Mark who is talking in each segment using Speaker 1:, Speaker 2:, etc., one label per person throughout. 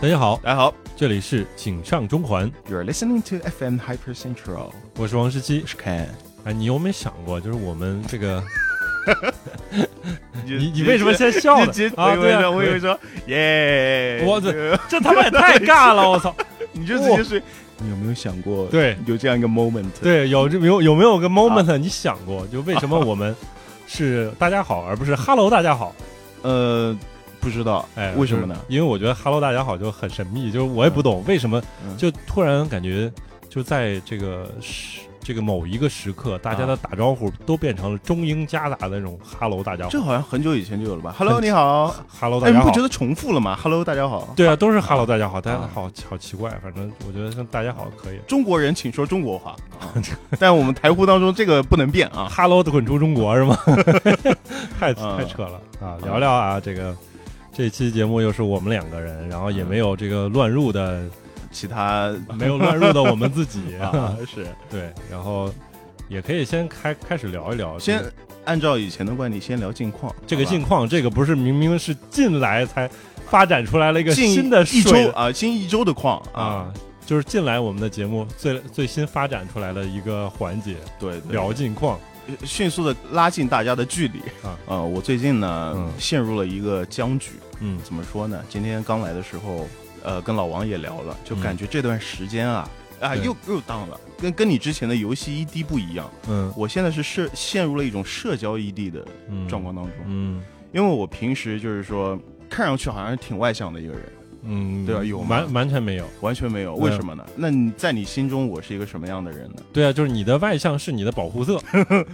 Speaker 1: 大家好，
Speaker 2: 大哎家好
Speaker 1: 这里是请上中环，
Speaker 2: ，You're listening to FM Hyper Central，
Speaker 1: 我是王十七
Speaker 2: 我。是 Ken。
Speaker 1: 哎，你有没有想过，就是我们这个，你你为什么先笑
Speaker 2: 你
Speaker 1: 了
Speaker 2: 接？
Speaker 1: 啊，
Speaker 2: 我以为
Speaker 1: 对啊，
Speaker 2: 说，我以为说，耶！
Speaker 1: 我
Speaker 2: 这
Speaker 1: 这他妈也太尬了，我操！
Speaker 2: 你就直接说，你有没有想过，
Speaker 1: 对
Speaker 2: 有这样一个 moment？，
Speaker 1: 对，有这有有没有个
Speaker 2: 啊
Speaker 1: moment 你想过，就为什么我们是大家好，而不是 Hello 大家好？
Speaker 2: 呃，不知道，
Speaker 1: 哎，
Speaker 2: 为什么呢？
Speaker 1: 就是因为我觉得 “Hello，大家好”就很神秘，就是我也不懂为什么，
Speaker 2: 嗯
Speaker 1: 就突然感觉就在这个时这个某一个时刻，大家
Speaker 2: 啊
Speaker 1: 的打招呼都变成了中英夹杂的那种 “Hello，大家好
Speaker 2: 这好像很久以前就有了吧？Hello，你 好。
Speaker 1: ”，“Hello，
Speaker 2: 哎，
Speaker 1: 大
Speaker 2: 你
Speaker 1: 家好
Speaker 2: 不觉”。得重复了吗？Hello，大家好。
Speaker 1: 对啊，都是 “Hello，大家好”，大家
Speaker 2: 啊
Speaker 1: 好好奇怪，反正我觉得像“大家好”可以
Speaker 2: 中国人请说中国话， 啊但我们台呼当中这个不能变啊。
Speaker 1: ，“Hello，滚出中国”是吗？ 太
Speaker 2: 嗯
Speaker 1: 太扯了啊！
Speaker 2: 嗯
Speaker 1: 聊聊啊，这个这期节目又是我们两个人，然后也
Speaker 2: 嗯
Speaker 1: 没有这个乱入 的，
Speaker 2: 其他
Speaker 1: 没有乱入的我们自己
Speaker 2: 啊 是
Speaker 1: 对，然后也可以先开开始聊一聊这
Speaker 2: 先
Speaker 1: 个，
Speaker 2: 按照以前的惯例，先聊近况。
Speaker 1: 这个
Speaker 2: 好吧
Speaker 1: 近况，这个不是明明是近来才发展出来了一个
Speaker 2: 近
Speaker 1: 新的
Speaker 2: 一
Speaker 1: 水
Speaker 2: 周啊，新一周的况
Speaker 1: 啊
Speaker 2: 啊，，
Speaker 1: 就是近来我们的节目最最新发展出来的一个环节
Speaker 2: 对对
Speaker 1: 聊近况，
Speaker 2: 迅速的拉近大家的距离
Speaker 1: 啊。
Speaker 2: 呃，我最近呢、
Speaker 1: 嗯
Speaker 2: 陷入了一个僵局，
Speaker 1: 嗯
Speaker 2: 怎么说呢？今天刚来的时候，呃，跟老王也聊了，就
Speaker 1: 嗯
Speaker 2: 感觉这段时间啊。啊，
Speaker 1: 对
Speaker 2: 又又当了，跟跟你之前的游戏 ED 不一样。
Speaker 1: 嗯
Speaker 2: 我现在是社陷入了一种社交 ED 的
Speaker 1: 嗯，
Speaker 2: 状况当中，
Speaker 1: 嗯
Speaker 2: 因为我平时就是说，看上去好像是挺外向的一个人，
Speaker 1: 嗯，
Speaker 2: 对啊有吗
Speaker 1: 完完全没有，
Speaker 2: 完全没有。
Speaker 1: 对
Speaker 2: 为什么呢？那你在你心中我是一个什么样的人呢？
Speaker 1: 对啊，就是你的外向是你的保护色，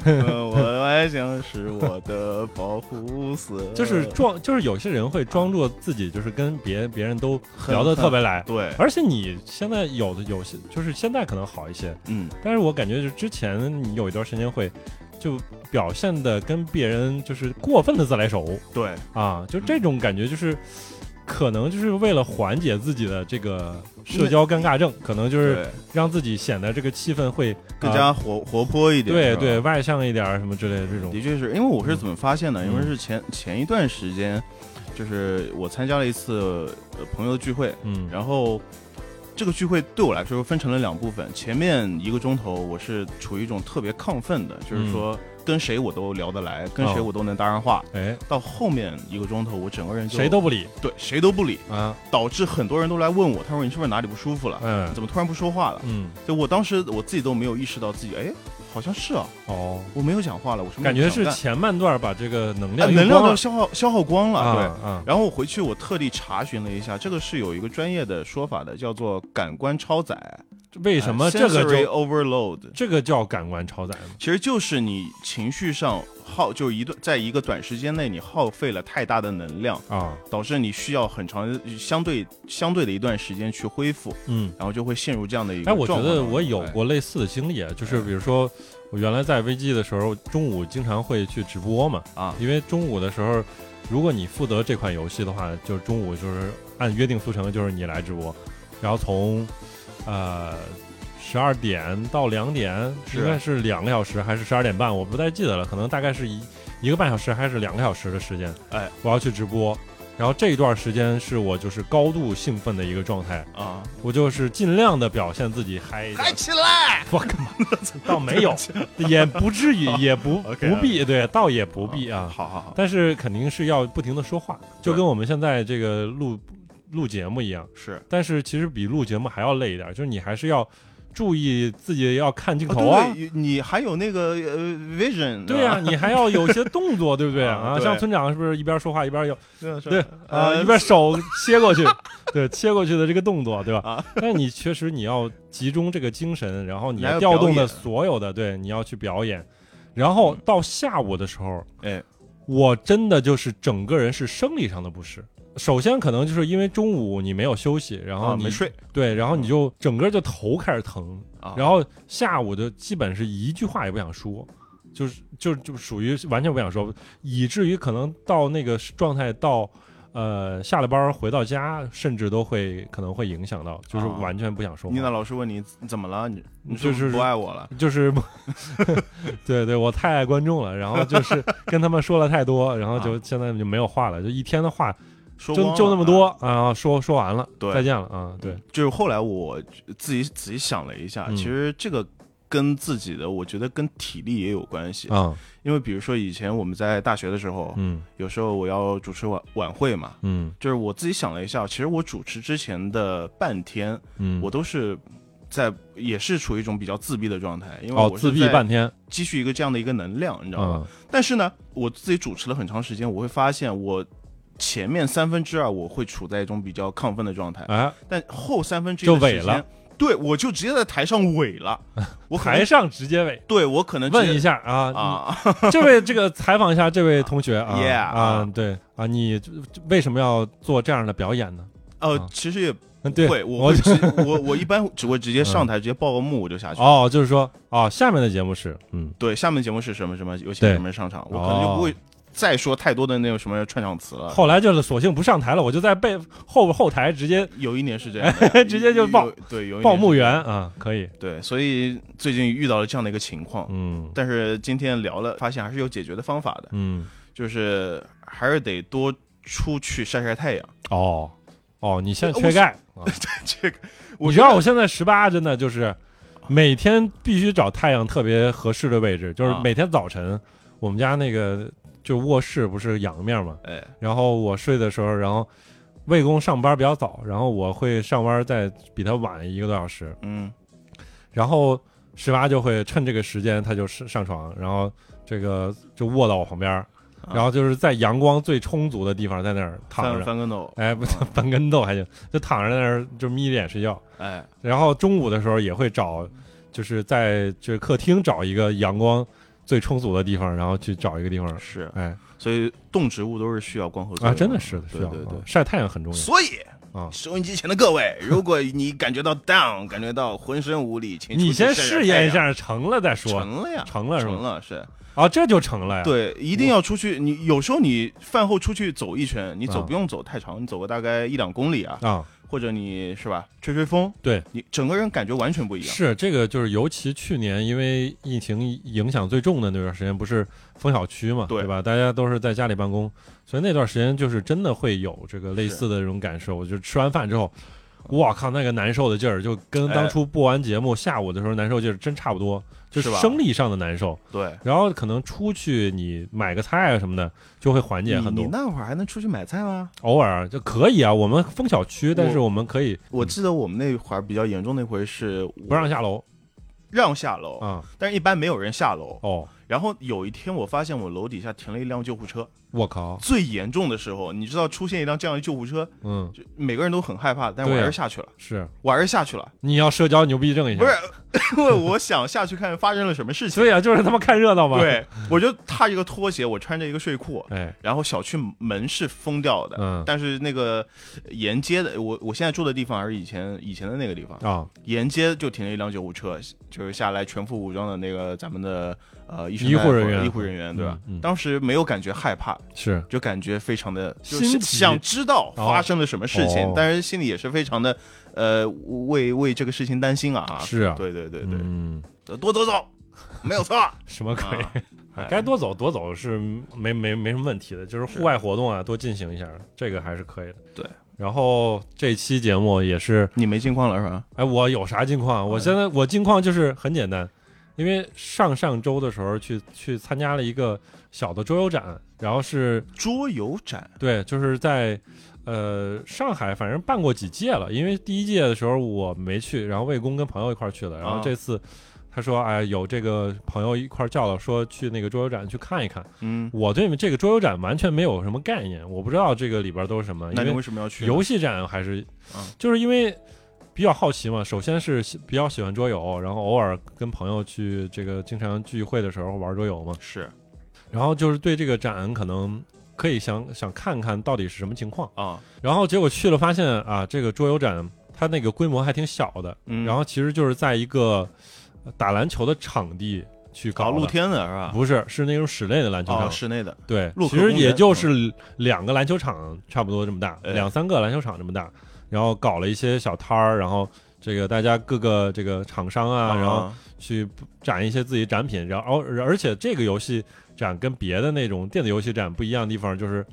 Speaker 2: 呃我外向是我的保护色，
Speaker 1: 就是装，就是有些人会装作自己就是跟别别人都
Speaker 2: 很
Speaker 1: 聊得特别来，
Speaker 2: 对，
Speaker 1: 而且你现在有的有些就是现在可能好一些，
Speaker 2: 嗯，
Speaker 1: 但是我感觉就是之前你有一段时间会就表现的跟别人就是过分的自来熟
Speaker 2: 对，
Speaker 1: 啊，
Speaker 2: 嗯
Speaker 1: 就这种感觉就是。可能就是为了缓解自己的这个社交尴尬症，可能就是
Speaker 2: 对
Speaker 1: 让自己显得这个气氛会
Speaker 2: 更
Speaker 1: 呃
Speaker 2: 加活活泼一点，
Speaker 1: 对
Speaker 2: 是吧
Speaker 1: 对，外向一点儿什么之类的这种
Speaker 2: 的确是因为我是怎么发现
Speaker 1: 嗯
Speaker 2: 的？因为是前前一段时间，就是我参加了一次呃朋友的聚会，
Speaker 1: 嗯，
Speaker 2: 然后。这个聚会对我来说分成了两部分，前面一个钟头我是处于一种特别亢奋的，就是说跟谁我都聊得来，跟
Speaker 1: 嗯
Speaker 2: 谁
Speaker 1: 哦
Speaker 2: 我都能搭上话。
Speaker 1: 哎，
Speaker 2: 到后面一个钟头，我整个人就
Speaker 1: 谁都不理
Speaker 2: 对谁都不理，
Speaker 1: 啊，
Speaker 2: 导致很多人都来问我，他说你是不是哪里不舒服了？
Speaker 1: 嗯
Speaker 2: 怎么突然不说话了？
Speaker 1: 嗯，
Speaker 2: 就我当时我自己都没有意识到自己，哎，好像是啊，
Speaker 1: 哦，
Speaker 2: 我没有讲话了，我什么
Speaker 1: 感觉
Speaker 2: 也不
Speaker 1: 是
Speaker 2: 想
Speaker 1: 前半段把这个能
Speaker 2: 干
Speaker 1: 量
Speaker 2: 哎
Speaker 1: 用
Speaker 2: 能量
Speaker 1: 光
Speaker 2: 都
Speaker 1: 了
Speaker 2: 消耗消耗光了，对。
Speaker 1: 啊啊，
Speaker 2: 然后我回去，我特地查询了一下，这个是有一个专业的说法的，叫做感官超载。
Speaker 1: 为什么
Speaker 2: 呃
Speaker 1: 这个
Speaker 2: sensory
Speaker 1: 就
Speaker 2: overload？
Speaker 1: 这个叫感官超载吗？
Speaker 2: 其实就是你情绪上耗，就是一段在一个短时间内你耗费了太大的能量，
Speaker 1: 啊，
Speaker 2: 导致你需要很长相对相对的一段时间去恢复。
Speaker 1: 嗯，
Speaker 2: 然后就会陷入这样的一个。
Speaker 1: 哎，我觉得我有，过类似的经历，啊就是
Speaker 2: 嗯
Speaker 1: 比如说我原来在危机的时候，中午经常会去直播嘛，
Speaker 2: 啊
Speaker 1: 因为中午的时候，如果你负责这款游戏的话，就是中午就是按约定俗成就是你来直播，然后从呃十二点到两点，
Speaker 2: 是
Speaker 1: 应该是两个小时还是十二点半，我不太记得了，可能大概是一一个半小时还是两个小时的时间，
Speaker 2: 哎，
Speaker 1: 我要去直播。然后这一段时间是我就是高度兴奋的一个状态，
Speaker 2: 啊，
Speaker 1: 我就是尽量的表现自己嗨一点，
Speaker 2: 嗨起来！
Speaker 1: 我干嘛？倒没 有，也不至于，也不
Speaker 2: OK，啊
Speaker 1: 不必，对，倒也不必啊。
Speaker 2: 好好好，
Speaker 1: 但是肯定是要不停的说话，就跟我们现在这个录录节目一样。
Speaker 2: 是
Speaker 1: 但是其实比录节目还要累一点，就是你还是要注意自己要看镜
Speaker 2: 哦
Speaker 1: 头啊。
Speaker 2: 对，你还有那个呃 vision，
Speaker 1: 对啊呀、
Speaker 2: 呀，
Speaker 1: 你还要有一些动作，对不对
Speaker 2: 啊
Speaker 1: 啊？
Speaker 2: 对
Speaker 1: 像村长是不是一边说话一边有
Speaker 2: 对
Speaker 1: 对啊
Speaker 2: 呃
Speaker 1: 一边手切过去，对切过去的这个动作，对吧
Speaker 2: 啊？
Speaker 1: 但你确实你要集中这个精神，然后你
Speaker 2: 你还
Speaker 1: 要
Speaker 2: 要
Speaker 1: 调动
Speaker 2: 表
Speaker 1: 的
Speaker 2: 演嗯
Speaker 1: 所有的对，你要去表演，然后到下午的时候，
Speaker 2: 哎，
Speaker 1: 我真的就是整个人是生理上的不适。首先可能就是因为中午你没有休息，然后
Speaker 2: 啊
Speaker 1: 你、
Speaker 2: 没睡
Speaker 1: 对，然后你就整个就头开始疼，
Speaker 2: 啊，
Speaker 1: 然后下午就基本是一句话也不想说，就是就就属于完全不想说，以至于可能到那个状态到，呃，下了班儿回到家，甚至都会可能会影响到，就是
Speaker 2: 啊
Speaker 1: 完全不想说
Speaker 2: 妮
Speaker 1: 话。
Speaker 2: 娜老师问你怎么了，你你
Speaker 1: 就是
Speaker 2: 不是不爱我了？
Speaker 1: 就是， 对对，我太爱观众了，然后就是跟他们说了太多，然后就现在就没有话了，就一天的话
Speaker 2: 说
Speaker 1: 就
Speaker 2: 光
Speaker 1: 就
Speaker 2: 啊
Speaker 1: 那
Speaker 2: 了
Speaker 1: 么
Speaker 2: 啊
Speaker 1: 多啊，说说完了，
Speaker 2: 对
Speaker 1: 再见了啊，对，
Speaker 2: 就是后来我自己仔细想了一下，
Speaker 1: 嗯
Speaker 2: 其实这个跟自己的，我觉得跟体力也有关系。
Speaker 1: 啊，
Speaker 2: 因为比如说以前我们在大学的时候，
Speaker 1: 嗯
Speaker 2: 有时候我要主持晚晚会嘛，
Speaker 1: 嗯
Speaker 2: 就是我自己想了一下，其实我主持之前的半天，
Speaker 1: 嗯，
Speaker 2: 我都是在也是处于一种比较自闭的状态，因为
Speaker 1: 哦
Speaker 2: 我是
Speaker 1: 自闭
Speaker 2: 在
Speaker 1: 半天，
Speaker 2: 积蓄一个这样的一个能量，你知道
Speaker 1: 嗯
Speaker 2: 吗？但是呢，我自己主持了很长时间，我会发现我前面三分之二我会处在一种比较亢奋的状态，
Speaker 1: 哎，
Speaker 2: 但后三分之一
Speaker 1: 就
Speaker 2: 的时
Speaker 1: 萎
Speaker 2: 间
Speaker 1: 了。
Speaker 2: 对，我就直接在台上萎了，我可能
Speaker 1: 台上直接尾。
Speaker 2: 对我可能直接
Speaker 1: 问一下啊，
Speaker 2: 啊，
Speaker 1: 你这位这个采访一下这位同学啊
Speaker 2: Yeah，
Speaker 1: 啊，对啊，你这这为什么要做这样的表演呢？啊
Speaker 2: 呃，其实也
Speaker 1: 嗯，对，
Speaker 2: 会，我
Speaker 1: 我嗯
Speaker 2: 会直我我一般只会直 接上台，直接报个幕我就下去。
Speaker 1: 哦，就是说哦，下面的节目是嗯
Speaker 2: 对，下面节目是什么什么，有请
Speaker 1: 对哦
Speaker 2: 什么人上场，我可能就不会再说太多的那种什么串场词了。
Speaker 1: 后来就是索性不上台了，我就在背后后台直接，
Speaker 2: 有一年是这样的
Speaker 1: 直接就报
Speaker 2: 有对，有一年是
Speaker 1: 报幕员啊，可以，
Speaker 2: 对，所以最近遇到了这样的一个情况，
Speaker 1: 嗯
Speaker 2: 但是今天聊了，发现还是有解决的方法的，
Speaker 1: 嗯，
Speaker 2: 就是还是得多出去晒晒太阳。
Speaker 1: 哦哦，你现在
Speaker 2: 呃
Speaker 1: 缺
Speaker 2: 我
Speaker 1: 钙，啊
Speaker 2: 这个，
Speaker 1: 你
Speaker 2: 我
Speaker 1: 知道我
Speaker 2: 觉
Speaker 1: 现在十八真的就是每天必须找太阳特别合适的位置，就是
Speaker 2: 啊
Speaker 1: 每天早晨我们家那个就卧室不是阳面嘛，
Speaker 2: 得哎，
Speaker 1: 然后我睡的时候，然后魏公上班比较早，然后我会上班再比他晚一个多小时，
Speaker 2: 嗯，
Speaker 1: 然后十八就会趁这个时间他就上上床，然后这个就卧到我旁边儿，
Speaker 2: 啊
Speaker 1: 然后就是在阳光最充足的地方在那儿躺
Speaker 2: 翻
Speaker 1: 着，
Speaker 2: 翻个斗，
Speaker 1: 哎不
Speaker 2: 啊
Speaker 1: 翻跟斗还行，就躺着在那儿就眯着眼睡觉。
Speaker 2: 哎，
Speaker 1: 然后中午的时候也会找，就是在就是客厅找一个阳光最充足的地方，然后去找一个地方，
Speaker 2: 是，
Speaker 1: 哎
Speaker 2: 所以动植物都是需要光合作
Speaker 1: 啊，
Speaker 2: 用
Speaker 1: 真的是的，需
Speaker 2: 对
Speaker 1: 要
Speaker 2: 对对
Speaker 1: 啊。晒太阳很重要。
Speaker 2: 所以
Speaker 1: 啊
Speaker 2: 收音机前的 各位，如果你感觉到 down，感觉到浑身无力，请出去
Speaker 1: 你先
Speaker 2: 晒晒
Speaker 1: 试验一
Speaker 2: 太阳，
Speaker 1: 下，成了再说，
Speaker 2: 成了呀，
Speaker 1: 成了是
Speaker 2: 成
Speaker 1: 吗？
Speaker 2: 了是，
Speaker 1: 啊，这就成了呀。，
Speaker 2: 对，一定要出去。你有时候你饭后出去走一圈，你走
Speaker 1: 啊
Speaker 2: 不用走太长，你走个大概一两公里啊，
Speaker 1: 啊，
Speaker 2: 或者你是吧，吹吹风，
Speaker 1: 对
Speaker 2: 你整个人感觉完全不一样。
Speaker 1: 是这个，就是尤其去年因为疫情影响最重的那段时间，不是封小区嘛，
Speaker 2: 对
Speaker 1: 对吧？大家都是在家里办公，所以那段时间就是真的会有这个类似的这种感受。就是吃完饭之后，我靠，那个难受的劲儿，就跟
Speaker 2: 哎
Speaker 1: 当初播完节目、下午的时候难受劲儿真差不多，就是
Speaker 2: 吧
Speaker 1: 生理上的难受。
Speaker 2: 对，
Speaker 1: 然后可能出去你买个菜啊什么的，就会缓解
Speaker 2: 你
Speaker 1: 很
Speaker 2: 你
Speaker 1: 多。
Speaker 2: 那会儿还能出去买菜吗？
Speaker 1: 偶尔就可以啊，我们封小区，但是我们可以
Speaker 2: 我记得我们那会儿比较严重那回是
Speaker 1: 嗯不让下楼
Speaker 2: 让下楼，
Speaker 1: 啊、
Speaker 2: 但是一般没有人下楼。
Speaker 1: 哦，
Speaker 2: 然后有一天我发现我楼底下停了一辆救护车，
Speaker 1: 我靠，
Speaker 2: 最严重的时候，你知道出现一辆这样的救护车，
Speaker 1: 嗯，
Speaker 2: 就每个人都很害怕，但是我
Speaker 1: 对啊
Speaker 2: 还是下去了，
Speaker 1: 是
Speaker 2: 我还是下去了，
Speaker 1: 你要社交牛逼症一下，
Speaker 2: 不是， 因为我想下去看发生了什么事情。
Speaker 1: 所以啊，就是他妈看热闹嘛。，
Speaker 2: 对，我就踏一个拖鞋，我穿着一个睡裤，
Speaker 1: 哎，
Speaker 2: 然后小区门是封掉的，
Speaker 1: 嗯
Speaker 2: 但是那个沿街的，我我现在住的地方还是以前以前的那个地方，
Speaker 1: 啊，
Speaker 2: 沿街就停了一辆救护车，就是下来全副武装的那个咱们的呃医生
Speaker 1: 医护
Speaker 2: 大夫
Speaker 1: 人员
Speaker 2: 医护人员对吧？
Speaker 1: 嗯嗯
Speaker 2: 当时没有感觉害怕，
Speaker 1: 是
Speaker 2: 就感觉非常的就
Speaker 1: 心
Speaker 2: 是
Speaker 1: 急
Speaker 2: 想知道发生了什么事情，
Speaker 1: 哦
Speaker 2: 但是心里也是非常的呃为为这个事情担心啊。
Speaker 1: 是啊，
Speaker 2: 对对对对，
Speaker 1: 嗯，
Speaker 2: 多走走，没有错。
Speaker 1: 什么鬼？
Speaker 2: 啊哎
Speaker 1: 该多走多走是没没没什么问题的，就是户外活动啊，多进行一下，这个还是可以的。
Speaker 2: 对，
Speaker 1: 然后这期节目也是，
Speaker 2: 你没近况了是吧？
Speaker 1: 哎，我有啥近况啊？我
Speaker 2: 哎
Speaker 1: 现在我近况就是很简单，因为上上周的时候去去参加了一个小的桌游展，然后是
Speaker 2: 桌游展
Speaker 1: 对，就是在呃上海，反正办过几届了。因为第一届的时候我没去，然后魏工跟朋友一块儿去的。然后
Speaker 2: 啊
Speaker 1: 这次他说，哎，有这个朋友一块儿叫了，说去那个桌游展去看一看。
Speaker 2: 嗯，
Speaker 1: 我对这个桌游展完全没有什么概念，我不知道这个里边都是什么。
Speaker 2: 嗯那
Speaker 1: 因
Speaker 2: 你
Speaker 1: 为
Speaker 2: 为什么要去呢？
Speaker 1: 游戏展还是
Speaker 2: 嗯，
Speaker 1: 就是因为。比较好奇嘛，首先是喜比较喜欢桌游，然后偶尔跟朋友去这个经常聚会的时候玩桌游嘛，
Speaker 2: 是
Speaker 1: 然后就是对这个展可能可以想想看看到底是什么情况。
Speaker 2: 啊，
Speaker 1: 然后结果去了发现啊，这个桌游展它那个规模还挺小的，
Speaker 2: 嗯，
Speaker 1: 然后其实就是在一个呃打篮球的场地去搞
Speaker 2: 搞
Speaker 1: 的
Speaker 2: 露，天的是吧？
Speaker 1: 不是，是那种室内的篮球
Speaker 2: 哦，
Speaker 1: 场，
Speaker 2: 室内的，
Speaker 1: 对，
Speaker 2: 陆
Speaker 1: 其
Speaker 2: 河
Speaker 1: 实
Speaker 2: 公
Speaker 1: 也
Speaker 2: 园嗯
Speaker 1: 就是两个篮球场差不多这么大，
Speaker 2: 哎
Speaker 1: 两三个篮球场这么大，然后搞了一些小摊儿，然后。这个大家各个这个厂商啊，然后去展一些自己展品，然后而而且这个游戏展跟别的那种电子游戏展不一样的地方就是，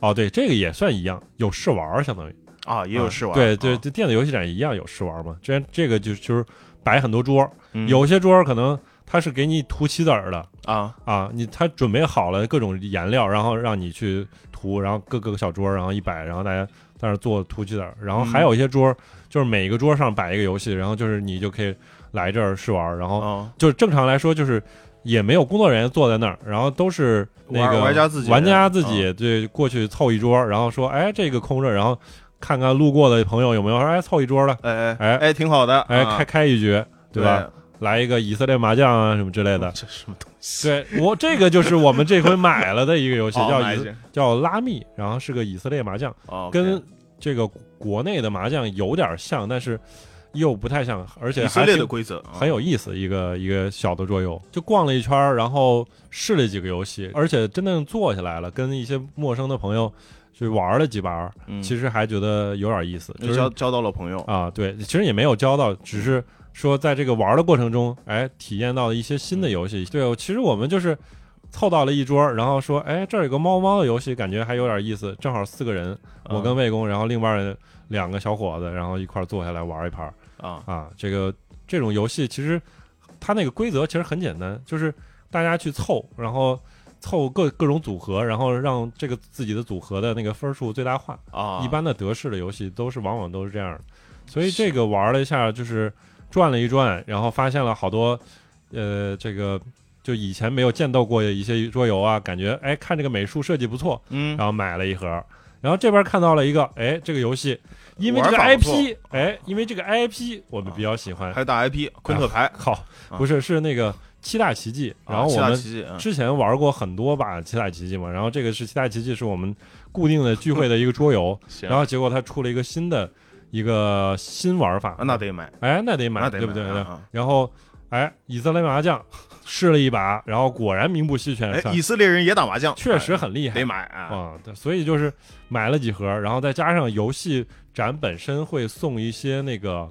Speaker 1: 哦，对，这个也算一样，有试玩儿相当于
Speaker 2: 啊，也有试玩，
Speaker 1: 对对，
Speaker 2: 啊，
Speaker 1: 这电子游戏展一样有试玩嘛。这这个就就是摆很多桌儿，
Speaker 2: 嗯
Speaker 1: 有些桌儿可能它是给你涂棋子儿的
Speaker 2: 啊，
Speaker 1: 啊，你它准备好了各种颜料，然后让你去涂，然后各个小桌儿，然后一摆，然后大家在那儿做涂棋子儿。然后还有一些桌儿，就是每个桌上摆一个游戏，然后就是你就可以来这儿试玩儿，然后
Speaker 2: 哦，
Speaker 1: 就是正常来说就是也没有工作人员坐在那儿，然后都是那个
Speaker 2: 玩玩家自己嗯
Speaker 1: 玩家自己对过去凑一桌，然后说哎这个空着，然后看看路过的朋友有没有说哎凑一桌的，
Speaker 2: 哎
Speaker 1: 哎
Speaker 2: 哎哎，挺好的，
Speaker 1: 哎
Speaker 2: 啊
Speaker 1: 开开一局，对
Speaker 2: 对哦
Speaker 1: 吧？？来一个以色列麻将啊什么之类的。
Speaker 2: 这什么东西？
Speaker 1: 对我这个就是我们这回买了的一个游戏，
Speaker 2: 哦
Speaker 1: 叫
Speaker 2: 买一
Speaker 1: 以
Speaker 2: 些
Speaker 1: 叫拉密，然后是个以色列麻将，
Speaker 2: 哦，
Speaker 1: 跟这个国内的麻将有点像，但是又不太像，而且
Speaker 2: 以色
Speaker 1: 还
Speaker 2: 列
Speaker 1: 挺
Speaker 2: 的规则
Speaker 1: 很有意思，一个一个小的桌游，就逛了一圈儿，然后试了几个游戏，而且真正坐下来了，跟一些陌生的朋友去玩了几把儿，其
Speaker 2: 实
Speaker 1: 实还觉得有点意思，就
Speaker 2: 嗯交
Speaker 1: 是
Speaker 2: 交到了朋友，
Speaker 1: 啊，对，其实也没有交到，只是说在这个玩的过程中，哎，体验到了一些新的游戏。对，我其实我们就是凑到了一桌儿，然后说，哎，这儿有个猫猫的游戏，感觉还有点意思，正好四个人，我跟魏工，然后另外的两个小伙子，然后一块儿坐下来玩一盘儿。
Speaker 2: 啊
Speaker 1: 啊，这个这种游戏其实它那个规则其实很简单，就是大家去凑，然后凑各各种组合，然后让这个自己的组合的那个分数最大化。
Speaker 2: 啊，
Speaker 1: 一般的德式的游戏都是往往都是这样的，所以这个玩了一下，就是转了一转，然后发现了好多呃这个。就以前没有见到过的一些桌游啊，感觉哎看这个美术设计不错，
Speaker 2: 嗯
Speaker 1: 然后买了一盒，然后这边看到了一个哎这个游戏，因为这个
Speaker 2: 玩法不错
Speaker 1: IP 哎因为这个 IP 我们比较喜欢
Speaker 2: 还，有大 IP 昆特牌，
Speaker 1: 靠，
Speaker 2: 啊
Speaker 1: 不是是那个七大奇迹，然后
Speaker 2: 啊
Speaker 1: 我
Speaker 2: 希腊
Speaker 1: 们
Speaker 2: 奇迹嗯
Speaker 1: 之前玩过很多把七大奇迹嘛，然后这个是七大奇迹是我们固定的聚会的一个桌 游，
Speaker 2: 行
Speaker 1: 然后结果它出了一个新的一个新玩法
Speaker 2: 啊，那得买，
Speaker 1: 哎那得买
Speaker 2: 那得
Speaker 1: 对不对？
Speaker 2: 买
Speaker 1: 对
Speaker 2: 啊啊
Speaker 1: 然后哎以色列麻将 试了一把，然后果然名不虚传，
Speaker 2: 哎，以色列人也打麻将，
Speaker 1: 确实很厉
Speaker 2: 哎
Speaker 1: 害
Speaker 2: 得。买啊，
Speaker 1: 啊、对所以就是买了几盒，然后再加上游戏展本身会送一些那个，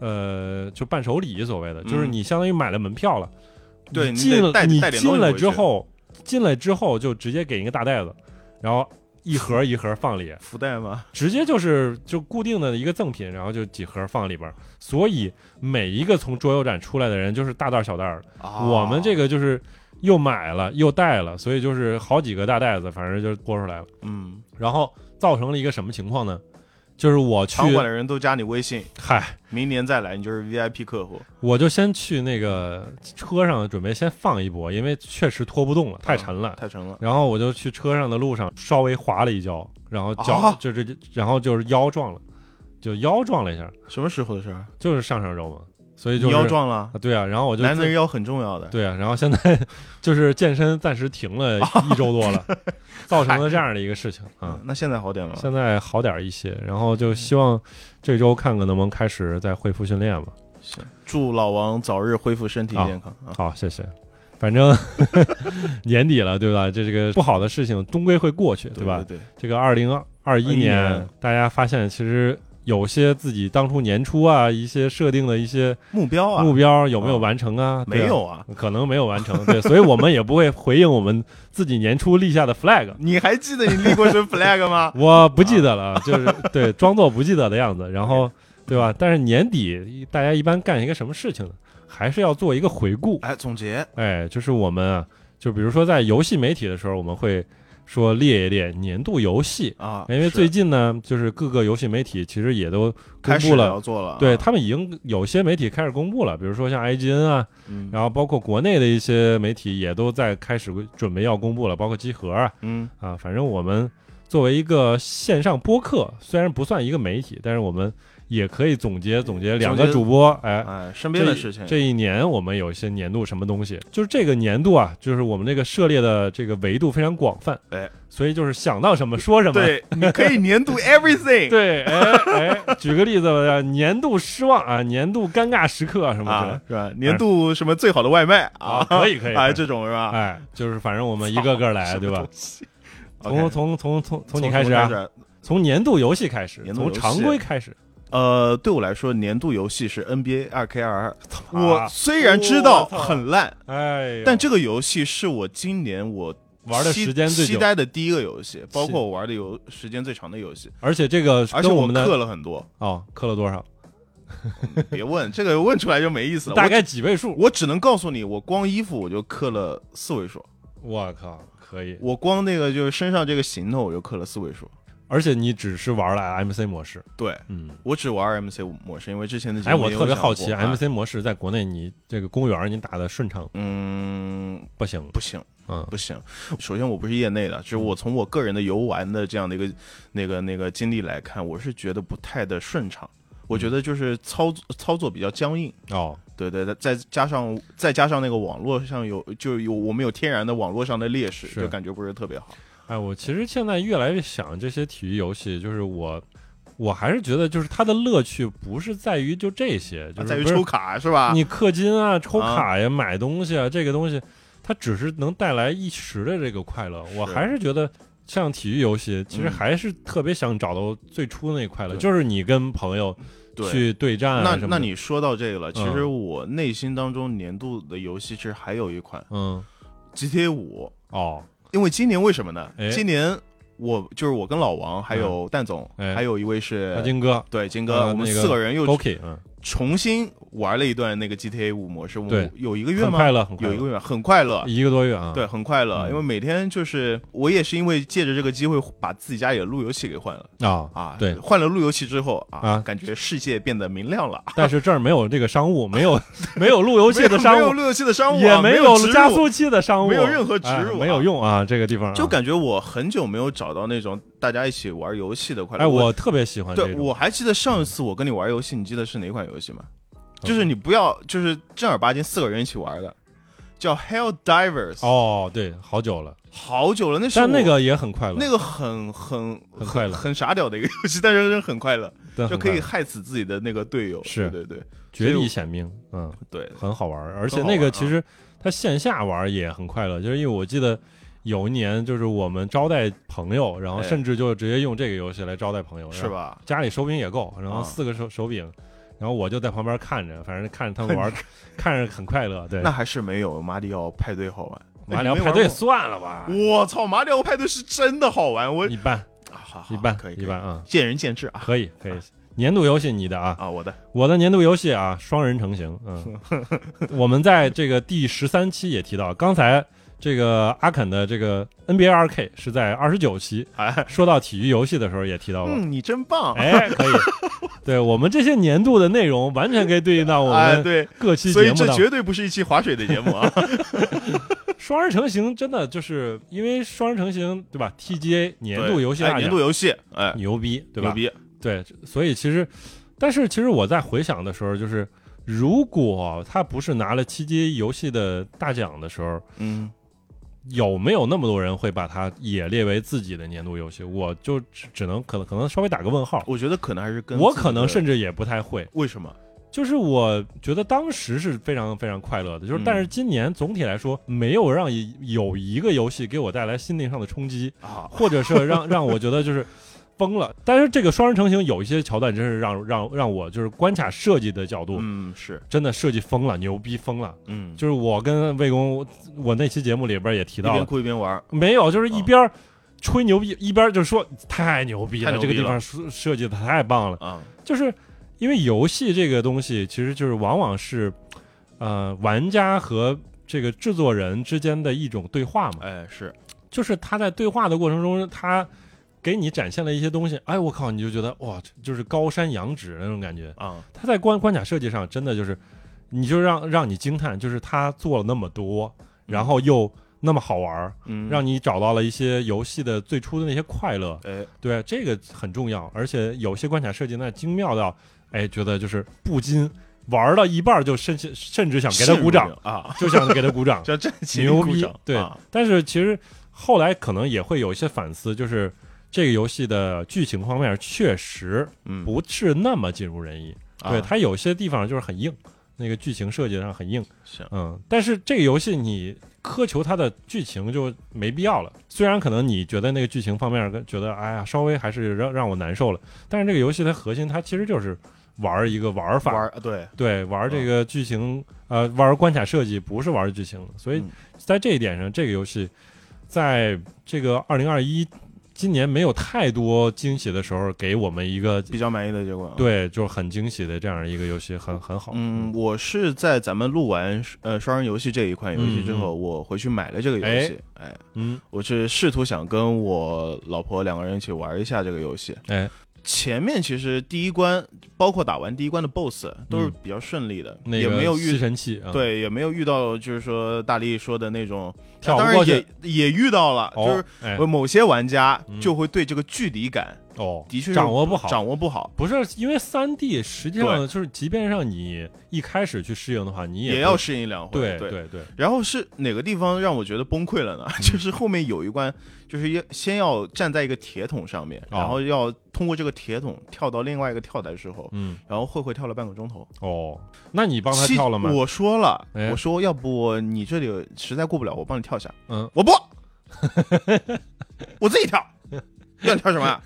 Speaker 1: 呃，就伴手礼所谓的，就是
Speaker 2: 嗯
Speaker 1: 你相当于买了门票了，
Speaker 2: 对
Speaker 1: 你
Speaker 2: 你
Speaker 1: 进
Speaker 2: 得
Speaker 1: 了
Speaker 2: 带
Speaker 1: 你
Speaker 2: 带点东
Speaker 1: 进
Speaker 2: 西
Speaker 1: 来
Speaker 2: 回
Speaker 1: 之
Speaker 2: 去
Speaker 1: 后，进来之后就直接给一个大袋子，然后一盒一盒放里，
Speaker 2: 福袋吗？
Speaker 1: 直接就是就固定的一个赠品，然后就几盒放里边儿，所以每一个从桌游展出来的人就是大袋儿小袋儿的。
Speaker 2: 哦
Speaker 1: 我们这
Speaker 2: 个
Speaker 1: 个就是又买了又带了，所以就是好几个大袋子，反正就多出来了。
Speaker 2: 嗯，
Speaker 1: 然后造成了一个什么情况呢？就是我去，
Speaker 2: 场馆的人都加你微信，
Speaker 1: 嗨，
Speaker 2: 明年再来你就是 VIP 客户，
Speaker 1: 我就先去那个车上准备先放一波，因为确实拖不动了，
Speaker 2: 嗯
Speaker 1: 太沉了。
Speaker 2: 太沉了，
Speaker 1: 然后我就去车上的路上稍微滑了一跤，然后脚、
Speaker 2: 啊
Speaker 1: 就这，然后就是腰撞了，就腰撞了一下，
Speaker 2: 什么时候的事儿？
Speaker 1: 就是上上周嘛，所以就
Speaker 2: 你
Speaker 1: 是
Speaker 2: 腰撞了
Speaker 1: 啊，，对啊，然后我就
Speaker 2: 男人腰很重要的，
Speaker 1: 对啊，然后现在 就是健身暂时停了
Speaker 2: 啊
Speaker 1: 一周多 了，造成了这样的一个事情啊
Speaker 2: 嗯。，那现在好点了吗？
Speaker 1: 现在好点儿一些，然后就希望这周看看能不能开始再恢复训练吧。
Speaker 2: 行，祝老王早日恢复身体健康啊！
Speaker 1: 好，谢谢。反正 年底了，对吧？这这个不好的事情终归会过去，对吧？
Speaker 2: 对对，
Speaker 1: 这个二零二一
Speaker 2: 21
Speaker 1: 年
Speaker 2: 年，
Speaker 1: 大家发现其实有些自己当初年初啊一些设定的一些
Speaker 2: 目标啊
Speaker 1: 目，标有没有
Speaker 2: 啊
Speaker 1: 完成啊？对啊
Speaker 2: 没，有啊，
Speaker 1: 可能没有完成。对，所以我们也不会回应我们自己年初立下的 flag。？
Speaker 2: 你还记得你立过什么 flag 吗
Speaker 1: 我不记得
Speaker 2: 啊
Speaker 1: 了，就是对，装作不记得的样 子，然后对吧？但是年底大家一般干一个什么事情呢？还是要做一个回顾。
Speaker 2: 哎，总结
Speaker 1: 哎，就是我们啊，就比如说在游戏媒体的时候，我们会说列一列年度游戏，
Speaker 2: 啊，
Speaker 1: 因为
Speaker 2: 是
Speaker 1: 最近呢，就是各个游戏媒体其实也都公
Speaker 2: 开始
Speaker 1: 布了。
Speaker 2: 要做了啊，
Speaker 1: 对他们已经有些媒体开始公布了，比如说像 IGN 啊，
Speaker 2: 嗯
Speaker 1: 然后包括国内的一些媒体也都在开始准备要公布了，包括集合啊，
Speaker 2: 嗯，
Speaker 1: 啊，反正我们作为一个线上播客，虽然不算一个媒体，但是我们也可以总结总结两个主播，哎，
Speaker 2: 哎，身
Speaker 1: 这
Speaker 2: 边的
Speaker 1: 一
Speaker 2: 事情，
Speaker 1: 这一年我们有一些年度什么东西，就是这个年度啊，就是我们这个涉猎的这个维度非常广泛，
Speaker 2: 哎，
Speaker 1: 所以就是想到什么说什么。
Speaker 2: 对，你可以年度 everything 啊
Speaker 1: 对，哎哎，举个例子吧，年度失望啊，年度尴尬时刻啊什么之类
Speaker 2: 啊，是吧？年度什么最好的外卖
Speaker 1: 的啊，
Speaker 2: 啊，
Speaker 1: 可以可以，
Speaker 2: 哎，
Speaker 1: 可以
Speaker 2: 这种是吧？
Speaker 1: 哎，就是反正我们一个个来，对吧？从
Speaker 2: OK，
Speaker 1: 从从从从
Speaker 2: 从
Speaker 1: 你
Speaker 2: 什
Speaker 1: 开
Speaker 2: 么
Speaker 1: 始啊，从年度游戏开始，
Speaker 2: 年度
Speaker 1: 从
Speaker 2: 游戏
Speaker 1: 常规开始。
Speaker 2: 呃，对我来说，年度游戏是 NBA 二 K 二
Speaker 1: 妈
Speaker 2: 我虽然知道
Speaker 1: 啊我操
Speaker 2: 很烂，
Speaker 1: 哎呦，
Speaker 2: 但这个游戏是我今年我
Speaker 1: 玩的
Speaker 2: 期
Speaker 1: 时间最
Speaker 2: 期
Speaker 1: 久，
Speaker 2: 待的第一个游戏，包
Speaker 1: 是
Speaker 2: 括我玩的游时间最长的游戏，
Speaker 1: 而且这个
Speaker 2: 而且
Speaker 1: 跟我们的
Speaker 2: 氪了很多。
Speaker 1: 哦氪了多少？
Speaker 2: 别问这个问出来就没意思了，
Speaker 1: 大
Speaker 2: 我
Speaker 1: 概几位数？
Speaker 2: 我只能告诉你，我光衣服我就氪了四位数，
Speaker 1: 我靠，可以！
Speaker 2: 我光那个就是身上这个行头我就氪了四位数。
Speaker 1: 而且你只是玩了 MC 模式，
Speaker 2: 对
Speaker 1: 嗯。
Speaker 2: 我只玩 MC 模式，因为之前的节
Speaker 1: 哎，
Speaker 2: 目
Speaker 1: 我
Speaker 2: 也有
Speaker 1: 特别
Speaker 2: 讲
Speaker 1: 好
Speaker 2: 过
Speaker 1: 奇
Speaker 2: 啊
Speaker 1: ，MC 模式在国内你这个公园你打的顺畅
Speaker 2: 嗯，
Speaker 1: 不行？
Speaker 2: 不行
Speaker 1: 嗯
Speaker 2: 不行。首先我不是业内的，就是我从我个人的游玩的这样的一个那个那个经历来看，我是觉得不太的顺畅。我觉得就是操作操作比较僵硬，
Speaker 1: 哦，
Speaker 2: 对对，再加上再加上那个网络上有就有我们有天然的网络上的劣势，
Speaker 1: 是
Speaker 2: 就感觉不是特别好。
Speaker 1: 哎，我其实现在越来越想这些体育游戏，就是我，我还是觉得就是它的乐趣不是在于就这些，就是
Speaker 2: 啊在于
Speaker 1: 不是
Speaker 2: 抽卡是吧？
Speaker 1: 你氪金啊、抽
Speaker 2: 啊
Speaker 1: 卡呀、买东西啊，这个东西它只是能带来一时的这个快乐。我
Speaker 2: 是
Speaker 1: 还是觉得像体育游戏，其实
Speaker 2: 嗯
Speaker 1: 还是特别想找到最初那快乐，
Speaker 2: 对
Speaker 1: 就是你跟朋友
Speaker 2: 对。
Speaker 1: 去对战啊
Speaker 2: 那
Speaker 1: 什么的
Speaker 2: 那你说到这个了，其实
Speaker 1: 嗯
Speaker 2: 我内心当中年度的游戏其实还有一款
Speaker 1: 嗯
Speaker 2: GTA 五，
Speaker 1: 哦
Speaker 2: 因为今年为什么呢
Speaker 1: 哎？
Speaker 2: 今年我就是我跟老王还有蛋总，
Speaker 1: 哎
Speaker 2: 还有一位
Speaker 1: 大
Speaker 2: 是
Speaker 1: 金哥
Speaker 2: 对金
Speaker 1: 呃
Speaker 2: 哥，我们
Speaker 1: 那个
Speaker 2: 四个人又
Speaker 1: Goki 嗯，
Speaker 2: 重新玩了一段那个 GTA 五模式，我
Speaker 1: 对
Speaker 2: 们有一个月
Speaker 1: 很
Speaker 2: 吗
Speaker 1: 快？乐，很快
Speaker 2: 有一
Speaker 1: 乐，
Speaker 2: 个月，很快乐。
Speaker 1: 一个多月啊，
Speaker 2: 对，很快乐，
Speaker 1: 嗯
Speaker 2: 因为每天就是我也是因为借着这个机会把自己家里的路由器给换了
Speaker 1: 啊。
Speaker 2: 啊，
Speaker 1: 对
Speaker 2: 换了路由器之后
Speaker 1: 啊
Speaker 2: 啊，感觉世界变得明亮了，啊
Speaker 1: 但是这儿没有这个商务，没有 没有路由器的
Speaker 2: 没
Speaker 1: 商
Speaker 2: 有没有
Speaker 1: 务，
Speaker 2: 路由器的商务啊，
Speaker 1: 也
Speaker 2: 没
Speaker 1: 有
Speaker 2: 植入
Speaker 1: 加速器的商务，
Speaker 2: 没有任何植入
Speaker 1: 哎
Speaker 2: 啊
Speaker 1: 没有用啊，这个地方啊
Speaker 2: 就感觉我很久没有找到那种大家一起玩游戏的快乐。
Speaker 1: 哎，我特别喜欢这
Speaker 2: 对，
Speaker 1: 种，
Speaker 2: 我还记得上一次我跟你玩游戏，你记得是哪款游戏吗？
Speaker 1: 嗯
Speaker 2: 就是你不要，就是正儿八经四个人一起玩的，叫 Hell Divers。，
Speaker 1: 哦，对，好久了。
Speaker 2: 好久了，那是
Speaker 1: 但那
Speaker 2: 我
Speaker 1: 个也很快乐，
Speaker 2: 那个很很
Speaker 1: 很快乐
Speaker 2: 很傻屌的一个游戏，但是很快乐，
Speaker 1: 但
Speaker 2: 就
Speaker 1: 很
Speaker 2: 可
Speaker 1: 快
Speaker 2: 以害死自己的那个队友。
Speaker 1: 是
Speaker 2: 对对
Speaker 1: 绝地显命，嗯，
Speaker 2: 对
Speaker 1: 很好玩儿。而且
Speaker 2: 很好
Speaker 1: 那
Speaker 2: 玩
Speaker 1: 个
Speaker 2: 儿啊
Speaker 1: 其实它线下玩儿也很快乐，就是因为我记得有一年就是我们招待朋友，然后
Speaker 2: 哎
Speaker 1: 甚至就直接用这个游戏来招待朋友，
Speaker 2: 对，是？吧？
Speaker 1: 家里手柄也够，然后
Speaker 2: 啊
Speaker 1: 四个手手柄，然后我就在旁边看着，反正看着他们玩儿， 看着很快乐。对
Speaker 2: 那，还是没有马里奥派对好玩。
Speaker 1: 马
Speaker 2: 哎
Speaker 1: 里奥
Speaker 2: 你没
Speaker 1: 派对
Speaker 2: 玩
Speaker 1: 算了吧，
Speaker 2: 过我操，马里奥派对是真的好玩，我
Speaker 1: 一般
Speaker 2: 啊好好
Speaker 1: 一般
Speaker 2: 可以可以
Speaker 1: 一般啊，
Speaker 2: 见仁见智啊
Speaker 1: 可以可以。年度游戏你的啊，
Speaker 2: 啊，我的
Speaker 1: 我的年度游戏啊，双人成行。嗯， 我们在这个第十三期也提到，刚才这个阿肯的这个 NBA 2K 是在二十九期
Speaker 2: 哎，
Speaker 1: 说到体育游戏的时候也提到过。
Speaker 2: 嗯，你真棒，
Speaker 1: 哦哎，可 以，对我们这些年度的内容完全可以对应到我
Speaker 2: 哎
Speaker 1: 们
Speaker 2: 对。
Speaker 1: 各期
Speaker 2: 所
Speaker 1: 节
Speaker 2: 以
Speaker 1: 目
Speaker 2: 这
Speaker 1: 的。
Speaker 2: 绝对不是一期划水的节目啊！
Speaker 1: 双人成行真的就是因为双人成行对吧？TGA 年度游戏
Speaker 2: 哎
Speaker 1: 大奖、
Speaker 2: 年度游戏，哎，
Speaker 1: 牛逼对
Speaker 2: 牛
Speaker 1: 吧？
Speaker 2: 逼，
Speaker 1: 对，所以其实，但是其实我在回想的时候，就是如果他不是拿了七级游戏的大奖的时候，
Speaker 2: 嗯，
Speaker 1: 有没有那么多人会把它也列为自己的年度游戏？我就只只能可能可能稍微打个问号。
Speaker 2: 我觉得可能还是跟
Speaker 1: 我
Speaker 2: 自己
Speaker 1: 可能
Speaker 2: 的
Speaker 1: 甚至也不太会，
Speaker 2: 为什么？
Speaker 1: 就是我觉得当时是非常非常快乐的，就是
Speaker 2: 嗯
Speaker 1: 但是今年总体来说没有让一有一个游戏给我带来心灵上的冲击，
Speaker 2: 啊，
Speaker 1: 或者是让让我觉得就是崩了。但是这个双人成行有一些桥段，真是让让让我就是关卡设计的角度，
Speaker 2: 嗯，是，
Speaker 1: 真的设计疯了，牛逼疯了。
Speaker 2: 嗯，
Speaker 1: 就是我跟魏公，我我那期节目里边也提
Speaker 2: 一
Speaker 1: 到
Speaker 2: 边
Speaker 1: 了，
Speaker 2: 哭一边玩，
Speaker 1: 没有，就是一边吹牛逼，一边就说太牛逼
Speaker 2: 太
Speaker 1: 了，
Speaker 2: 牛
Speaker 1: 这
Speaker 2: 逼
Speaker 1: 个地
Speaker 2: 了
Speaker 1: 方设设计的太棒了。
Speaker 2: 啊，
Speaker 1: 就是因为游戏这个东西，其实就是往往是呃玩家和这个制作人之间的一种对话嘛。
Speaker 2: 哎，是，
Speaker 1: 就是他在对话的过程中，他给你展现了一些东西，哎，我靠，你就觉得哇，这就是高山仰止那种感觉。
Speaker 2: 啊，
Speaker 1: 他在关关卡设计上真的就是，你就让让你惊叹，就是他做了那么多，然后又那么好玩儿，
Speaker 2: 嗯，
Speaker 1: 让你找到了一些游戏的最初的那些快乐。
Speaker 2: 哎，
Speaker 1: 对，这个很重要，而且有些关卡设计那精妙到，哎，觉得就是不禁玩儿到一半儿就甚至甚至想给他鼓掌，
Speaker 2: 啊，
Speaker 1: 就想给他鼓掌。
Speaker 2: 叫站起立
Speaker 1: 牛
Speaker 2: 鼓
Speaker 1: 逼
Speaker 2: 掌，，
Speaker 1: 对
Speaker 2: 啊。
Speaker 1: 但是其实后来可能也会有一些反思，就是这个游戏的剧情方面确实
Speaker 2: 嗯，
Speaker 1: 不是那么尽如人意，
Speaker 2: 啊
Speaker 1: 对它有些地方就是很硬，那个剧情设计上很硬，
Speaker 2: 是
Speaker 1: 嗯。但是这个游戏你苛求它的剧情就没必要了，虽然可能你觉得那个剧情方面觉得哎呀稍微还是让让我难受了，但是这个游戏它核心它其实就是玩一个玩法，
Speaker 2: 玩，啊对，
Speaker 1: 对，玩这个剧情，呃，玩关卡设计不是玩剧情，所以
Speaker 2: 嗯
Speaker 1: 在这一点上，这个游戏在这个二零二一今年没有太多惊喜的时候，给我们一个
Speaker 2: 比较满意的结果。，
Speaker 1: 对，就是很惊喜的这样一个游戏，很很好。
Speaker 2: 啊嗯，我是在咱们录完呃双人游戏这一款游戏之后，我回去买了这个游戏，哎，
Speaker 1: 嗯，
Speaker 2: 我是试图想跟我老婆两个人一起玩一下这个游戏。
Speaker 1: 哎，
Speaker 2: 前面其实第一关，包括打完第一关的 BOSS 都是
Speaker 1: 嗯
Speaker 2: 比较顺利的，
Speaker 1: 那个
Speaker 2: 也没有
Speaker 1: 吸
Speaker 2: 遇
Speaker 1: 尘器啊，，
Speaker 2: 对，也没有遇到就是说大力说的那种，
Speaker 1: 跳
Speaker 2: 当
Speaker 1: 过
Speaker 2: 然也
Speaker 1: 去
Speaker 2: 也遇到了，就
Speaker 1: 哦
Speaker 2: 是，
Speaker 1: 哎，
Speaker 2: 某些玩家
Speaker 1: 嗯
Speaker 2: 就会对这个距离感
Speaker 1: 哦，
Speaker 2: 的确是
Speaker 1: 掌握不好，
Speaker 2: 掌握不好，
Speaker 1: 不是因为三 D，实际上就是，即便让你一开始去适应的话，你
Speaker 2: 也
Speaker 1: 会
Speaker 2: 要适应两回。
Speaker 1: 对
Speaker 2: 对
Speaker 1: 对对，
Speaker 2: 然后是哪个地方让我觉得崩溃了呢？
Speaker 1: 嗯
Speaker 2: 就是后面有一关，就是要先要站在一个铁桶上面，
Speaker 1: 哦
Speaker 2: 然后要通过这个铁桶跳到另外一个跳台之后，
Speaker 1: 嗯，
Speaker 2: 然后慧慧跳了半个钟头，
Speaker 1: 哦，那你帮他跳了吗
Speaker 2: 七？我说了，
Speaker 1: 哎
Speaker 2: 我说要不你这里实在过不了，我帮你跳一下。
Speaker 1: 嗯，
Speaker 2: 我不，我自 己跳，要你跳什么呀？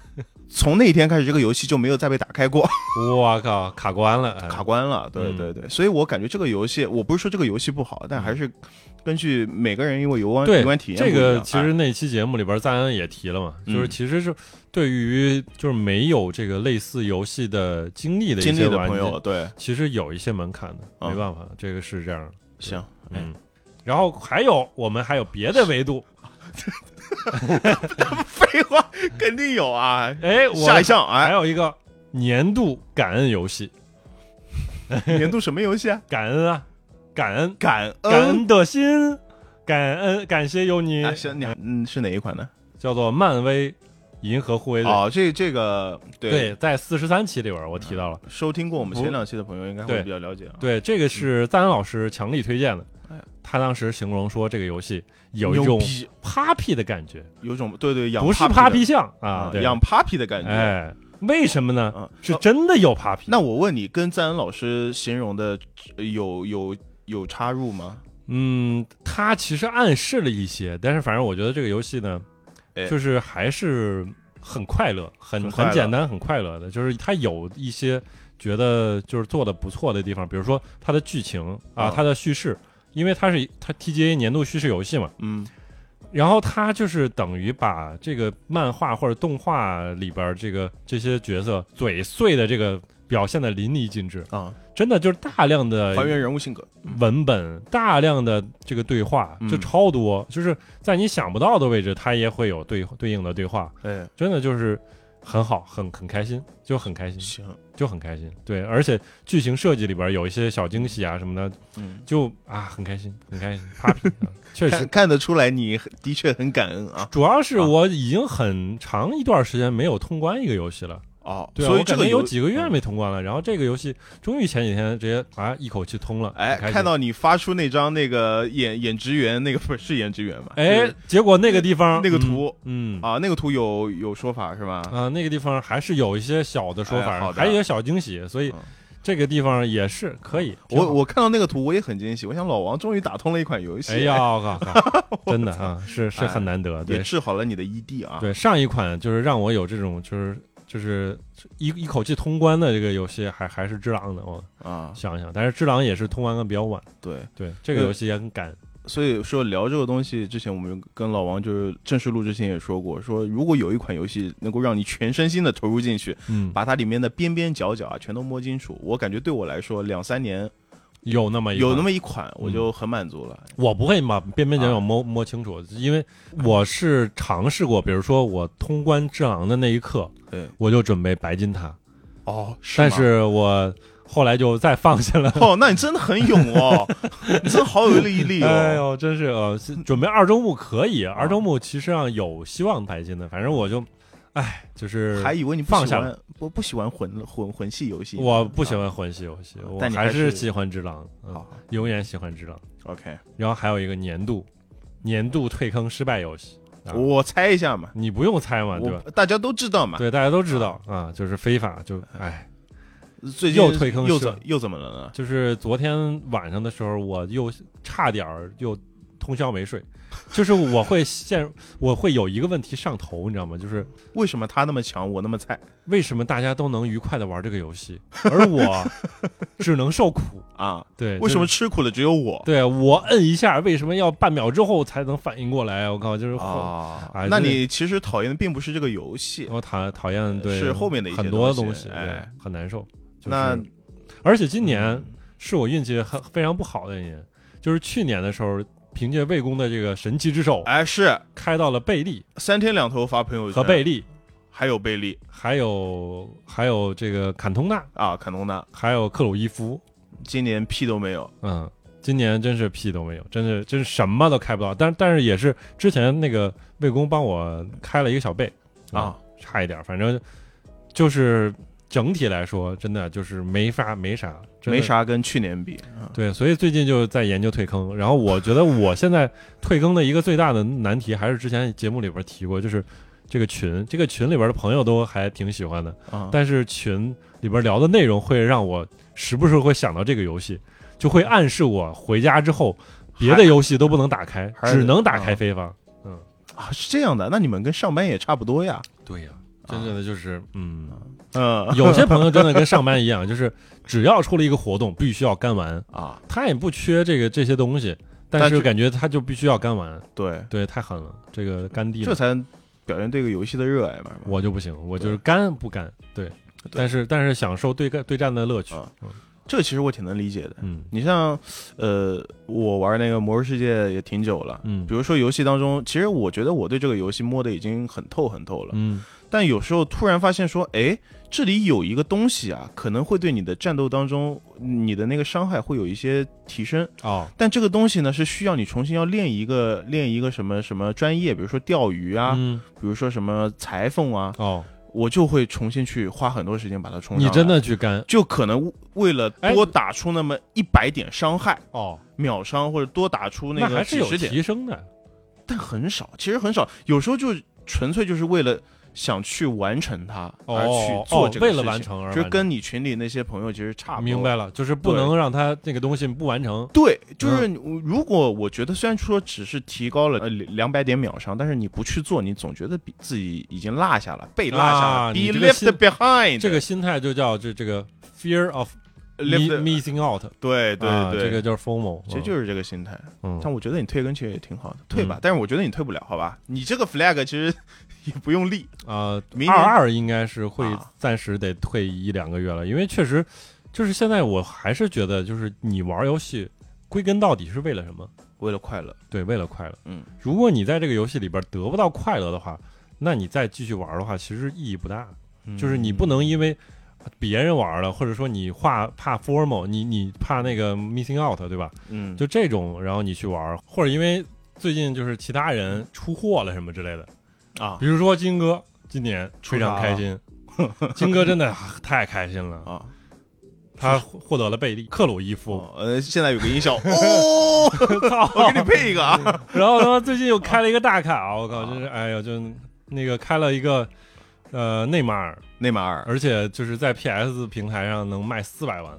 Speaker 2: 从那一天开始，这个游戏就没有再被打开过，
Speaker 1: 我靠，卡关了，哎
Speaker 2: 卡关了。对
Speaker 1: 嗯
Speaker 2: 对对，所以我感觉这个游戏，我不是说这个游戏不好，但还是根据每个人因为游玩
Speaker 1: 嗯对
Speaker 2: 游玩体验不
Speaker 1: 这
Speaker 2: 一样
Speaker 1: 个其
Speaker 2: 哎
Speaker 1: 实那期节目里边，赞恩也提了嘛，
Speaker 2: 嗯
Speaker 1: 就是其实是对于就是没有这个类似游戏的经历的一
Speaker 2: 经历
Speaker 1: 些
Speaker 2: 的
Speaker 1: 玩
Speaker 2: 朋友
Speaker 1: 家，
Speaker 2: 对
Speaker 1: 其实有一些门槛的，
Speaker 2: 啊
Speaker 1: 没办法，这个是这样的，
Speaker 2: 行。 哎，
Speaker 1: 嗯。然后还有我们还有别的维度，
Speaker 2: 废话肯定有啊。
Speaker 1: 哎，我
Speaker 2: 下一项
Speaker 1: 还
Speaker 2: 哎，
Speaker 1: 有一个年度感恩游戏，
Speaker 2: 年度什么游戏啊？
Speaker 1: 感恩啊，感恩
Speaker 2: 感恩
Speaker 1: 感恩的心，感恩感谢有你，
Speaker 2: 啊，行，你还嗯是哪一款呢？
Speaker 1: 叫做漫威银河护卫队。
Speaker 2: 哦，这这个对
Speaker 1: 对，在四十三期里边我提到了，
Speaker 2: 收听过我们
Speaker 1: 不
Speaker 2: 前两期的朋友应该
Speaker 1: 对
Speaker 2: 会比较了解啊。
Speaker 1: 对，这个是赞恩老师强力推荐的
Speaker 2: 哎。
Speaker 1: 他当时形容说，这个游戏有
Speaker 2: 有
Speaker 1: 一种 Papi 的感觉，
Speaker 2: 有种对对，养
Speaker 1: 不是
Speaker 2: Papi 的
Speaker 1: Papi 像啊
Speaker 2: 啊，，
Speaker 1: 对，
Speaker 2: 养 Papi 的感觉。
Speaker 1: 哎，为什么呢？
Speaker 2: 嗯，
Speaker 1: 是
Speaker 2: 哦
Speaker 1: 真的有 Papi。
Speaker 2: 那我问你，跟赞恩老师形容的呃有有有插入吗？
Speaker 1: 嗯，他其实暗示了一些，但是反正我觉得这个游戏呢，
Speaker 2: 哎
Speaker 1: 就是还是很快乐，很
Speaker 2: 很快乐
Speaker 1: 简单，很快乐的。就是它有一些觉得就是做的不错的地方，比如说它的剧情啊，
Speaker 2: 啊
Speaker 1: 它的叙事，因为它是它 TGA 年度叙事游戏嘛，
Speaker 2: 嗯，
Speaker 1: 然后它就是等于把这个漫画或者动画里边儿这个这些角色嘴碎的这个表现的淋漓尽致，
Speaker 2: 啊，
Speaker 1: 真的就是大量的
Speaker 2: 还原人物性格。
Speaker 1: 文本，大量的这个对话，
Speaker 2: 嗯
Speaker 1: 就超多，就是在你想不到的位置，它也会有对对应的对话，
Speaker 2: 哎，
Speaker 1: 真的就是很好，很很开心，就很开心，
Speaker 2: 行，
Speaker 1: 就很开心。对，而且剧情设计里边有一些小惊喜啊什么的，
Speaker 2: 嗯，
Speaker 1: 就啊很开心，很开心，happy，啊确
Speaker 2: 看
Speaker 1: 实。
Speaker 2: 看得出来，你很的确很感恩啊。
Speaker 1: 主要是
Speaker 2: 啊
Speaker 1: 我已经很长一段时间没有通关一个游戏了，
Speaker 2: 哦，
Speaker 1: 对啊，
Speaker 2: 所以
Speaker 1: 我
Speaker 2: 这
Speaker 1: 感
Speaker 2: 个
Speaker 1: 觉有
Speaker 2: 游
Speaker 1: 几个月没通关了。然后这个游戏终于前几天直接啊一口气通了，
Speaker 2: 哎，
Speaker 1: 很开心
Speaker 2: 看到你发出那张那个演演职员那个不是演职员吗？就
Speaker 1: 哎
Speaker 2: 是，
Speaker 1: 结果那个地方
Speaker 2: 那个图，
Speaker 1: 嗯嗯
Speaker 2: 啊，那个图有有说法是吧？
Speaker 1: 啊，那个地方还是有一些小的说
Speaker 2: 哎
Speaker 1: 法，
Speaker 2: 好的
Speaker 1: 还有一些小惊喜，所以
Speaker 2: 嗯
Speaker 1: 这个地方也是可以。挺好
Speaker 2: 我我看到那个图，我也很惊喜。我想老王终于打通了一款游戏，
Speaker 1: 哎呀，我 靠，靠真的啊，是是
Speaker 2: 哎
Speaker 1: 很难得。
Speaker 2: 也
Speaker 1: 对
Speaker 2: 治好了你的 ED 啊。
Speaker 1: 对，上一款就是让我有这种就是就是一一口气通关的这个游戏，还还是《只狼》哦呢。我
Speaker 2: 啊，
Speaker 1: 想想，但是《只狼》也是通关的比较晚。
Speaker 2: 对，
Speaker 1: 对，这个
Speaker 2: 呃
Speaker 1: 游戏也很赶。
Speaker 2: 所以说聊这个东西之前，我们跟老王就是正式录之前也说过，说如果有一款游戏能够让你全身心的投入进去，
Speaker 1: 嗯，
Speaker 2: 把它里面的边边角角啊全都摸清楚，我感觉对我来说两三年
Speaker 1: 有那么一
Speaker 2: 有
Speaker 1: 款
Speaker 2: 那么啊一款我就很满足了。
Speaker 1: 我不会把边边角角摸、摸清楚，因为我是尝试过，比如说我通关《只狼》的那一刻，
Speaker 2: 对
Speaker 1: 我就准备白金塔。
Speaker 2: 哦，是
Speaker 1: 但是我后来就再放下 了。
Speaker 2: 哦，那你真的很勇 哦，你真好有毅力
Speaker 1: 哎
Speaker 2: 哦。
Speaker 1: 呦，真是呃，是准备二周目可以，
Speaker 2: 啊
Speaker 1: 二周目其实上有希望白金的，反正我就，哎，就是
Speaker 2: 还以为你不
Speaker 1: 放
Speaker 2: 喜
Speaker 1: 下
Speaker 2: 欢不不喜欢魂魂魂系游戏，
Speaker 1: 我不喜欢魂系游戏，我
Speaker 2: 但你
Speaker 1: 还
Speaker 2: 还
Speaker 1: 是
Speaker 2: 是
Speaker 1: 喜欢只狼，
Speaker 2: 啊。
Speaker 1: 嗯，
Speaker 2: 好
Speaker 1: 永远喜欢只狼。
Speaker 2: ，OK，
Speaker 1: 然后还有一个年度，年度退坑失败游戏，啊
Speaker 2: 我猜一下嘛，
Speaker 1: 你不用猜嘛，对
Speaker 2: 我
Speaker 1: 吧？
Speaker 2: 大家都知道嘛。
Speaker 1: 对，大家都知道啊，就是非法，就哎，
Speaker 2: 最近
Speaker 1: 又退坑
Speaker 2: 又
Speaker 1: 是
Speaker 2: 怎又怎么了呢？
Speaker 1: 就是昨天晚上的时候，我又差点儿又通宵没睡， 就是我会陷入，我会有一个问题上头，你知道吗？就是
Speaker 2: 为什么他那么强，我那么菜
Speaker 1: 为什么大家都能愉快的玩这个游戏，而我只能受苦？
Speaker 2: 啊？
Speaker 1: 对，
Speaker 2: 为什么
Speaker 1: 就是？
Speaker 2: 吃苦的只有我
Speaker 1: 对我摁一下，为什么要半秒之后才能反应过来？我靠，就是后
Speaker 2: 啊
Speaker 1: 哎？
Speaker 2: 那
Speaker 1: 就是
Speaker 2: 你其实讨厌的并不是这个游戏，
Speaker 1: 我讨讨厌对
Speaker 2: 呃是后面的一些
Speaker 1: 很多
Speaker 2: 东西
Speaker 1: 西，
Speaker 2: 哎
Speaker 1: 对，很难受。就是
Speaker 2: 那嗯
Speaker 1: 而且今年是我运气很非常不好的一年，就是去年的时候，凭借魏公的这个神奇之手，
Speaker 2: 哎是
Speaker 1: 开到了贝利
Speaker 2: 三天两头发朋友圈，
Speaker 1: 和贝利，
Speaker 2: 还有贝利
Speaker 1: 还有还有这个坎通纳，
Speaker 2: 啊，坎通纳
Speaker 1: 还有克鲁伊夫，
Speaker 2: 今年屁都没有，
Speaker 1: 嗯，今年真是屁都没有，真是真是什么都开不到。但但是也是之前那个魏公帮我开了一个小贝
Speaker 2: 啊，
Speaker 1: 嗯差一点，反正就是整体来说，真的就是没法没啥，真的
Speaker 2: 没啥跟去年比。啊
Speaker 1: 对，所以最近就在研究退坑。然后我觉得我现在退坑的一个最大的难题，还是之前节目里边提过，就是这个群，这个群里边的朋友都还挺喜欢的，
Speaker 2: 啊，
Speaker 1: 但是群里边聊的内容会让我时不时会想到这个游戏，就会暗示我回家之后别的游戏都不能打开，
Speaker 2: 还是嗯
Speaker 1: 只能打开飞方。
Speaker 2: 啊是这样的，那你们跟上班也差不多呀。
Speaker 1: 对呀、
Speaker 2: 啊
Speaker 1: 真正的就是嗯。
Speaker 2: 嗯
Speaker 1: 有些朋友真的跟上班一样，就是只要出了一个活动，必须要干完。
Speaker 2: 啊，
Speaker 1: 他也不缺这个这些东西，但
Speaker 2: 但
Speaker 1: 是
Speaker 2: 是
Speaker 1: 感觉他就必须要干完。
Speaker 2: 对，
Speaker 1: 对，太狠了，这个干地
Speaker 2: 这
Speaker 1: 了，
Speaker 2: 才表现对一个游戏的热爱嘛。
Speaker 1: 我就不行，我就是干不干，对，但是但是享受对干对战的乐趣，
Speaker 2: 啊这其实我挺能理解的。
Speaker 1: 嗯
Speaker 2: 你像，呃，我玩那个《魔兽世界》也挺久了，
Speaker 1: 嗯
Speaker 2: 比如说游戏当中，其实我觉得我对这个游戏摸的已经很透很透了，
Speaker 1: 嗯
Speaker 2: 但有时候突然发现说，哎，这里有一个东西啊，可能会对你的战斗当中，你的那个伤害会有一些提升，
Speaker 1: 哦
Speaker 2: 但这个东西呢是需要你重新要练一个练一个什么什么专业，比如说钓鱼啊，
Speaker 1: 嗯
Speaker 2: 比如说什么裁缝啊，
Speaker 1: 哦，
Speaker 2: 我就会重新去花很多时间把它冲上
Speaker 1: 你
Speaker 2: 来。
Speaker 1: 真的去干
Speaker 2: 就可能为了
Speaker 1: 哎
Speaker 2: 多打出那么一百点伤害。
Speaker 1: 哦，
Speaker 2: 秒伤或者多打出
Speaker 1: 那
Speaker 2: 个
Speaker 1: 还是
Speaker 2: 几
Speaker 1: 有
Speaker 2: 十点，
Speaker 1: 提升的，
Speaker 2: 但很少，其实很少，有时候就纯粹就是为了想去完成它
Speaker 1: 哦
Speaker 2: 而去
Speaker 1: 哦
Speaker 2: 做这个
Speaker 1: 为
Speaker 2: 事情，
Speaker 1: 了完成而
Speaker 2: 就是
Speaker 1: 完
Speaker 2: 跟你群里那些朋友其实差不多。
Speaker 1: 明白了，就是不
Speaker 2: 对
Speaker 1: 能让他那个东西不完成，
Speaker 2: 对，
Speaker 1: 嗯
Speaker 2: 就是你如果我觉得虽然说只是提高了呃两百点秒伤，但是你不去做，你总觉得比自己已经落下了，被落下了、
Speaker 1: 啊
Speaker 2: b
Speaker 1: 你
Speaker 2: e
Speaker 1: 这个心
Speaker 2: left behind，
Speaker 1: 这个心态就叫这这个 fear of
Speaker 2: left，
Speaker 1: mi- missing out，
Speaker 2: 对对
Speaker 1: 啊
Speaker 2: 对，
Speaker 1: 这个叫 FOMO，
Speaker 2: 其实就是这个心态。
Speaker 1: 嗯
Speaker 2: 但我觉得你退更其实也挺好的，退吧
Speaker 1: 嗯。
Speaker 2: 但是我觉得你退不了，好吧？你这个 flag 其实 也不用立，
Speaker 1: 啊，
Speaker 2: 明年
Speaker 1: 二二应该是会
Speaker 2: 啊
Speaker 1: 暂时得退一两个月了，因为确实就是现在我还是觉得，就是你玩游戏归根到底是为了什么？
Speaker 2: 为了快乐。
Speaker 1: 对，为了快乐。
Speaker 2: 嗯，
Speaker 1: 如果你在这个游戏里边得不到快乐的话，那你再继续玩的话，其实意义不大。
Speaker 2: 嗯
Speaker 1: 就是你不能因为别人玩了，或者说你怕怕 formal，你你怕那个 missing out，对吧？
Speaker 2: 嗯，
Speaker 1: 就这种，然后你去玩，或者因为最近就是其他人出货了什么之类的，
Speaker 2: 啊
Speaker 1: 比如说金哥今年
Speaker 2: 出
Speaker 1: 非
Speaker 2: 啥
Speaker 1: 常
Speaker 2: 了
Speaker 1: 开 心，金哥真的啊太开心了，
Speaker 2: 啊，
Speaker 1: 他获获得了贝利克鲁伊夫，
Speaker 2: 哦呃，现在有个 音效哦，我
Speaker 1: 操！
Speaker 2: 给你配一个啊，
Speaker 1: 然后他妈最近又开了一个大卡，我
Speaker 2: 哦
Speaker 1: 靠，真是哎呀，就那个开了一个呃内马尔，
Speaker 2: 内马尔，
Speaker 1: 而且就是在 PS 平台上能卖四百万，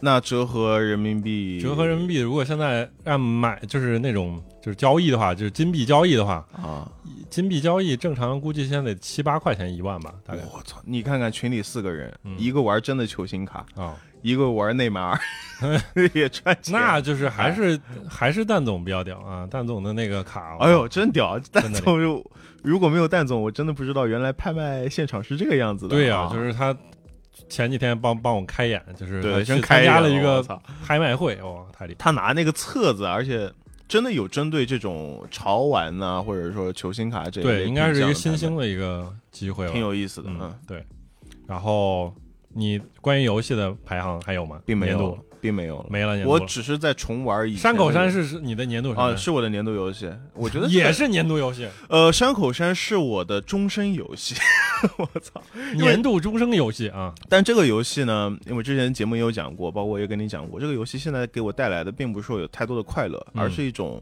Speaker 2: 那折合人民 币，
Speaker 1: 折合人民币如果现在按买就是那种就是交易的话，就是金币交易的话，
Speaker 2: 啊，
Speaker 1: 金币交易正常估计现在得七八块钱一万吧，大概
Speaker 2: 我操，你看看群里四个人，
Speaker 1: 嗯
Speaker 2: 一个玩真的球星卡，
Speaker 1: 啊。
Speaker 2: 一个玩 内马尔， 也赚钱，
Speaker 1: 嗯那就是还是还是蛋总比较屌啊，蛋总的那个卡，
Speaker 2: 哎呦，真屌！蛋
Speaker 1: 的
Speaker 2: 总如如果没有蛋总，我真的不知道原来拍卖现场是这个样子的。啊
Speaker 1: 对呀、就是他前几天帮帮我开演，就是他
Speaker 2: 对，
Speaker 1: 去参
Speaker 2: 真开
Speaker 1: 加了
Speaker 2: 眼
Speaker 1: 一
Speaker 2: 我
Speaker 1: 个
Speaker 2: 操
Speaker 1: 拍卖会，哇，太厉害！
Speaker 2: 他拿那个册子，而且真的有针对这种潮玩呐、或者说球星卡这一类
Speaker 1: 对，应该是一个
Speaker 2: 品相
Speaker 1: 新
Speaker 2: 的
Speaker 1: 兴的一个机会
Speaker 2: 拍卖，
Speaker 1: 吧，
Speaker 2: 挺有意思的。
Speaker 1: 嗯
Speaker 2: 嗯，，
Speaker 1: 对。然后你关于游戏的排行还有吗？
Speaker 2: 并没
Speaker 1: 年
Speaker 2: 有
Speaker 1: 度
Speaker 2: 了，并没有了。
Speaker 1: 没了年度
Speaker 2: 我
Speaker 1: 了。
Speaker 2: 只是在重玩以前
Speaker 1: 山口
Speaker 2: 的
Speaker 1: 山是是你的年度
Speaker 2: 啊，
Speaker 1: 什
Speaker 2: 是我的年度游戏，我觉
Speaker 1: 么
Speaker 2: 得
Speaker 1: 也
Speaker 2: 这
Speaker 1: 是年度 游戏，
Speaker 2: 呃，山口山是我的终身游戏。 为
Speaker 1: 年度终生游戏啊。
Speaker 2: 但这个游戏呢，因为之前节目也有讲过，包括我也跟你讲过，这个游戏现在给我带来的并不是说有太多的快乐，
Speaker 1: 嗯
Speaker 2: 而是一种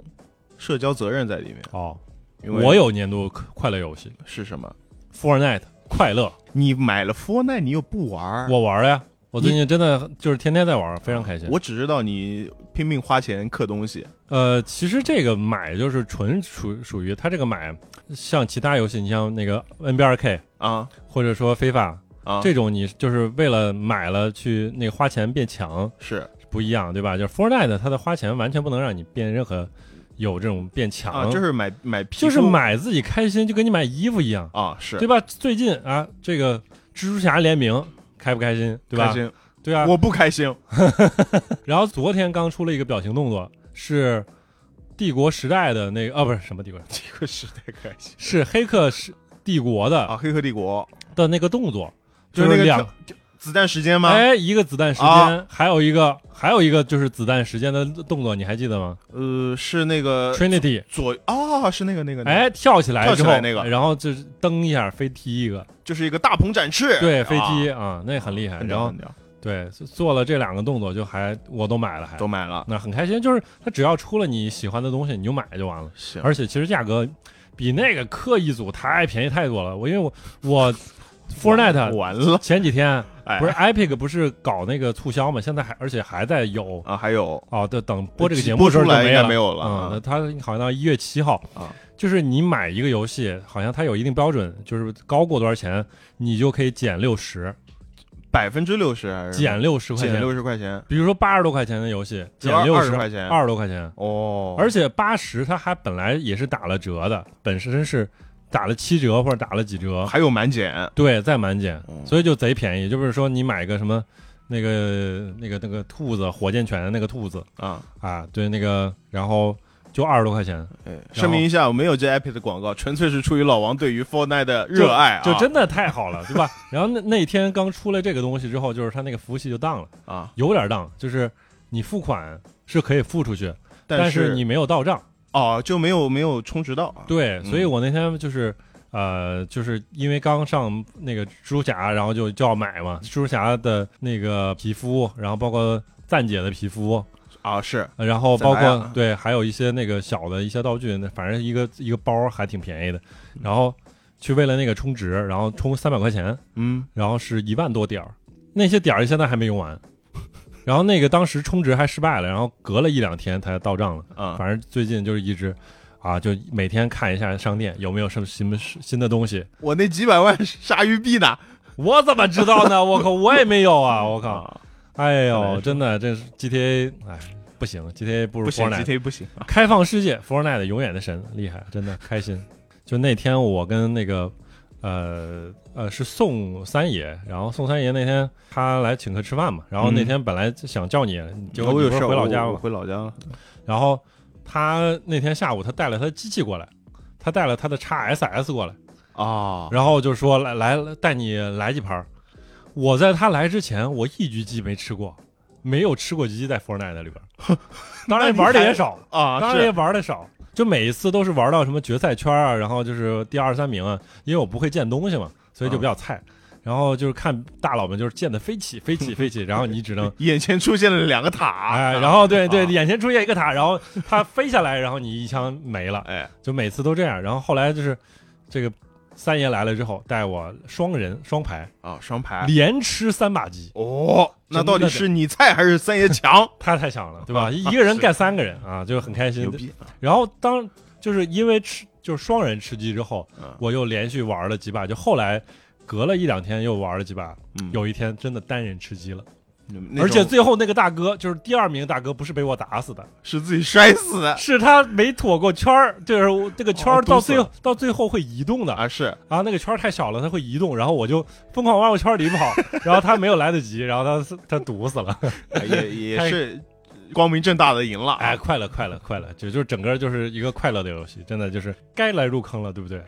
Speaker 2: 社交责任在里面。
Speaker 1: 哦，
Speaker 2: 因为
Speaker 1: 我有年度快快乐游戏
Speaker 2: 是什么？
Speaker 1: ，Fortnite 快乐，
Speaker 2: 你买了 f o r n i t e 你又不玩儿，
Speaker 1: 我玩呀，我最近真的就是天天在玩，非常开心。
Speaker 2: 我只知道你拼命花钱刻东西，
Speaker 1: 呃，其实这个买就是纯属属于它这个买，像其他游戏，你像那个 NBA 二 K
Speaker 2: 啊
Speaker 1: 或者说非法
Speaker 2: 啊，
Speaker 1: 这种，你就是为了买了去那个花钱变强
Speaker 2: 是
Speaker 1: 不一样，对吧？就是 Fortnite 它的花钱完全不能让你变任何有这种变强，
Speaker 2: 啊，就是买买皮肤，
Speaker 1: 就是买自己开心，就跟你买衣服一样，
Speaker 2: 啊，是
Speaker 1: 对吧？最近啊，这个蜘蛛侠联名开不开心，对吧
Speaker 2: 开？心，
Speaker 1: 对啊，
Speaker 2: 我不 开心
Speaker 1: 然后昨天刚出了一个表情动作，是帝国时代的那个，哦，不是什么帝国，
Speaker 2: 这个实在开心
Speaker 1: 是黑客是帝国的、
Speaker 2: 啊！黑客帝国
Speaker 1: 的那个动作，
Speaker 2: 就是那个
Speaker 1: 两
Speaker 2: 子子弹时间吗？
Speaker 1: 哎，一个子弹时间，
Speaker 2: 啊
Speaker 1: 还有一个还有一个就是子弹时间的动作，你还记得吗、
Speaker 2: 呃，是那个
Speaker 1: t r i n i t y
Speaker 2: 左哦，是那个那个，那个，
Speaker 1: 哎，跳起来
Speaker 2: 跳
Speaker 1: 之
Speaker 2: 起
Speaker 1: 后
Speaker 2: 来那个
Speaker 1: 然后就是蹬一下飞踢一个，
Speaker 2: 就是一个大鹏展翅，
Speaker 1: 对，飞
Speaker 2: 啊，
Speaker 1: 踢啊那很厉害。然
Speaker 2: 很屌
Speaker 1: 后
Speaker 2: 很屌，
Speaker 1: 对做了这两个动作，就还我都买了还，
Speaker 2: 都买了，
Speaker 1: 那很开心。就是它只要出了你喜欢的东西，你就买就完了。
Speaker 2: 行，
Speaker 1: 而且其实价格比那个刻一组太便宜太多了。我因为我我 Fortnite
Speaker 2: 完了，
Speaker 1: 前几天
Speaker 2: 哎，
Speaker 1: 不是 Epic 不是搞那个促销嘛，现在还而且还在有
Speaker 2: 啊，还有
Speaker 1: 哦，对，等播这个节目
Speaker 2: 播
Speaker 1: 的时
Speaker 2: 出
Speaker 1: 候就
Speaker 2: 来应
Speaker 1: 没
Speaker 2: 该
Speaker 1: 了。
Speaker 2: 没有了
Speaker 1: 嗯，那
Speaker 2: 啊，
Speaker 1: 它好像到一月七号
Speaker 2: 啊，
Speaker 1: 就是你买一个游戏，好像它有一定标准，就是高过多少钱，你就可以减六十，
Speaker 2: 百分之六十还是
Speaker 1: 减六十块
Speaker 2: 减
Speaker 1: 钱。
Speaker 2: 六十块钱
Speaker 1: 比如说八十多块钱的游戏，减
Speaker 2: 就
Speaker 1: 六
Speaker 2: 20块钱
Speaker 1: 二十多块钱。
Speaker 2: 哦，
Speaker 1: 而且八十它还本来也是打了折的，本身是打了七折或者打了几折，
Speaker 2: 还有满减
Speaker 1: 对，再满减，
Speaker 2: 嗯
Speaker 1: 所以就贼便宜。就是说你买个什么那个那个那个兔子火箭拳的那个兔子
Speaker 2: 啊，
Speaker 1: 啊，对那个，然后就二十多块钱，
Speaker 2: 哎，声明一下，我没有接 Epic 的广告，纯粹是出于老王对于 Fortnite 的热爱啊，
Speaker 1: 就真的太好了，对吧？然后那那天刚出来这个东西之后，就是它那个服务器就当了，
Speaker 2: 啊，
Speaker 1: 有点当，就是你付款是可以付出去，但
Speaker 2: 是
Speaker 1: 你没有到账。
Speaker 2: 哦就没有没有充值到啊，
Speaker 1: 对，
Speaker 2: 嗯
Speaker 1: 所以我那天就是。呃，就是因为刚上那个蜘蛛侠，然后就就要买嘛，蜘蛛侠的那个皮肤，然后包括赞姐的皮肤，
Speaker 2: 啊是
Speaker 1: 呃然后包
Speaker 2: 再来
Speaker 1: 括
Speaker 2: 啊
Speaker 1: 对，还有一些那个小的一些道具，那反正一个一个包还挺便宜的，然后去为了那个充值，然后充三百块钱，
Speaker 2: 嗯
Speaker 1: 然后是一万多点儿，那些点儿现在还没用完， 然后那个当时充值还失败了，然后隔了一两天才到账了。
Speaker 2: 啊
Speaker 1: 反正最近就是一直啊，就每天看一下商店有没有什么新新的东西。
Speaker 2: 我那几百万鲨鱼币呢？
Speaker 1: 我怎么知道 呢？我靠，我也没有啊！我靠，
Speaker 2: 啊，
Speaker 1: 哎
Speaker 2: 看来
Speaker 1: 呦，
Speaker 2: 是
Speaker 1: 真的，这是 GTA，哎，不行，GTA 不如
Speaker 2: 不行
Speaker 1: Fortnite，
Speaker 2: ，GTA 不行 啊
Speaker 1: 开放世界，Fortnite 永远的神，厉害，真的开心。就那天我跟那个。呃呃，是宋三爷，然后宋三爷那天他来请客吃饭嘛，然后那
Speaker 2: 嗯哦
Speaker 1: 天本来想叫你，结果
Speaker 2: 我
Speaker 1: 你
Speaker 2: 有
Speaker 1: 不
Speaker 2: 事
Speaker 1: 是
Speaker 2: 儿
Speaker 1: 回老
Speaker 2: 我
Speaker 1: 家了
Speaker 2: 我
Speaker 1: 吗，
Speaker 2: 回老家了
Speaker 1: 然后他那天下午他带了他的机器过来，他带了他的 x SS 过来，
Speaker 2: 啊
Speaker 1: 然后就说来来带你来几盘儿。我在他来之前，我一局鸡没吃过，没有吃过鸡在 Fortnite 里边儿， 当然玩的也少，
Speaker 2: 啊
Speaker 1: 当然也
Speaker 2: 是
Speaker 1: 玩的少。就每一次都是玩到什么决赛圈啊，然后就是第二三名啊，因为我不会建东西嘛，所以就比较菜。然后就是看大佬们就是建的飞起飞起飞 起，然后你只能
Speaker 2: 眼前出现了两个塔，
Speaker 1: 哎，然后对对，
Speaker 2: 啊
Speaker 1: 眼前出现一个塔，然后它飞下来，然后你一枪没了，
Speaker 2: 哎
Speaker 1: 就每次都这样。然后后来就是这个三爷来了之后，带我双人双排，
Speaker 2: 啊双排
Speaker 1: 连吃三把鸡，
Speaker 2: 哦，那
Speaker 1: 真
Speaker 2: 到底
Speaker 1: 的
Speaker 2: 是你菜还是三爷 强？
Speaker 1: 他太强了，对 吧？
Speaker 2: 啊
Speaker 1: 一个人
Speaker 2: 是
Speaker 1: 干三个人啊，就很开
Speaker 2: 牛
Speaker 1: 心。
Speaker 2: 逼
Speaker 1: 然后当就是因为吃就是双人吃鸡之后
Speaker 2: 嗯，
Speaker 1: 我又连续玩了几把，就后来隔了一两天又玩了几把，
Speaker 2: 嗯
Speaker 1: 有一天真的单人吃鸡了，
Speaker 2: 那
Speaker 1: 而且
Speaker 2: 种
Speaker 1: 最后那个大哥就是第二名大哥，不是被我打死的。
Speaker 2: 是自己摔死的
Speaker 1: 是他没躲过圈儿，就是这个圈
Speaker 2: 哦
Speaker 1: 儿
Speaker 2: 堵
Speaker 1: 到
Speaker 2: 死
Speaker 1: 最
Speaker 2: 了
Speaker 1: 后、到最后会移动的啊
Speaker 2: 啊，是
Speaker 1: 那个圈儿太小了，它会移动，然后我就疯狂往我圈儿里 跑，然后他没有来得及，然后他他堵死了，
Speaker 2: 哎也也
Speaker 1: 太
Speaker 2: 是光明正大的赢了，
Speaker 1: 哎，，快乐快乐快乐，就就整个就是一个快乐的游戏，真的就是该来入坑了，对不对？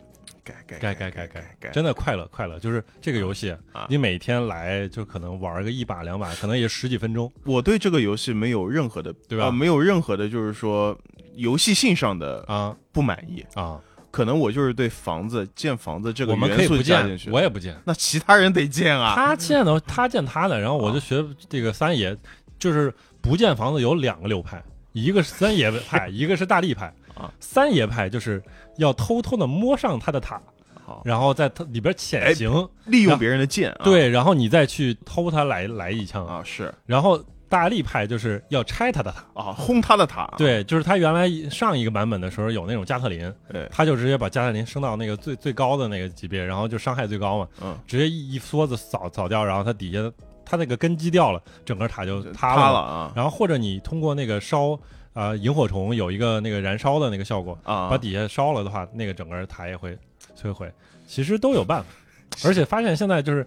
Speaker 2: 改改
Speaker 1: 该该该该，真的快乐快乐，就是这个游戏
Speaker 2: 啊，
Speaker 1: 你每天来就可能玩个一把两把，可能也十几分钟，
Speaker 2: 我对这个游戏没有任何的
Speaker 1: 对吧
Speaker 2: 呃没有任何的就是说游戏性上的
Speaker 1: 啊
Speaker 2: 不满意，
Speaker 1: 啊，
Speaker 2: 可能我就是对房子建房子这个
Speaker 1: 我们可
Speaker 2: 元
Speaker 1: 以
Speaker 2: 素
Speaker 1: 不
Speaker 2: 加进
Speaker 1: 见
Speaker 2: 去，，
Speaker 1: 我也不见。
Speaker 2: 那其他人得建啊，
Speaker 1: 他建的，他建他的，然后我就
Speaker 2: 啊
Speaker 1: 学这个三爷，就是不建房子有两个流派，一个是三爷 派，一个是大力派
Speaker 2: 啊。
Speaker 1: 三爷派就是要偷偷的摸上他的塔，
Speaker 2: 好，
Speaker 1: 然后在它里边潜行，
Speaker 2: 利用别人的剑啊，
Speaker 1: 对，然后你再去偷他来来一枪。
Speaker 2: 啊是
Speaker 1: 然后大力派就是要拆他的塔，
Speaker 2: 啊，轰他的塔，，
Speaker 1: 对，就是他原来上一个版本的时候有那种加特林，
Speaker 2: 哎
Speaker 1: 他就直接把加特林升到那个最最高的那个级别，然后就伤害最高嘛，
Speaker 2: 嗯，
Speaker 1: 直接一一梭子扫扫掉，然后他底下他那个根基掉了，整个塔就塌
Speaker 2: 了
Speaker 1: 了
Speaker 2: 啊
Speaker 1: 然后或者你通过那个烧呃萤火虫有一个那个燃烧的那个效果，
Speaker 2: 啊，
Speaker 1: 把底下烧了的话，那个整个塔也会摧毁。其实都有 办法，而且发现现在就是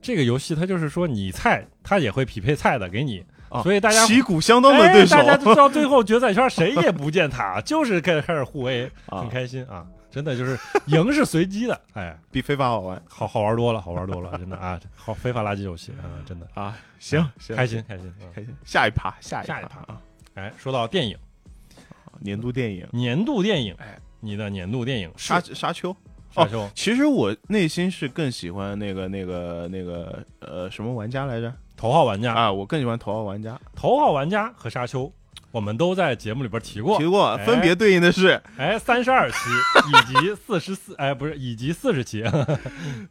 Speaker 1: 这个游戏，它就是说你菜，它也会匹配菜的给你，
Speaker 2: 啊
Speaker 1: 所以大家
Speaker 2: 旗鼓相当的对手
Speaker 1: 哎、大家到最后决赛圈谁也不见塔， 就是开开始互 A，
Speaker 2: 啊
Speaker 1: 很，开心啊！真的就是赢是随机的，哎，
Speaker 2: 比非法好玩
Speaker 1: 好好玩多了，好玩多了，真的啊，好非法垃圾游戏啊，真的
Speaker 2: 啊，行行，
Speaker 1: 开心开心。嗯
Speaker 2: 开心，下一趴下
Speaker 1: 下一
Speaker 2: 趴啊，
Speaker 1: 哎，说到电影，
Speaker 2: 年度电影
Speaker 1: 年度电影
Speaker 2: 哎，
Speaker 1: 你的年度电影
Speaker 2: 沙
Speaker 1: 是
Speaker 2: 沙丘。哦
Speaker 1: 沙丘
Speaker 2: 其实我内心是更喜欢那个、那个、那个，呃，什么玩家来着？
Speaker 1: 头号玩家，
Speaker 2: 啊，我更喜欢头号玩家。
Speaker 1: 头号玩家和沙丘，我们都在节目里边提过
Speaker 2: 提。过，
Speaker 1: 哎
Speaker 2: 分别对应的是，
Speaker 1: 哎，三十二期以及四十四，哎，不是，以及四十期。
Speaker 2: 哎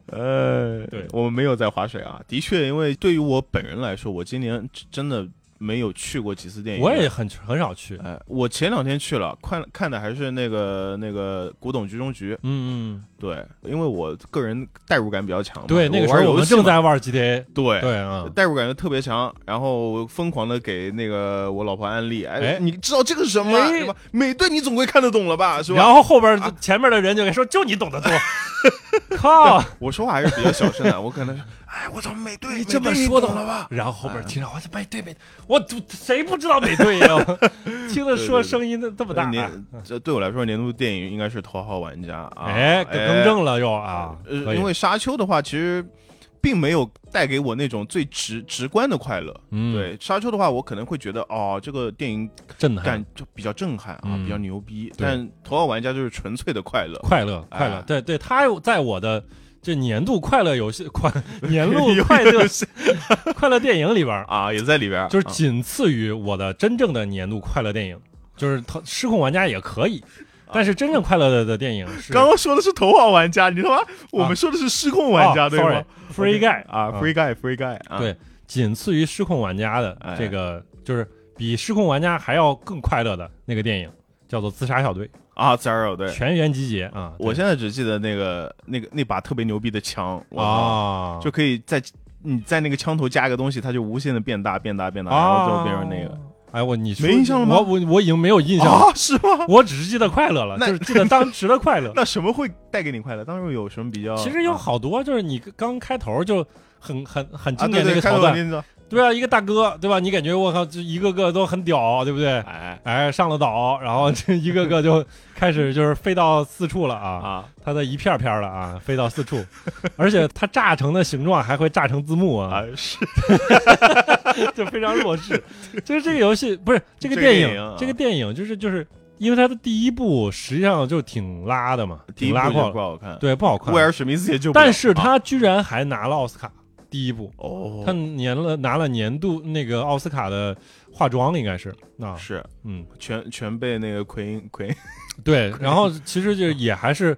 Speaker 2: 呃，
Speaker 1: 对
Speaker 2: 我们没有在划水啊。的确，因为对于我本人来说，我今年真的没有去过几次电影
Speaker 1: 我
Speaker 2: 院。
Speaker 1: 也很很少去。
Speaker 2: 哎，我前两天去了，看看的还是那个那个古董局中局。
Speaker 1: 嗯
Speaker 2: 对，因为我个人代入感比较强嘛，
Speaker 1: 嗯，对，那个时
Speaker 2: 玩
Speaker 1: 候我
Speaker 2: 游
Speaker 1: 们
Speaker 2: 戏
Speaker 1: 正
Speaker 2: 嘛
Speaker 1: 在玩 GTA。
Speaker 2: 对
Speaker 1: 对啊，
Speaker 2: 代入感就特别强，然后疯狂的给那个我老婆安利，哎，
Speaker 1: 哎
Speaker 2: 你知道这个是什么吗？
Speaker 1: 哎
Speaker 2: 对吧？美队你总会看得懂了吧？是
Speaker 1: 然
Speaker 2: 吧？
Speaker 1: 后后边儿前面的人就给说，就你懂得 多。靠！
Speaker 2: 我说话还是比较小声的，我可能说，哎，我操，美队，
Speaker 1: 你这么
Speaker 2: 美队
Speaker 1: 说的
Speaker 2: 懂
Speaker 1: 话
Speaker 2: 了吧？
Speaker 1: 然后后边儿听着，我美队美，我谁不知道美队 呀？听着说
Speaker 2: 对对对
Speaker 1: 声音这么大啊，
Speaker 2: 呃年这对我来说，年度电影应该是《头号玩家》啊。
Speaker 1: 哎，更更正了又啊，
Speaker 2: 呃
Speaker 1: 可以
Speaker 2: 因为《沙丘》的话，其实并没有带给我那种最直直观的快乐。
Speaker 1: 嗯
Speaker 2: 对《沙丘》的话，我可能会觉得哦，这个电影
Speaker 1: 震撼
Speaker 2: 感就比较震撼啊，
Speaker 1: 哎嗯
Speaker 2: 比较牛逼。
Speaker 1: 对
Speaker 2: 但《头号玩家》就是纯粹的快 乐。
Speaker 1: 快乐，
Speaker 2: 哎
Speaker 1: 快乐，对对，他有在我的这年度快乐游戏 快年度
Speaker 2: 有
Speaker 1: 快乐
Speaker 2: 有是
Speaker 1: 快乐电影里边儿，
Speaker 2: 啊，也在里边儿，
Speaker 1: 就是
Speaker 2: 啊
Speaker 1: 仅次于我的真正的年度快乐电影，就是他失控玩家也可以，
Speaker 2: 啊
Speaker 1: 但是真正快乐的的电影 是
Speaker 2: 刚刚说的是头号玩家，你他
Speaker 1: 啊
Speaker 2: 妈我们说的是失控玩家，对吗
Speaker 1: ？Free Guy
Speaker 2: 啊，Free Guy，Free Guy 啊，
Speaker 1: 哦嗯对仅次于失控玩家
Speaker 2: 哎
Speaker 1: 的这个，就是比失控玩家还要更快乐的那个电影，叫做《自杀小队
Speaker 2: 啊，Zero 》，对。
Speaker 1: 全员集结啊！
Speaker 2: 我现在只记得那个那个那把特别牛逼的枪，
Speaker 1: 在
Speaker 2: 哇，
Speaker 1: 啊，
Speaker 2: 就可以在你在那个枪头加一个东西，它就无限的变大、变大、变大，然
Speaker 1: 啊，
Speaker 2: 后就变成那个。。
Speaker 1: 哎，我你说
Speaker 2: 没印象了吗
Speaker 1: 我我我已经没有印象了，
Speaker 2: 啊，是吗？
Speaker 1: 我只是记得快乐了，
Speaker 2: 那
Speaker 1: 就是记得当时的快乐
Speaker 2: 。那嗯什么会带给你快乐？当时有什么比较？
Speaker 1: 其实有好多就是你刚开头就很很很
Speaker 2: 啊，
Speaker 1: 经
Speaker 2: 对
Speaker 1: 典的一
Speaker 2: 对，
Speaker 1: 个
Speaker 2: 开
Speaker 1: 桥
Speaker 2: 头
Speaker 1: 段，
Speaker 2: 你知道，
Speaker 1: 对啊，一个大哥，对吧？你感觉我靠，就一个个都很屌，对不对？
Speaker 2: 哎
Speaker 1: 哎，上了岛，然后这一个个就开始就是飞到四处了啊，
Speaker 2: 啊，
Speaker 1: 它的一片片了啊，飞到四 处，而且它炸成的形状还会炸成字幕啊
Speaker 2: 啊，是
Speaker 1: 就非常弱 智。就是这个游戏不是这个
Speaker 2: 这个
Speaker 1: 电
Speaker 2: 电影啊
Speaker 1: 影，这个电影就是就是因为它的第一部实际上就挺拉的嘛，
Speaker 2: 第
Speaker 1: 挺
Speaker 2: 一部
Speaker 1: 拉胯
Speaker 2: 就不，好看，
Speaker 1: 对，不好看
Speaker 2: 威。尔史密斯也救不了，
Speaker 1: 但是
Speaker 2: 啊
Speaker 1: 他居然还拿了奥斯卡第一部，
Speaker 2: 哦，
Speaker 1: 他年了拿了年度那个奥斯卡的化妆了，应该是啊，
Speaker 2: 是
Speaker 1: 嗯，
Speaker 2: 全全被那个奎因奎因
Speaker 1: 对。然后其实就是也还是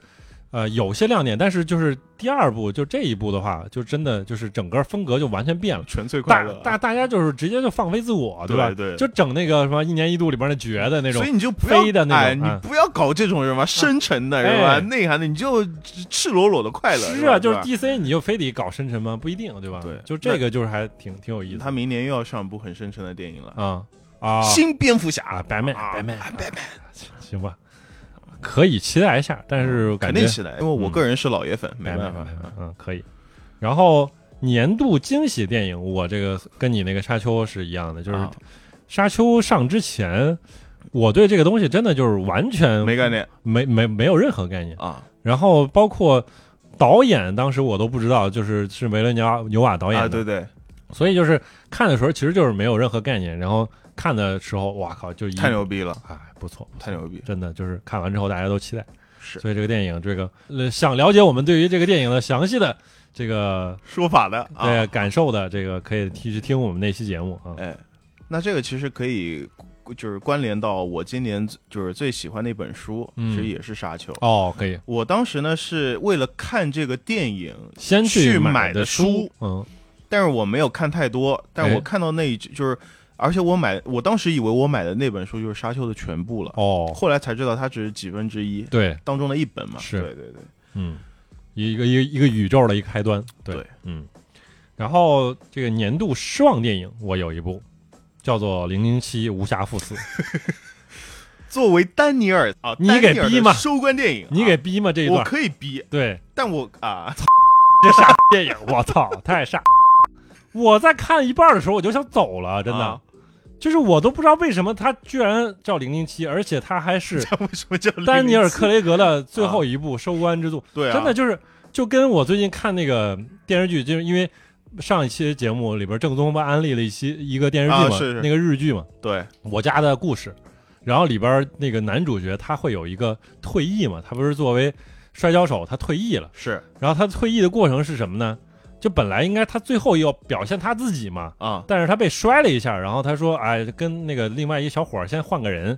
Speaker 1: 呃有些亮点，但是就是第二部就这一部的话，就真的就是整个风格就完全变了。
Speaker 2: 纯粹快
Speaker 1: 大
Speaker 2: 乐，啊
Speaker 1: 大大家就是直接就放飞自我，
Speaker 2: 对
Speaker 1: 吧？
Speaker 2: 对
Speaker 1: 就整那个什么一年一度里边的绝的那种
Speaker 2: 所以，你就不要
Speaker 1: 飞的那种
Speaker 2: 哎，
Speaker 1: 嗯
Speaker 2: 你不要搞这种什么深沉的是吧？
Speaker 1: 哎
Speaker 2: 内涵的，你就赤裸裸的快乐。
Speaker 1: 是啊，
Speaker 2: 吧
Speaker 1: 就是
Speaker 2: 吧
Speaker 1: DC 你就非得搞深沉吗？不一定，对吧？
Speaker 2: 对
Speaker 1: 就这个就是还挺挺有意思的
Speaker 2: 他明年又要上一部很深沉的电影了，
Speaker 1: 啊啊！
Speaker 2: 新蝙蝠侠
Speaker 1: 啊，白麦，
Speaker 2: 啊
Speaker 1: 白麦，
Speaker 2: 白麦
Speaker 1: 行吧，可以期待一下，但是
Speaker 2: 肯
Speaker 1: 感觉
Speaker 2: 定期待，因为我
Speaker 1: 嗯
Speaker 2: 个人是老爷粉，没
Speaker 1: 白麦
Speaker 2: 办
Speaker 1: 白麦
Speaker 2: 法。，
Speaker 1: 嗯，可以。然后年度惊喜电影，我这个跟你那个沙丘是一样的，就是
Speaker 2: 啊
Speaker 1: 沙丘上之前，我对这个东西真的就是完全
Speaker 2: 没概念
Speaker 1: 没没没有任何概念。
Speaker 2: 啊
Speaker 1: 然后包括导演，当时我都不知道，就是是维伦纽瓦纽瓦导演
Speaker 2: 啊！
Speaker 1: 的，
Speaker 2: 对对，
Speaker 1: 所以就是看的时候其实就是没有任何概念，然后看的时候，哇靠，就一
Speaker 2: 太牛逼了，
Speaker 1: 哎，不错，
Speaker 2: 太牛逼！
Speaker 1: 真的就是看完之后大家都期待。
Speaker 2: 是
Speaker 1: 所以这个电影，这个呃想了解我们对于这个电影的详细的这个呃
Speaker 2: 说法的啊，
Speaker 1: 对感受的，这个可以去去听我们那期节目啊。
Speaker 2: 哎，那这个其实可以就是关联到我今年就是最喜欢的一本书，
Speaker 1: 嗯
Speaker 2: 其实也是《沙丘》。
Speaker 1: 哦，可以
Speaker 2: 我当时呢是为了看这个电影，
Speaker 1: 先
Speaker 2: 去
Speaker 1: 买
Speaker 2: 买的
Speaker 1: 书
Speaker 2: 书，
Speaker 1: 嗯，
Speaker 2: 但是我没有看太多，但
Speaker 1: 哎
Speaker 2: 我看到那一句就是，而且我买，我当时以为我买的那本书就是《沙丘》的全部了，
Speaker 1: 哦，
Speaker 2: 后来才知道它只是几分之一
Speaker 1: 对，
Speaker 2: 当中的一本嘛。
Speaker 1: 是
Speaker 2: 对对对，
Speaker 1: 嗯，一个一个一个宇宙的一个开端，对，
Speaker 2: 对
Speaker 1: 嗯，然后这个年度失望电影，我有一部叫做《零零七无暇赴 死》，
Speaker 2: 作为丹尼尔啊，
Speaker 1: 你给
Speaker 2: 丹尼尔的
Speaker 1: 逼嘛
Speaker 2: 收官电影啊，
Speaker 1: 你给逼吗这一
Speaker 2: 我
Speaker 1: 段？
Speaker 2: 可以逼，
Speaker 1: 对，
Speaker 2: 但我啊，
Speaker 1: 这傻电影，我操，太傻！ 我在看一半的时候我就想走了，真的，
Speaker 2: 啊
Speaker 1: 就是我都不知道为什么他居然叫零零七，而且他还是
Speaker 2: 为什么叫
Speaker 1: 丹尼尔·
Speaker 2: 克？
Speaker 1: 克雷格的最后一部《收官之作》
Speaker 2: 啊对啊，
Speaker 1: 真的就是就跟我最近看那个电视剧，就是因为上一期节目里边正宗不安利了一期一个电视剧嘛，
Speaker 2: 啊是是
Speaker 1: 那个日剧嘛，
Speaker 2: 对，
Speaker 1: 《我家的故事》，然后里边那个男主角他会有一个退役嘛，他不是作为摔跤手他退役了，
Speaker 2: 是
Speaker 1: 然后他退役的过程是什么呢？就本来应该他最后要表现他自己嘛，
Speaker 2: 啊，
Speaker 1: 但是他被摔了一下，然后他说：“哎，跟那个另外一小伙儿先换个人。”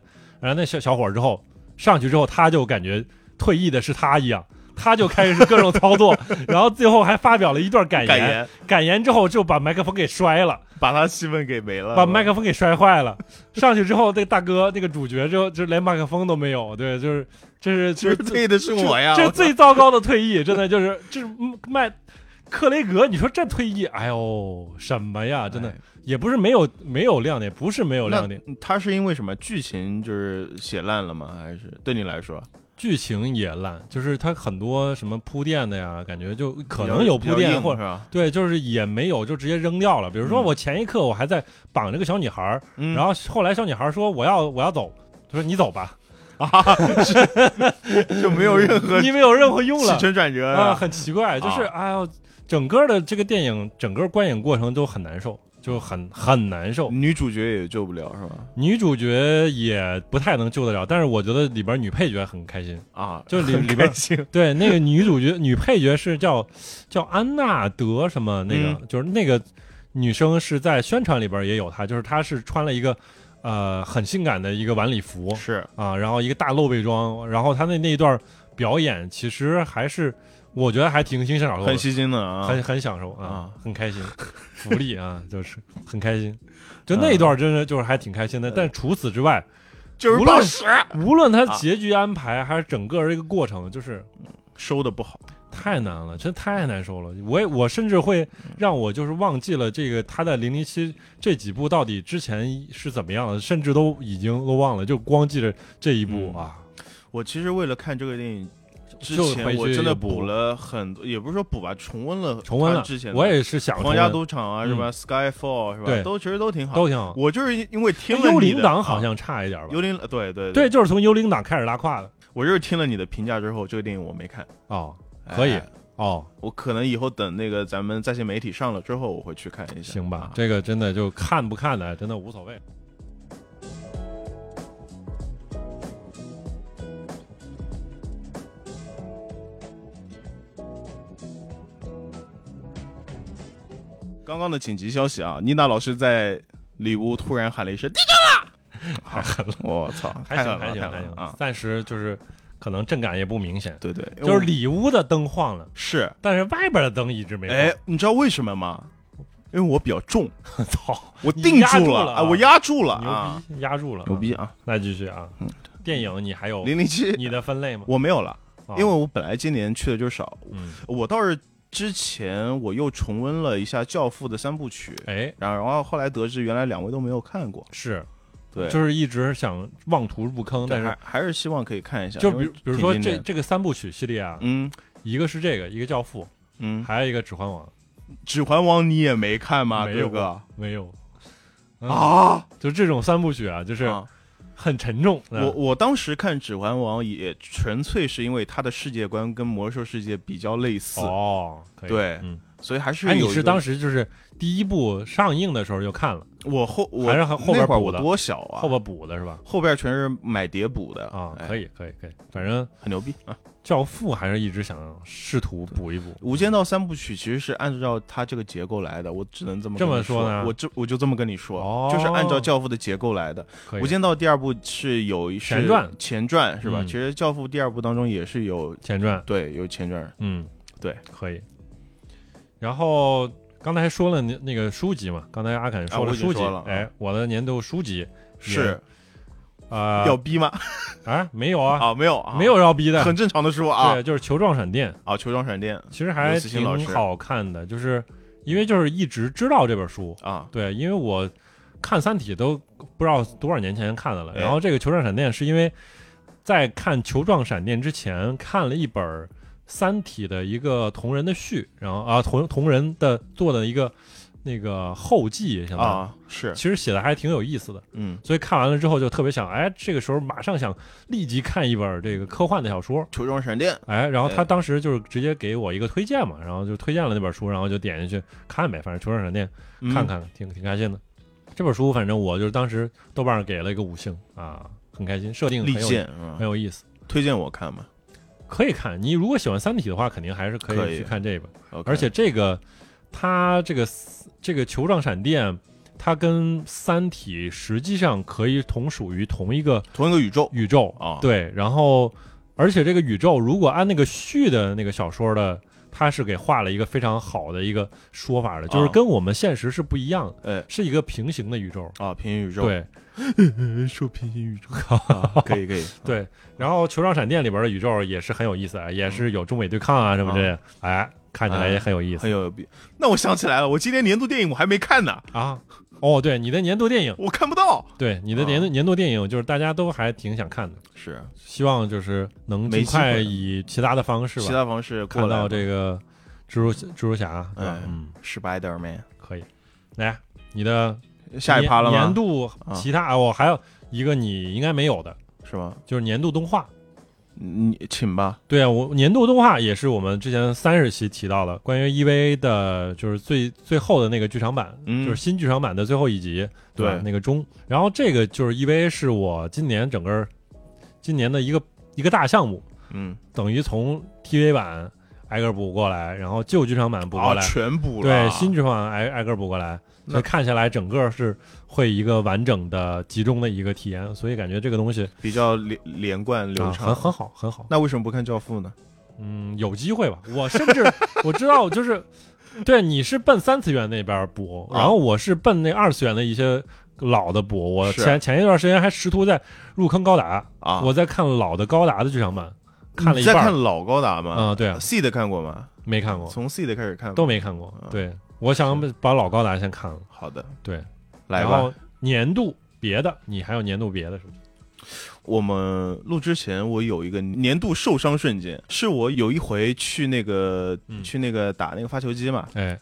Speaker 1: 然后那小小伙儿之后上去之后，他就感觉退役的是他一样，他就开始各种操 作，然后最后还发表了一段感言。
Speaker 2: 感言
Speaker 1: 感言之后就把麦克风给摔了，
Speaker 2: 把他气氛给没了，
Speaker 1: 把麦克风给摔坏了。上去之后，那个大哥那个主角就就连麦克风都没有，对，就是这是
Speaker 2: 其实
Speaker 1: 就是
Speaker 2: 对的是我呀，
Speaker 1: 这
Speaker 2: 我
Speaker 1: 这最糟糕的退役，真的就是就是麦克雷格，你说这退役，哎呦什么呀，真的。
Speaker 2: 哎
Speaker 1: 也不是没有没有亮点，不是没有亮点，
Speaker 2: 他是因为什么剧情就是写烂了吗？还是对你来说
Speaker 1: 剧情也烂，就是它很多什么铺垫的呀，感觉就可能有
Speaker 2: 比
Speaker 1: 铺
Speaker 2: 较
Speaker 1: 垫
Speaker 2: 硬
Speaker 1: 或
Speaker 2: 是
Speaker 1: 者
Speaker 2: 吧？
Speaker 1: 对，就是也没有就直接扔掉了。比如说
Speaker 2: 嗯
Speaker 1: 我前一刻我还在绑这个小女孩儿，
Speaker 2: 嗯
Speaker 1: 然后后来小女孩儿说我要我要走，他说你走吧，
Speaker 2: 就没有任 何
Speaker 1: 你没有任何用
Speaker 2: 起
Speaker 1: 了
Speaker 2: 承转折
Speaker 1: 啊，
Speaker 2: 啊。
Speaker 1: 很奇怪，就是哎呦，整个的这个电影整个观影过程都很难受，就很很难受。
Speaker 2: 女主角也救不了是吧？
Speaker 1: 女主角也不太能救得了，但是我觉得里边女配角很开心。
Speaker 2: 啊，
Speaker 1: 就里
Speaker 2: 很
Speaker 1: 里边
Speaker 2: 开心
Speaker 1: 对，那个女主角、女配角是叫叫安娜德什么那个，
Speaker 2: 嗯
Speaker 1: 就是那个女生是在宣传里边也有她，就是她是穿了一个呃很性感的一个晚礼服
Speaker 2: 是
Speaker 1: 啊，然后一个大露背装，然后她那那一段表演其实还是我觉得还挺欣赏的，
Speaker 2: 很吸睛的啊，
Speaker 1: 很很享受啊
Speaker 2: 啊，
Speaker 1: 很开心，福利啊，就是很开心。
Speaker 2: 嗯
Speaker 1: 就那一段真的就是还挺开心的，但除此之外，
Speaker 2: 就是
Speaker 1: 无
Speaker 2: 暴
Speaker 1: 论
Speaker 2: 食
Speaker 1: 无论它
Speaker 2: 啊
Speaker 1: 结局安排还是整个这个过程，就是
Speaker 2: 收的不好，
Speaker 1: 太难了，真太难受了。我也我甚至会让我就是忘记了这个他在零零七这几部到底之前是怎么样的，甚至都已经都忘了，就光记着这一部
Speaker 2: 嗯
Speaker 1: 啊。
Speaker 2: 我其实为了看这个电影。之
Speaker 1: 就回
Speaker 2: 前
Speaker 1: 去
Speaker 2: 我真的
Speaker 1: 又补
Speaker 2: 补了很多，也不是说补吧，重温了
Speaker 1: 重温
Speaker 2: 他
Speaker 1: 了
Speaker 2: 之前，的
Speaker 1: 我也是想
Speaker 2: 《
Speaker 1: 重
Speaker 2: 皇家
Speaker 1: 温，
Speaker 2: 赌场》啊，
Speaker 1: 嗯
Speaker 2: 是吧？Skyfall 是
Speaker 1: 对
Speaker 2: 吧？都其实都挺好。
Speaker 1: 都挺好。
Speaker 2: 我就是因为听了
Speaker 1: 幽
Speaker 2: 你
Speaker 1: 灵
Speaker 2: 的
Speaker 1: 党好
Speaker 2: 啊
Speaker 1: 像差一点吧？
Speaker 2: 幽灵对对
Speaker 1: 对，，就是从幽灵党开始拉胯的
Speaker 2: 我就是听了你的评价之后，这个电影我没看，
Speaker 1: 哦，可以
Speaker 2: 哎
Speaker 1: 哦，
Speaker 2: 我可能以后等那个咱们在线媒体上了之后，我会去看一下。
Speaker 1: 行吧
Speaker 2: 啊，
Speaker 1: 这个真的就看不看的真的无所谓。
Speaker 2: 刚刚的紧急消息啊，妮娜老师在里屋突然喊了一声“地 震了”，太狠了！啊我操，
Speaker 1: 还
Speaker 2: 太
Speaker 1: 行
Speaker 2: 狠
Speaker 1: 还
Speaker 2: 了，
Speaker 1: 行
Speaker 2: 太
Speaker 1: 还
Speaker 2: 狠了
Speaker 1: 行
Speaker 2: 啊，！哦
Speaker 1: 暂时就是可能震感也不明显，
Speaker 2: 对对，
Speaker 1: 就是
Speaker 2: 我
Speaker 1: 里屋的灯晃了，
Speaker 2: 是
Speaker 1: 但是外边的灯一直没晃。
Speaker 2: 哎，你知道为什么吗？因为我比较重，
Speaker 1: 操，
Speaker 2: 我
Speaker 1: 你
Speaker 2: 定
Speaker 1: 压住了
Speaker 2: 了
Speaker 1: 啊
Speaker 2: 啊，我压住了
Speaker 1: 牛
Speaker 2: 啊，
Speaker 1: 逼，压住了，
Speaker 2: 牛！逼啊！
Speaker 1: 那继续啊
Speaker 2: 嗯，
Speaker 1: 电影你还有
Speaker 2: 零零七，
Speaker 1: 你的分类吗？
Speaker 2: 我没有了，
Speaker 1: 啊
Speaker 2: 因为我本来今年去的就少，
Speaker 1: 嗯，
Speaker 2: 我倒是之前我又重温了一下《教父》的三部曲，
Speaker 1: 哎，
Speaker 2: 然后后来得知原来两位都没有看过，
Speaker 1: 是，
Speaker 2: 对，
Speaker 1: 就是一直想妄图入坑，但
Speaker 2: 对
Speaker 1: 是
Speaker 2: 还还是希望可以看一下，
Speaker 1: 就比
Speaker 2: 因为
Speaker 1: 如比如说
Speaker 2: 挺经
Speaker 1: 这
Speaker 2: 典的，
Speaker 1: 这个三部曲系列啊，
Speaker 2: 嗯
Speaker 1: 一个是这个，一个教父，
Speaker 2: 嗯，《
Speaker 1: 还有一个指环王，
Speaker 2: 指环王》你也没看吗，
Speaker 1: 没有
Speaker 2: 哥哥
Speaker 1: 没有。嗯，
Speaker 2: 啊？
Speaker 1: 就这种三部曲啊，就是
Speaker 2: 啊
Speaker 1: 很沉重。嗯
Speaker 2: 我我当时看《指环王》也纯粹是因为它的世界观跟《魔兽世界》比较类似，
Speaker 1: 哦，可以，
Speaker 2: 对
Speaker 1: 嗯，
Speaker 2: 所以还是
Speaker 1: 哎，你
Speaker 2: 有一
Speaker 1: 是
Speaker 2: 个
Speaker 1: 当时就是第一部上映的时候就看了，
Speaker 2: 我后我
Speaker 1: 还是后后边
Speaker 2: 那会儿
Speaker 1: 补
Speaker 2: 我
Speaker 1: 的
Speaker 2: 多小啊，
Speaker 1: 后边补的是吧？
Speaker 2: 后边全是买碟补的
Speaker 1: 啊，
Speaker 2: 哎
Speaker 1: 可以可以可以，反正《
Speaker 2: 很牛逼啊！
Speaker 1: 教父》还是一直想试图补一补。
Speaker 2: 《无间道》三部曲其实是按照它这个结构来的，我只能这么
Speaker 1: 这
Speaker 2: 跟
Speaker 1: 么
Speaker 2: 你
Speaker 1: 说呢
Speaker 2: 我这我就这么跟你说，
Speaker 1: 哦
Speaker 2: 就是按照《教父》的结构来的。
Speaker 1: 可以，
Speaker 2: 《无间道》第二部是有一是
Speaker 1: 前传
Speaker 2: 前传是吧？
Speaker 1: 嗯
Speaker 2: 其实《教父》第二部当中也是有
Speaker 1: 前传，
Speaker 2: 对有前传，
Speaker 1: 嗯，
Speaker 2: 对，
Speaker 1: 可以。然后刚才还说了那那个书籍嘛，刚才阿肯
Speaker 2: 啊
Speaker 1: 说
Speaker 2: 我已经
Speaker 1: 书籍，
Speaker 2: 说了啊
Speaker 1: 哎，我的年度书籍
Speaker 2: 是
Speaker 1: 啊、
Speaker 2: 要逼吗？
Speaker 1: 啊没有啊，
Speaker 2: 啊，没有，啊
Speaker 1: 没有要逼 的，
Speaker 2: 很正常的书啊
Speaker 1: 对，就是《球状闪电》，
Speaker 2: 啊，《球状闪电》
Speaker 1: 其实还
Speaker 2: 刘慈欣老师
Speaker 1: 挺好看的，就是因为就是一直知道这本书，
Speaker 2: 啊，
Speaker 1: 对，因为我看《三体》都不知道多少年前看的了，
Speaker 2: 哎
Speaker 1: 然后这个《球状闪电》是因为在看《球状闪电》之前看了一本《三体》的一个同人的序，然后啊同同人的做的一个那个后记，相当于、
Speaker 2: 啊是
Speaker 1: 其实写的还挺有意思的，
Speaker 2: 嗯，
Speaker 1: 所以看完了之后就特别想，哎，这个时候马上想立即看一本这个科幻的小说。
Speaker 2: 《球状闪电》
Speaker 1: 哎，然后他
Speaker 2: 哎
Speaker 1: 当时就是直接给我一个推荐嘛，然后就推荐了那本书，然后就点进去看呗，反正《球状闪电》
Speaker 2: 嗯
Speaker 1: 看看，挺挺开心的。这本书反正我就是当时豆瓣上给了一个五星啊，很开心，设定
Speaker 2: 利
Speaker 1: 很有
Speaker 2: 剑
Speaker 1: 很
Speaker 2: 啊，
Speaker 1: 有意思，
Speaker 2: 推荐我看嘛
Speaker 1: 可以看。你如果喜欢《三体》的话，肯定还是可
Speaker 2: 可
Speaker 1: 以
Speaker 2: 以
Speaker 1: 去看这本。
Speaker 2: ，OK，
Speaker 1: 而且这个它这个这个球状闪电，它跟《三体》实际上可以同属于同一个
Speaker 2: 同一个宇宙
Speaker 1: 宇宙
Speaker 2: 啊
Speaker 1: 对，然后而且这个宇宙如果按那个序的那个小说的。它是给画了一个非常好的一个说法的，就是
Speaker 2: 啊
Speaker 1: 跟我们现实是不一样的，
Speaker 2: 哎
Speaker 1: 是一个平行的宇宙。
Speaker 2: 啊，平行宇宙，
Speaker 1: 对
Speaker 2: 对，说平行宇宙，可以可以，嗯
Speaker 1: 对，然后《球状闪电》里边的宇宙也是很有意思啊，也是有中美对抗啊什么之类的，哎，看起来也很有意思
Speaker 2: 很有逼。那我想起来了，我今年年度电影我还没看呢，
Speaker 1: 啊。哦，对，你的年度电影，
Speaker 2: 我看不到。
Speaker 1: 对你的年度年度电影，就是大家都还挺想看的，
Speaker 2: 是
Speaker 1: 希望就是能
Speaker 2: 没
Speaker 1: 尽
Speaker 2: 机会
Speaker 1: 快
Speaker 2: 了
Speaker 1: 以其他的方式
Speaker 2: 其
Speaker 1: 吧，
Speaker 2: 他方式
Speaker 1: 看
Speaker 2: 过来
Speaker 1: 到这个蜘蛛蜘蛛侠，对吧
Speaker 2: 哎
Speaker 1: 嗯，
Speaker 2: Spider Man，
Speaker 1: 可以，来你的
Speaker 2: 下一趴了
Speaker 1: 年年
Speaker 2: 吗？
Speaker 1: 度其他啊，我还有一个你应该没有的，
Speaker 2: 是吗？
Speaker 1: 就是年度动画。
Speaker 2: 你请吧。
Speaker 1: 对啊，我年度动画也是我们之前三十期提到的，关于 EVA 的，就是最最后的那个剧场版，
Speaker 2: 嗯
Speaker 1: 就是新剧场版的最后一集，吧
Speaker 2: 对
Speaker 1: 那个钟。然后这个就是 EVA 是我今年整个今年的一个一个大项目，
Speaker 2: 嗯，
Speaker 1: 等于从 TV 版挨个补过来，然后旧剧场版补过
Speaker 2: 啊，
Speaker 1: 来，
Speaker 2: 全补了。
Speaker 1: 对，新剧场版挨挨个补过来，
Speaker 2: 那
Speaker 1: 所以看下来整个是会一个完整的集中的一个体验，所以感觉这个东西
Speaker 2: 比较连连贯流
Speaker 1: 啊
Speaker 2: 畅，
Speaker 1: 很很好，很好。
Speaker 2: 那为什么不看《教父》呢？
Speaker 1: 嗯，有机会吧。我甚至我知道，就是对你是奔三次元那边补，
Speaker 2: 啊
Speaker 1: 然后我是奔那二次元的一些老的补。我
Speaker 2: 是
Speaker 1: 前前一段时间还试图在入坑高达，
Speaker 2: 啊，
Speaker 1: 我在看老的高达的剧场版，看了
Speaker 2: 你
Speaker 1: 一
Speaker 2: 在
Speaker 1: 半
Speaker 2: 看
Speaker 1: 儿。
Speaker 2: 老高达吗？
Speaker 1: 啊、对啊，
Speaker 2: ，C 的看过吗？
Speaker 1: 没看过，
Speaker 2: 从 C 的开始看吧。
Speaker 1: 哦都没看过
Speaker 2: 啊。
Speaker 1: 对，我想把老高达先看了。
Speaker 2: 好的，
Speaker 1: 对，
Speaker 2: 来
Speaker 1: 然
Speaker 2: 吧。
Speaker 1: 后年度别的，你还有年度别的是吗？
Speaker 2: 我们录之前，我有一个年度受伤瞬间，是我有一回去那个、
Speaker 1: 嗯
Speaker 2: 去那个打那个发球机嘛，
Speaker 1: 哎，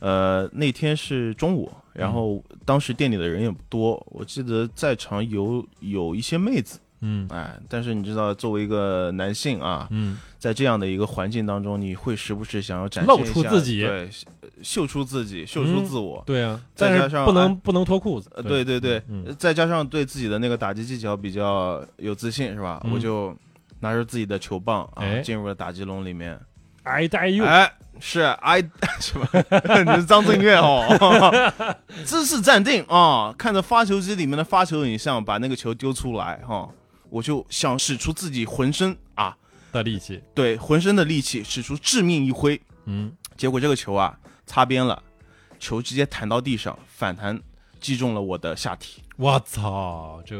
Speaker 2: 呃，那天是中午，
Speaker 1: 嗯
Speaker 2: 然后当时店里的人也不多，我记得在场有有一些妹子，
Speaker 1: 嗯
Speaker 2: 哎，但是你知道，作为一个男性啊，
Speaker 1: 嗯，
Speaker 2: 在这样的一个环境当中，你会时不时想要展
Speaker 1: 露
Speaker 2: 现一
Speaker 1: 出
Speaker 2: 下
Speaker 1: 自己
Speaker 2: 对，秀出自己，秀出
Speaker 1: 嗯
Speaker 2: 自我。
Speaker 1: 对啊，
Speaker 2: 再
Speaker 1: 但
Speaker 2: 加
Speaker 1: 是
Speaker 2: 上
Speaker 1: 不能不能脱裤子
Speaker 2: 呃，。对对对，
Speaker 1: 嗯
Speaker 2: 呃再加上对自己的那个打击技巧比较有自信，是吧？
Speaker 1: 嗯
Speaker 2: 我就拿着自己的球棒啊，
Speaker 1: 哎
Speaker 2: 进入了打击笼里面。
Speaker 1: ，I die you，
Speaker 2: 哎，是 I 什么？你是张震岳哦， 姿势站定啊，看着发球机里面的发球影像，把那个球丢出来哈、我就想使出自己浑身啊，
Speaker 1: 的力气。
Speaker 2: 对，浑身的力气，使出致命一挥。
Speaker 1: 嗯，
Speaker 2: 结果这个球啊，擦边了，球直接弹到地上，反弹击中了我的下体。
Speaker 1: 我操，这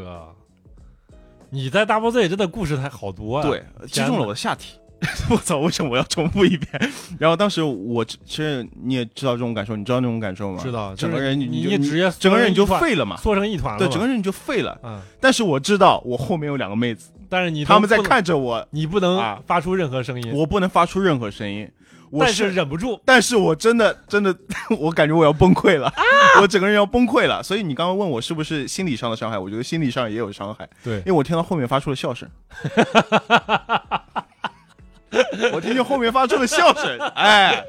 Speaker 1: 你在 Double Z 真的故事还好多啊！
Speaker 2: 对，击
Speaker 1: 天
Speaker 2: 中了
Speaker 1: 哪
Speaker 2: 我的下体。 我操！为什么我要重复一遍？然后当时我其实你也知道这种感受，你知道那种感受吗？
Speaker 1: 知道，
Speaker 2: 整
Speaker 1: 就
Speaker 2: 个
Speaker 1: 是
Speaker 2: 人
Speaker 1: 你
Speaker 2: 就
Speaker 1: 也直接
Speaker 2: 整个人你就
Speaker 1: 缩成一团
Speaker 2: 废了嘛。
Speaker 1: 缩成一团了嘛，
Speaker 2: 对，整个人你就废了。
Speaker 1: 嗯，
Speaker 2: 但是我知道我后面有两个妹子，
Speaker 1: 但是你
Speaker 2: 她们在
Speaker 1: 不能，
Speaker 2: 看着我，
Speaker 1: 你不能
Speaker 2: 啊
Speaker 1: 发出任何声音，
Speaker 2: 我不能发出任何声音。我
Speaker 1: 但是忍不住，
Speaker 2: 但是我真的真的， 我感觉我要崩溃了，
Speaker 1: 啊
Speaker 2: 我整个人要崩溃了。所以你刚刚问我是不是心理上的伤害，我觉得心理上也有伤害，
Speaker 1: 对
Speaker 2: 因为我听到后面发出了笑声。我听见后面发出了笑声，哎，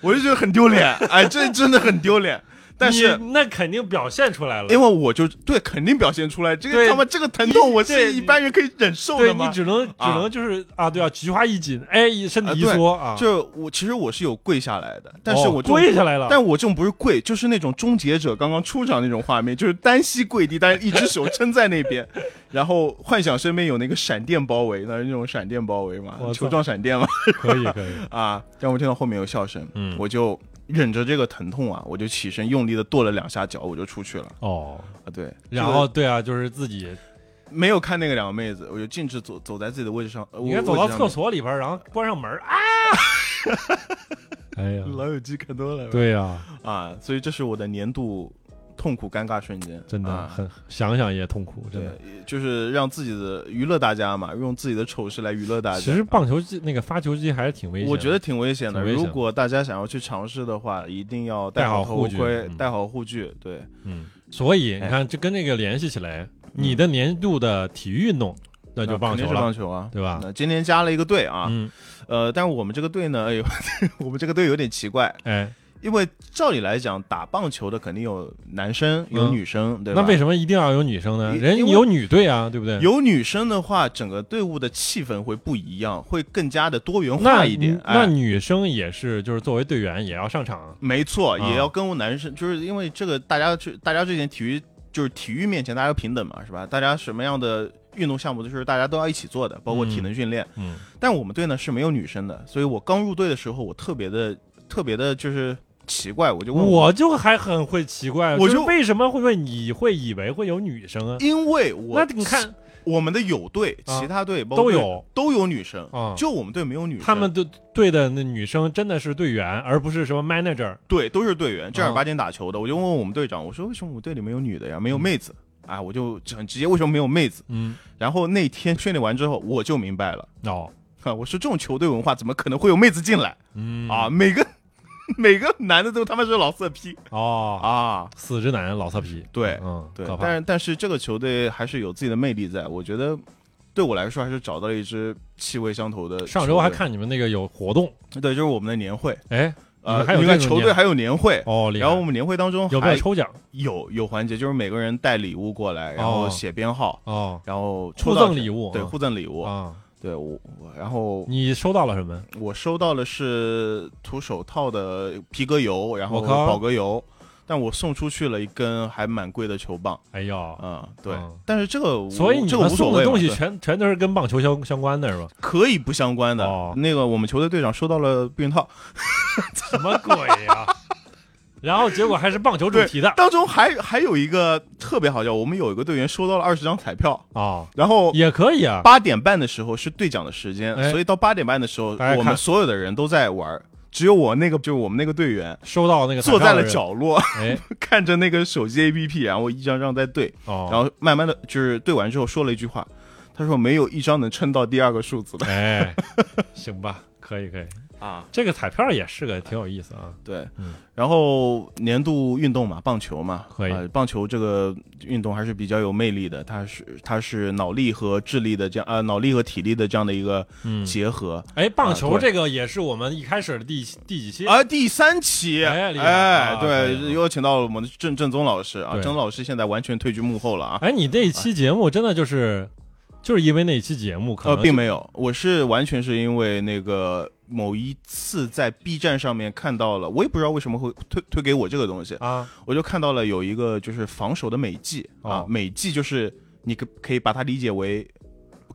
Speaker 2: 我就觉得很丢脸，哎，这真的很丢脸。但是哎
Speaker 1: 你那肯定表现出来了，
Speaker 2: 因为我就对肯定表现出来，这
Speaker 1: 对
Speaker 2: 个他妈这个疼痛我是
Speaker 1: 对
Speaker 2: 一般人可以忍受
Speaker 1: 对
Speaker 2: 的
Speaker 1: 你
Speaker 2: 吗？
Speaker 1: 只能只
Speaker 2: 啊
Speaker 1: 能就是啊，对啊，菊花一紧，哎，一身
Speaker 2: 啊
Speaker 1: 体一
Speaker 2: 对
Speaker 1: 缩啊，
Speaker 2: 就 我其实我是有跪下来的，但是
Speaker 1: 哦
Speaker 2: 我就
Speaker 1: 跪下来了，
Speaker 2: 但我这种不是跪，就是那种终结者刚刚出场那种画面，就是单膝跪地，但是一只手撑在那边，然后幻想身边有那个闪电包围，那是那种闪电包围嘛
Speaker 1: 我，操
Speaker 2: 球状闪电嘛，
Speaker 1: 可以可 以，
Speaker 2: 啊，让我听到后面有笑声，
Speaker 1: 嗯
Speaker 2: 我就忍着这个疼痛啊，我就起身用力的跺了两下脚，我就出去了
Speaker 1: 哦，
Speaker 2: 啊，对，
Speaker 1: 然后对啊，就是自己
Speaker 2: 没有看那个两个妹子，我就径直走走在自己的位置上，呃
Speaker 1: 应
Speaker 2: 我
Speaker 1: 该走到厕
Speaker 2: 所，
Speaker 1: 所里边儿，然后关上门儿 啊！哎呀，
Speaker 2: 老友记看多了，
Speaker 1: 对呀、
Speaker 2: 啊，所以这是我的年度痛苦尴尬瞬间，
Speaker 1: 真的、
Speaker 2: 啊
Speaker 1: 很想想也痛苦，真
Speaker 2: 对
Speaker 1: 的。，
Speaker 2: 就是让自己的娱乐大家嘛，用自己的丑事来娱乐大家。
Speaker 1: 其实棒球机那个发球机还是挺危险的，
Speaker 2: 我觉得挺危险的。
Speaker 1: 挺危险
Speaker 2: 如果大家想要去尝试的话，一定要
Speaker 1: 戴好
Speaker 2: 好头
Speaker 1: 护具
Speaker 2: 盔
Speaker 1: 嗯，
Speaker 2: 戴好护具。对，
Speaker 1: 嗯，所以你
Speaker 2: 哎
Speaker 1: 看，这跟这个联系起来，你的年度的体育运动那就棒
Speaker 2: 肯定
Speaker 1: 球
Speaker 2: 是
Speaker 1: 了，
Speaker 2: 棒球啊。
Speaker 1: 对吧？
Speaker 2: 那今年加了一个队啊，
Speaker 1: 嗯，
Speaker 2: 呃，但是我们这个队呢，哎呦， 我们这个队有点奇怪，
Speaker 1: 哎，
Speaker 2: 因为照理来讲，打棒球的肯定有男生有
Speaker 1: 嗯
Speaker 2: 女生，对吧？
Speaker 1: 那为什么一定要有女生呢？
Speaker 2: 因
Speaker 1: 人
Speaker 2: 因为
Speaker 1: 有女队啊，对不对？
Speaker 2: 有女生的话，整个队伍的气氛会不一样，会更加的多元
Speaker 1: 那
Speaker 2: 化一点。哎
Speaker 1: 那女生也是，就是作为队员也要上场，
Speaker 2: 没错，
Speaker 1: 啊
Speaker 2: 也要跟男生，就是因为这个，大家去，大家这点体育就是体育面前大家平等嘛，是吧？大家什么样的运动项目，就是大家都要一起做的，包括体能训练。
Speaker 1: 嗯，
Speaker 2: 但我们队呢是没有女生的，所以我刚入队的时候，我特别的特别的就是奇怪，我就问
Speaker 1: 我就还很会奇怪，
Speaker 2: 我
Speaker 1: 是
Speaker 2: 就
Speaker 1: 为什么会不会你会以为会有女生啊？
Speaker 2: 因为我
Speaker 1: 那你看
Speaker 2: 我们的友队、
Speaker 1: 啊
Speaker 2: 其他队包括
Speaker 1: 都
Speaker 2: 队
Speaker 1: 有
Speaker 2: 都有女生，
Speaker 1: 啊，
Speaker 2: 就我们队没有女生，
Speaker 1: 他们的队的那女生真的是队员，而不是什么 manager。
Speaker 2: 对，都是队员，正儿
Speaker 1: 啊
Speaker 2: 八经打球的。我就问我们队长，我说为什么我们队里没有女的呀？没有妹子啊？我就很直接，为什么没有妹子？
Speaker 1: 嗯，
Speaker 2: 然后那天训练完之后，我就明白了，
Speaker 1: 哦，
Speaker 2: 啊，我说这种球队文化怎么可能会有妹子进来
Speaker 1: 嗯
Speaker 2: 啊？每个 每个男的都他妈是老色批
Speaker 1: 哦，
Speaker 2: 啊，
Speaker 1: 死直男老色批，
Speaker 2: 对
Speaker 1: 嗯，
Speaker 2: 对
Speaker 1: 可，怕
Speaker 2: 但是但是这个球队还是有自己的魅力在，我觉得。对我来说，还是找到了一支气味相投的球队。
Speaker 1: 上周还看你们那个有活动，
Speaker 2: 对，就是我们的年会，
Speaker 1: 哎，你
Speaker 2: 呃
Speaker 1: 们，还有
Speaker 2: 你
Speaker 1: 这
Speaker 2: 看
Speaker 1: 种
Speaker 2: 球队
Speaker 1: 年
Speaker 2: 还有年会，
Speaker 1: 哦，厉害
Speaker 2: 然后我们年会当中
Speaker 1: 有没
Speaker 2: 还
Speaker 1: 有抽奖？
Speaker 2: 有有环节，就是每个人带礼物过来，然后
Speaker 1: 哦
Speaker 2: 写编号，
Speaker 1: 哦，
Speaker 2: 然后抽
Speaker 1: 互
Speaker 2: 到
Speaker 1: 赠
Speaker 2: 谁
Speaker 1: 礼物，
Speaker 2: 对，
Speaker 1: 啊
Speaker 2: 互赠礼物，
Speaker 1: 啊，
Speaker 2: 对我，我然后
Speaker 1: 你收到了什么？
Speaker 2: 我收到的是涂手套的皮革油，然后
Speaker 1: 我靠
Speaker 2: 宝格油，但我送出去了一根还蛮贵的球棒，
Speaker 1: 哎呦。
Speaker 2: 嗯，对
Speaker 1: 嗯，
Speaker 2: 但是这个我
Speaker 1: 所以你
Speaker 2: 这个
Speaker 1: 们
Speaker 2: 无所
Speaker 1: 送
Speaker 2: 谓
Speaker 1: 的
Speaker 2: 嘛，
Speaker 1: 东西
Speaker 2: 对
Speaker 1: 全全都是跟棒球相相关的是吧？
Speaker 2: 可以不相关的
Speaker 1: 哦。
Speaker 2: 那个我们球队队长收到了避孕套，
Speaker 1: 什么鬼呀？ 然后结果还是棒球主题的
Speaker 2: 当中还还有一个特别好笑，我们有一个队员收到了二十张彩票，
Speaker 1: 哦，
Speaker 2: 然后
Speaker 1: 也可以啊。
Speaker 2: 八点半的时候是兑奖的时间，
Speaker 1: 哎
Speaker 2: 所以到八点半的时候，
Speaker 1: 大家看
Speaker 2: 我们所有的人都在玩儿，只有我那个就是我们那个队员
Speaker 1: 收到那个彩
Speaker 2: 坐
Speaker 1: 票
Speaker 2: 在了
Speaker 1: 的人，
Speaker 2: 角落，
Speaker 1: 哎，
Speaker 2: 看着那个手机 APP，然后一张张在对，
Speaker 1: 哦，
Speaker 2: 然后慢慢的就是对完之后说了一句话，他说没有一张能撑到第二个数字的
Speaker 1: 哎，行吧，可以可以，
Speaker 2: 啊，
Speaker 1: 这个彩票也是个挺有意思啊。
Speaker 2: 对
Speaker 1: 嗯，
Speaker 2: 然后年度运动嘛，棒球嘛，
Speaker 1: 可以
Speaker 2: 啊棒球这个运动还是比较有魅力的，它是它是脑力和智力的这样呃脑力和体力的这样的一个
Speaker 1: 嗯，
Speaker 2: 结合，
Speaker 1: 哎，棒
Speaker 2: 啊
Speaker 1: 球
Speaker 2: 对啊
Speaker 1: 这个也是我们一开始的第第几期？
Speaker 2: 而第三期，
Speaker 1: 哎厉害
Speaker 2: 哎
Speaker 1: 啊对
Speaker 2: 对，又请到了我们的郑郑宗老师啊，
Speaker 1: 对
Speaker 2: 郑老师现在完全退居幕后了啊。
Speaker 1: 哎，你那一期节目真的就是，就是因为那一期节目可
Speaker 2: 呃，
Speaker 1: 能
Speaker 2: 并没有，我是完全是因为那个某一次在 B 站上面看到了，我也不知道为什么会推推给我这个东西，
Speaker 1: 啊，
Speaker 2: 我就看到了有一个就是防守的美技啊
Speaker 1: 哦，
Speaker 2: 美技就是你可可以把它理解为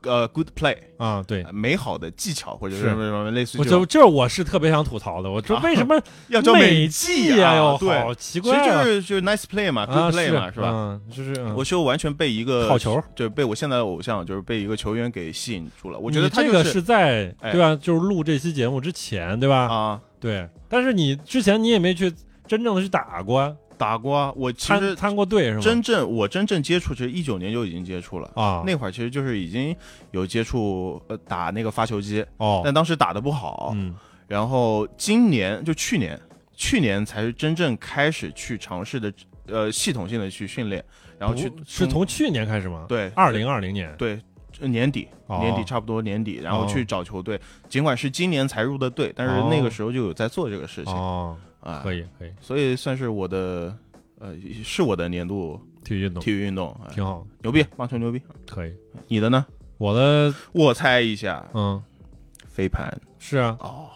Speaker 2: 呃 good play 呃
Speaker 1: 啊，对，
Speaker 2: 美好的技巧或者是
Speaker 1: 是
Speaker 2: 什么什么类似
Speaker 1: 我
Speaker 2: 这种
Speaker 1: 就，这我是特别想吐槽的，我说为什么
Speaker 2: 要叫
Speaker 1: 美
Speaker 2: 技
Speaker 1: 呀？哟，
Speaker 2: 对，
Speaker 1: 好奇
Speaker 2: 其实
Speaker 1: 怪
Speaker 2: 就
Speaker 1: 啊，
Speaker 2: 是就是 nice play 嘛
Speaker 1: 啊
Speaker 2: ，good play 嘛，是吧？
Speaker 1: 嗯，就是嗯
Speaker 2: 我就呃完全被一个
Speaker 1: 好球，
Speaker 2: 就被我现在的偶像，就是被一个球员给吸引住了。我觉
Speaker 1: 你
Speaker 2: 得他
Speaker 1: 这
Speaker 2: 就
Speaker 1: 个
Speaker 2: 是
Speaker 1: 是在
Speaker 2: 哎
Speaker 1: 对吧？就是录这期节目之前，对吧？
Speaker 2: 啊，
Speaker 1: 对，但是你之前你也没去真正的去打过，
Speaker 2: 打过啊我其
Speaker 1: 参
Speaker 2: 实
Speaker 1: 参过队是吗？
Speaker 2: 真正我真正接触，其实一九年就已经接触了。
Speaker 1: 啊，
Speaker 2: 那会儿其实就是已经有接触呃打那个发球机，
Speaker 1: 哦，
Speaker 2: 但当时打的不哦好。
Speaker 1: 嗯，
Speaker 2: 然后今年就去年，去年才是真正开始去尝试的呃系统性的去训练，然后去
Speaker 1: 不是从去年开始吗？，
Speaker 2: 对
Speaker 1: 二零二零年
Speaker 2: 对呃年底，
Speaker 1: 哦
Speaker 2: 年底差不多年底，然后
Speaker 1: 哦
Speaker 2: 去找球队，尽管是今年才入的队，但是那个时候就有在做这个事情
Speaker 1: 哦，
Speaker 2: 啊，
Speaker 1: 可以可以，
Speaker 2: 所以算是我的呃是我的年度
Speaker 1: 体育运动
Speaker 2: 体育运动，哎
Speaker 1: 挺好，
Speaker 2: 牛逼，棒球牛逼。
Speaker 1: 可以。
Speaker 2: 你的呢？
Speaker 1: 我的
Speaker 2: 我猜一下，
Speaker 1: 嗯
Speaker 2: 飞盘
Speaker 1: 是啊，
Speaker 2: 哦，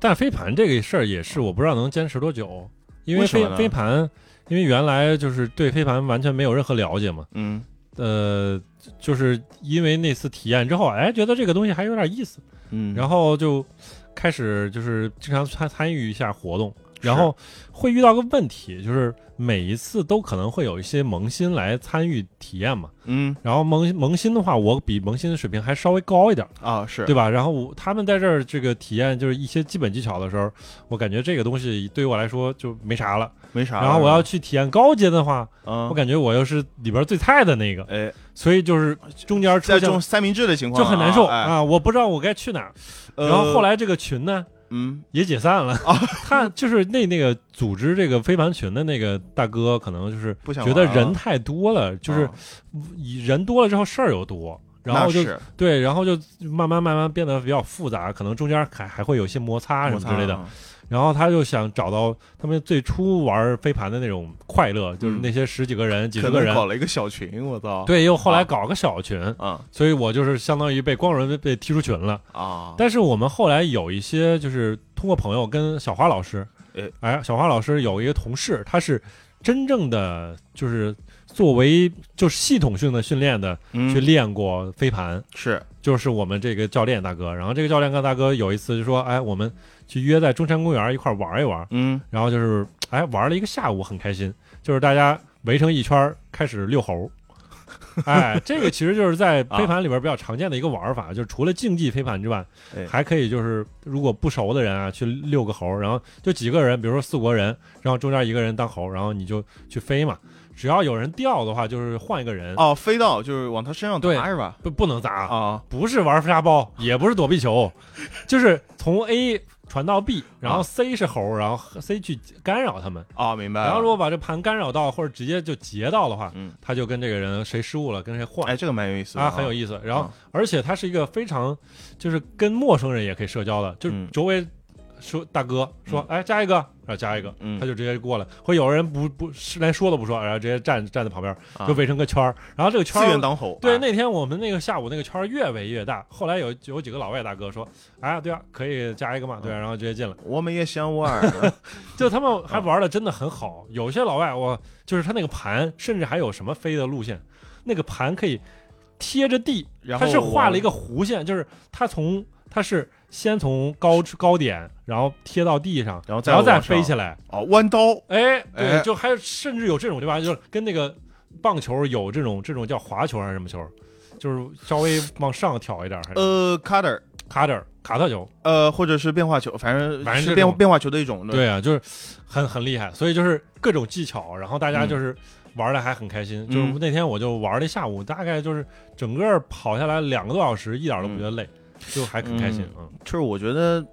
Speaker 1: 但飞盘这个事儿也是我不知道能坚持多久，因
Speaker 2: 为
Speaker 1: 为
Speaker 2: 什么
Speaker 1: 飞
Speaker 2: 呢
Speaker 1: 飞盘，因为原来就是对飞盘完全没有任何了解嘛，
Speaker 2: 嗯
Speaker 1: 呃，就是因为那次体验之后，哎，觉得这个东西还有点意思，
Speaker 2: 嗯，
Speaker 1: 然后就开始就是经常参参与一下活动，
Speaker 2: 是
Speaker 1: 然后会遇到个问题，就是每一次都可能会有一些萌新来参与体验嘛，
Speaker 2: 嗯
Speaker 1: 然后萌萌新的话，我比萌新的水平还稍微高一点。
Speaker 2: 啊是
Speaker 1: 对吧？然后我他们在这儿这个体验就是一些基本技巧的时候，我感觉这个东西对于我来说就没啥了。
Speaker 2: 没啥了。
Speaker 1: 然后我要去体验高阶的话，
Speaker 2: 嗯
Speaker 1: 我感觉我又是里边最菜的那个，
Speaker 2: 哎，
Speaker 1: 所以就是中间出
Speaker 2: 在
Speaker 1: 现
Speaker 2: 这种三明治的情况
Speaker 1: 就很难受
Speaker 2: 啊。哎
Speaker 1: 啊，我不知道我该去哪儿。
Speaker 2: 呃
Speaker 1: 然后后来这个群呢
Speaker 2: 嗯
Speaker 1: 也解散了， 他就是那那个组织这个飞盘群的那个大哥，可能就是
Speaker 2: 不想
Speaker 1: 觉得
Speaker 2: 玩了
Speaker 1: 人太多了，就是
Speaker 2: 啊
Speaker 1: 人多了之后事儿又多。然后
Speaker 2: 那
Speaker 1: 就是对，然后就慢慢慢慢变得比较复杂，可能中间还还会有一些摩擦什
Speaker 2: 摩
Speaker 1: 么
Speaker 2: 擦
Speaker 1: 之类的。
Speaker 2: 啊
Speaker 1: 然后他就想找到他们最初玩飞盘的那种快乐，就是那些十几个人、几
Speaker 2: 嗯可
Speaker 1: 十个
Speaker 2: 能
Speaker 1: 人，
Speaker 2: 搞了一个小群，我操。
Speaker 1: 对，又后
Speaker 2: 啊
Speaker 1: 来搞个小群，
Speaker 2: 啊
Speaker 1: 所以我就是相当于被光荣被被踢出群了。
Speaker 2: 啊，
Speaker 1: 但是我们后来有一些就是通过朋友跟小花老师
Speaker 2: 哎，
Speaker 1: 哎，小花老师有一个同事，他是真正的就是作为就是系统性的训练的去
Speaker 2: 嗯
Speaker 1: 练过飞盘。
Speaker 2: 是
Speaker 1: 就是我们这个教练大哥，然后这个教练大哥有一次就说，哎，我们去约在中山公园一块儿玩一玩，
Speaker 2: 嗯
Speaker 1: 然后就是哎玩了一个下午，很开心，就是大家围成一圈儿开始遛 猴，哎，这个其实就是在
Speaker 2: 啊
Speaker 1: 飞盘里边比较常见的一个玩法，就是除了竞技飞盘之外
Speaker 2: 哎，
Speaker 1: 还可以就是如果不熟的人啊去遛个猴，然后就几个人，比如说四国人，然后中间一个人当猴，然后你就去飞嘛，只要有人掉的话，就是换一个人，
Speaker 2: 哦，飞到就是往他身上
Speaker 1: 对
Speaker 2: 砸是吧？
Speaker 1: 不不能砸
Speaker 2: 啊
Speaker 1: 不是玩沙包，也不是躲避球，就是从 A 传到 B，然
Speaker 2: 啊
Speaker 1: 后 C 是猴，然后 C 去干扰他们。
Speaker 2: 啊，明白了。
Speaker 1: 然后如果把这盘干扰到，或者直接就截到的话，
Speaker 2: 嗯
Speaker 1: 他就跟这个人谁失误了跟谁换。
Speaker 2: 哎，这个蛮有意思的嗯
Speaker 1: 啊，很有
Speaker 2: 意
Speaker 1: 意思。然后，而且他是一个非常，就是跟陌生人也可以社交的，就是
Speaker 2: 嗯
Speaker 1: 周围说大哥说，哎，加一个，然后加一个，
Speaker 2: 嗯
Speaker 1: 他就直接过来。会有人不不是连说都不说，然后直接站站在旁边，
Speaker 2: 啊
Speaker 1: 就围成个圈儿。然后这个圈
Speaker 2: 自
Speaker 1: 儿
Speaker 2: 愿当猴。
Speaker 1: 对，
Speaker 2: 哎
Speaker 1: 那天我们那个下午那个圈儿越围越大，后来有有几个老外大哥说，哎，对啊，可以加一个嘛，
Speaker 2: 嗯
Speaker 1: 对啊、然后直接进了。
Speaker 2: 我们 也想玩儿
Speaker 1: 就他们还玩的真的很好，有些老外我就是他那个盘，甚至还有什么飞的路线，那个盘可以贴着地，
Speaker 2: 然后
Speaker 1: 它是画了一
Speaker 2: 个
Speaker 1: 个弧线，就是它从它是先从高处高点，然后贴到地上，
Speaker 2: 然后再
Speaker 1: 然后再
Speaker 2: 往上
Speaker 1: 飞起来，
Speaker 2: 哦弯刀
Speaker 1: 哎，
Speaker 2: 哎
Speaker 1: 对，就还有甚至有这种对吧？就是跟那个棒球有这种这种叫滑球还是什么球，就是稍微往上挑一点，还是
Speaker 2: 呃 cutter
Speaker 1: 卡点儿卡特球。
Speaker 2: 呃或者是变化球，反正
Speaker 1: 反正
Speaker 2: 是
Speaker 1: 这
Speaker 2: 变
Speaker 1: 种
Speaker 2: 变化球的一种。
Speaker 1: 对啊，就是很很厉害，所以就是各种技巧，然后大家就是玩的还很开心。就是
Speaker 2: 嗯
Speaker 1: 那天我就玩了一下午，大概就是整个跑下来两个多小时，一点都不觉得
Speaker 2: 嗯
Speaker 1: 累，就还很开心。嗯
Speaker 2: 就是我觉得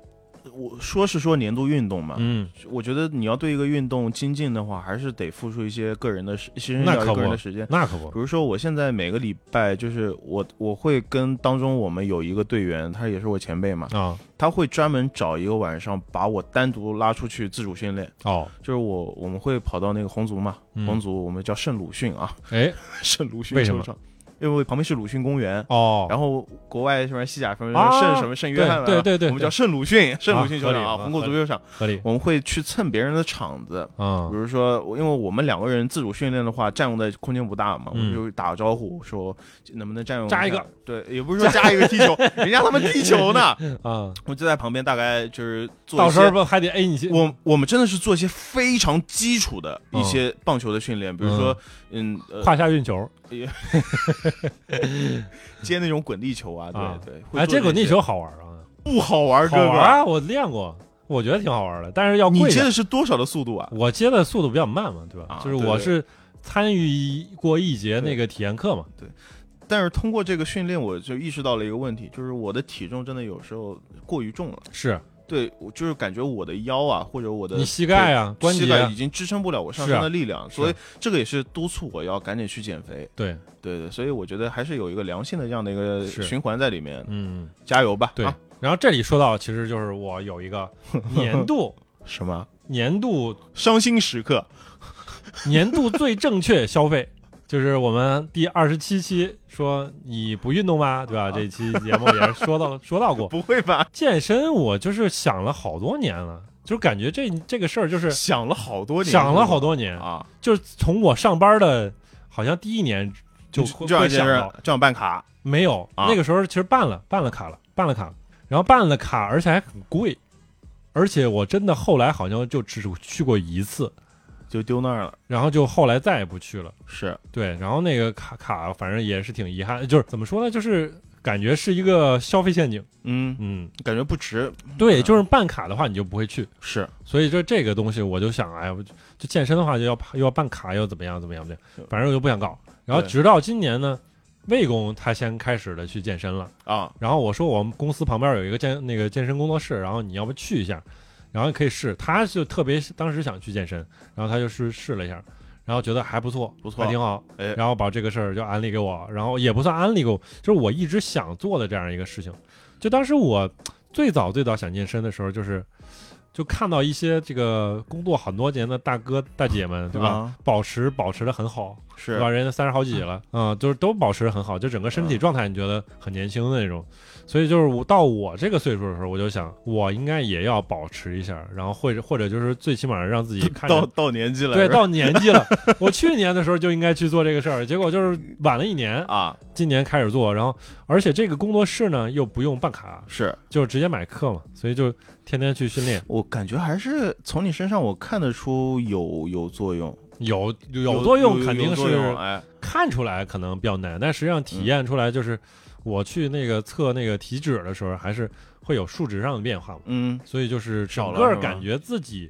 Speaker 2: 我说是说年度运动嘛，
Speaker 1: 嗯，
Speaker 2: 我觉得你要对一个运动精进的话，还是得付出一些个人的时牺牲
Speaker 1: 那
Speaker 2: 掉一
Speaker 1: 可
Speaker 2: 个人
Speaker 1: 不
Speaker 2: 的时间。
Speaker 1: 那可不
Speaker 2: 比，如说，我现在每个礼拜就是我我会跟当中我们有一个队员，他也是我前辈嘛，
Speaker 1: 啊
Speaker 2: 他会专门找一个晚上把我单独拉出去自主训练，
Speaker 1: 哦，
Speaker 2: 就是我我们会跑到那个红族嘛，
Speaker 1: 嗯
Speaker 2: 红族我们叫圣鲁迅啊，
Speaker 1: 哎
Speaker 2: 圣鲁迅
Speaker 1: 为什
Speaker 2: 球
Speaker 1: 么
Speaker 2: 场，因为旁边是鲁迅公园。
Speaker 1: 哦，
Speaker 2: 然后国外什么西甲什么
Speaker 1: 啊
Speaker 2: 圣什么圣约翰啊，
Speaker 1: 对对对对
Speaker 2: 我们叫圣鲁迅圣鲁迅球场
Speaker 1: 啊合
Speaker 2: 啊，
Speaker 1: 理
Speaker 2: 红国足球场，
Speaker 1: 合理
Speaker 2: 我们会去蹭别人的场子，
Speaker 1: 啊
Speaker 2: 比，如说，我因为我们两个人自主训练的话，占用的空间不大嘛，我
Speaker 1: 嗯
Speaker 2: 就打个招呼说能不能占用
Speaker 1: 加
Speaker 2: 下
Speaker 1: 一个，
Speaker 2: 对，也不是说加一个踢 球，人家他们踢球呢，
Speaker 1: 啊，
Speaker 2: 我就在旁边大概就是做
Speaker 1: 到
Speaker 2: 一
Speaker 1: 时候
Speaker 2: 些。
Speaker 1: 不还得 A 你去
Speaker 2: 我我们真的是做一些非常基础的一些棒球的训练，比如说，嗯，呃，
Speaker 1: 胯下运球？
Speaker 2: 接那种滚地球啊，
Speaker 1: 啊
Speaker 2: 对对。会
Speaker 1: 哎，
Speaker 2: 做
Speaker 1: 这
Speaker 2: 些
Speaker 1: 滚地球好玩啊，
Speaker 2: 不好玩，
Speaker 1: 好
Speaker 2: 哥
Speaker 1: 玩
Speaker 2: 哥，
Speaker 1: 啊，我练过，我觉得挺好玩哦的，但是要
Speaker 2: 你
Speaker 1: 贵
Speaker 2: 接
Speaker 1: 点。
Speaker 2: 的是多少的速度啊？
Speaker 1: 我接的速度比较慢嘛，对吧？
Speaker 2: 啊
Speaker 1: 就是
Speaker 2: 对
Speaker 1: 我
Speaker 2: 对
Speaker 1: 是参与过一节那个体验课嘛，
Speaker 2: 但是通过这个训练，我就意识到了一个问题，就是我的体重真的有时候过于重了。
Speaker 1: 是
Speaker 2: 对我就是感觉我的腰啊，或者我的
Speaker 1: 你膝盖啊，关
Speaker 2: 膝
Speaker 1: 节
Speaker 2: 盖
Speaker 1: 啊
Speaker 2: 已经支撑不了我上
Speaker 1: 是啊
Speaker 2: 身的力量，
Speaker 1: 是
Speaker 2: 所以这个也是督促我要赶紧去减肥。
Speaker 1: 对，
Speaker 2: 对对，所以我觉得还是有一个良性的这样的一个
Speaker 1: 是
Speaker 2: 循环在里面，
Speaker 1: 嗯，
Speaker 2: 加油吧！
Speaker 1: 对
Speaker 2: 啊、。
Speaker 1: 然后这里说到，其实就是我有一 个年度
Speaker 2: 什么
Speaker 1: 年度
Speaker 2: 伤心时刻？
Speaker 1: 年度最正确消费，就是我们第二十七期说你不运动吗？对吧？这期节目也是说到说到 过
Speaker 2: 不会吧？
Speaker 1: 健身，我就是想了好多年了，就是感觉这这个事儿就是
Speaker 2: 想了好多年，
Speaker 1: 想了好多年，
Speaker 2: 啊，
Speaker 1: 就是从我上班的，好像第一年就会
Speaker 2: 就这样
Speaker 1: 会
Speaker 2: 一件
Speaker 1: 想
Speaker 2: 事
Speaker 1: 到
Speaker 2: 儿，这样办卡，
Speaker 1: 没有，
Speaker 2: 啊
Speaker 1: 那个时候其实办了，办了卡了，办了卡了，然后办了卡，而且还很贵，而且我真的后来好像就只去过一次，
Speaker 2: 就丢那儿了。
Speaker 1: 然后就后来再也不去了。
Speaker 2: 是，
Speaker 1: 对，然后那个卡卡，反正也是挺遗憾，就是怎么说呢，就是感觉是一个消费陷阱。
Speaker 2: 嗯，
Speaker 1: 嗯，
Speaker 2: 感觉不值。
Speaker 1: 对，就是办卡的话你就不会去，
Speaker 2: 是，
Speaker 1: 所以就这个东西我就想，哎呀，我就就健身的话就要又要办卡，又怎么样怎么样怎么
Speaker 2: 是
Speaker 1: 样，反正我就不想搞。然后
Speaker 2: 对
Speaker 1: 直到今年呢，魏工他先开始的去健身了。
Speaker 2: 啊，
Speaker 1: 然后我说我们公司旁边有一个健那个健身工作室，然后你要不去一下，然后可以试。他就特别当时想去健身，然后他就试试了一下，然后觉得还不错，
Speaker 2: 不错
Speaker 1: 还挺好。
Speaker 2: 哎
Speaker 1: 然后把这个事儿就安利给我，然后也不算安利给我，就是我一直想做的这样一个事情。就当时我最早最早想健身的时候，就是就看到一些这个工作很多年的大哥大姐们，对吧？
Speaker 2: 啊
Speaker 1: 保持保持的很好，
Speaker 2: 是嗯
Speaker 1: 对吧？人家三十好几 了，嗯，就是都保持得很好，就整个身体状态你觉得很年轻的那种。所以就是我到我这个岁数的时候，我就想，我应该也要保持一下，然后或者或者就是最起码让自己看
Speaker 2: 到
Speaker 1: 着。
Speaker 2: 到年纪了，
Speaker 1: 对，
Speaker 2: 是吧
Speaker 1: 到年纪了，我去年的时候就应该去做这个事儿，结果就是晚了一年，
Speaker 2: 啊，
Speaker 1: 今年开始做，然后而且这个工作室呢又不用办卡，
Speaker 2: 是
Speaker 1: 就直接买课嘛，所以就天天去训练，
Speaker 2: 我感觉还是从你身上我看得出有有作用，
Speaker 1: 有有作用，
Speaker 2: 有
Speaker 1: 肯定
Speaker 2: 有
Speaker 1: 是
Speaker 2: 作用哎，
Speaker 1: 看出来可能比较难，但实际上体验出来就是，我去那个测那个体脂的时候，还是会有数值上的变化嘛，
Speaker 2: 嗯，
Speaker 1: 所以就是整
Speaker 2: 少了是
Speaker 1: 个
Speaker 2: 吧
Speaker 1: 感觉自己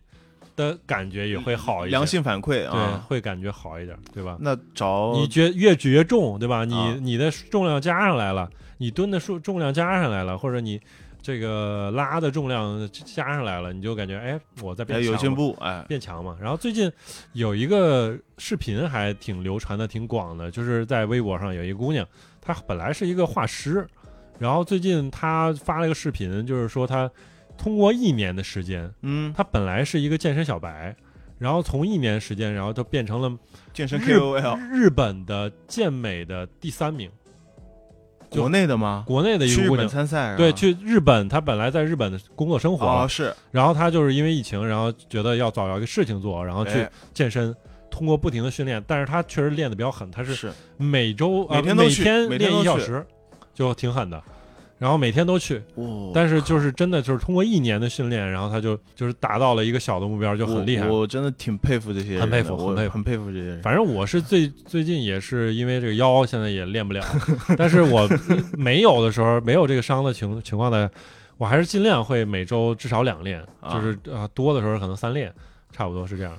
Speaker 1: 的感觉也会好一些，
Speaker 2: 良性反馈
Speaker 1: 对，
Speaker 2: 啊。
Speaker 1: 会感觉好一点，对吧？
Speaker 2: 那找
Speaker 1: 你觉越觉重，对吧？你、
Speaker 2: 啊
Speaker 1: 你的重量加上来了，你蹲的数重量加上来了，或者你这个拉的重量加上来了，你就感觉哎，我在
Speaker 2: 哎
Speaker 1: 变强
Speaker 2: 有
Speaker 1: 了，
Speaker 2: 进步哎，
Speaker 1: 变强嘛。然后最近有一个视频还挺流传的，挺广的，就是在微博上有一姑娘，她本来是一个画师，然后最近她发了一个视频，就是说她通过一年的时间，
Speaker 2: 嗯，
Speaker 1: 她本来是一个健身小白，然后从一年时间，然后她变成了
Speaker 2: 健身
Speaker 1: 日
Speaker 2: KOL，
Speaker 1: 日本的健美的第三名，就
Speaker 2: 国内的吗？
Speaker 1: 国内的一
Speaker 2: 去
Speaker 1: 个
Speaker 2: 日
Speaker 1: 姑
Speaker 2: 本
Speaker 1: 娘。
Speaker 2: 参赛是吧，啊
Speaker 1: 对，去日本，她本来在日本的工作生活，
Speaker 2: 哦是，
Speaker 1: 然后她就是因为疫情，然后觉得要找到一个事情做，然后去
Speaker 2: 哎
Speaker 1: 健身，通过不停的训练，但是他确实练的比较狠，他是
Speaker 2: 是
Speaker 1: 每周呃
Speaker 2: 每天都去
Speaker 1: 天
Speaker 2: 每天
Speaker 1: 练
Speaker 2: 都
Speaker 1: 一小
Speaker 2: 去
Speaker 1: 时，就挺狠的。然后每天都去，
Speaker 2: 哇
Speaker 1: 但是就是真的就是通过一年的训练，然后他就就是达到了一个小的目标，就很厉害。
Speaker 2: 我我真的挺佩服这些人的，
Speaker 1: 很佩服
Speaker 2: 我
Speaker 1: 很佩服
Speaker 2: 很佩服这些人。
Speaker 1: 反正我是最最近也是因为这个腰现在也练不了，但是 我没有的时候没有这个伤的情情况呢，我还是尽量会每周至少两练，
Speaker 2: 啊
Speaker 1: 就是呃多的时候可能三练，差不多是这样。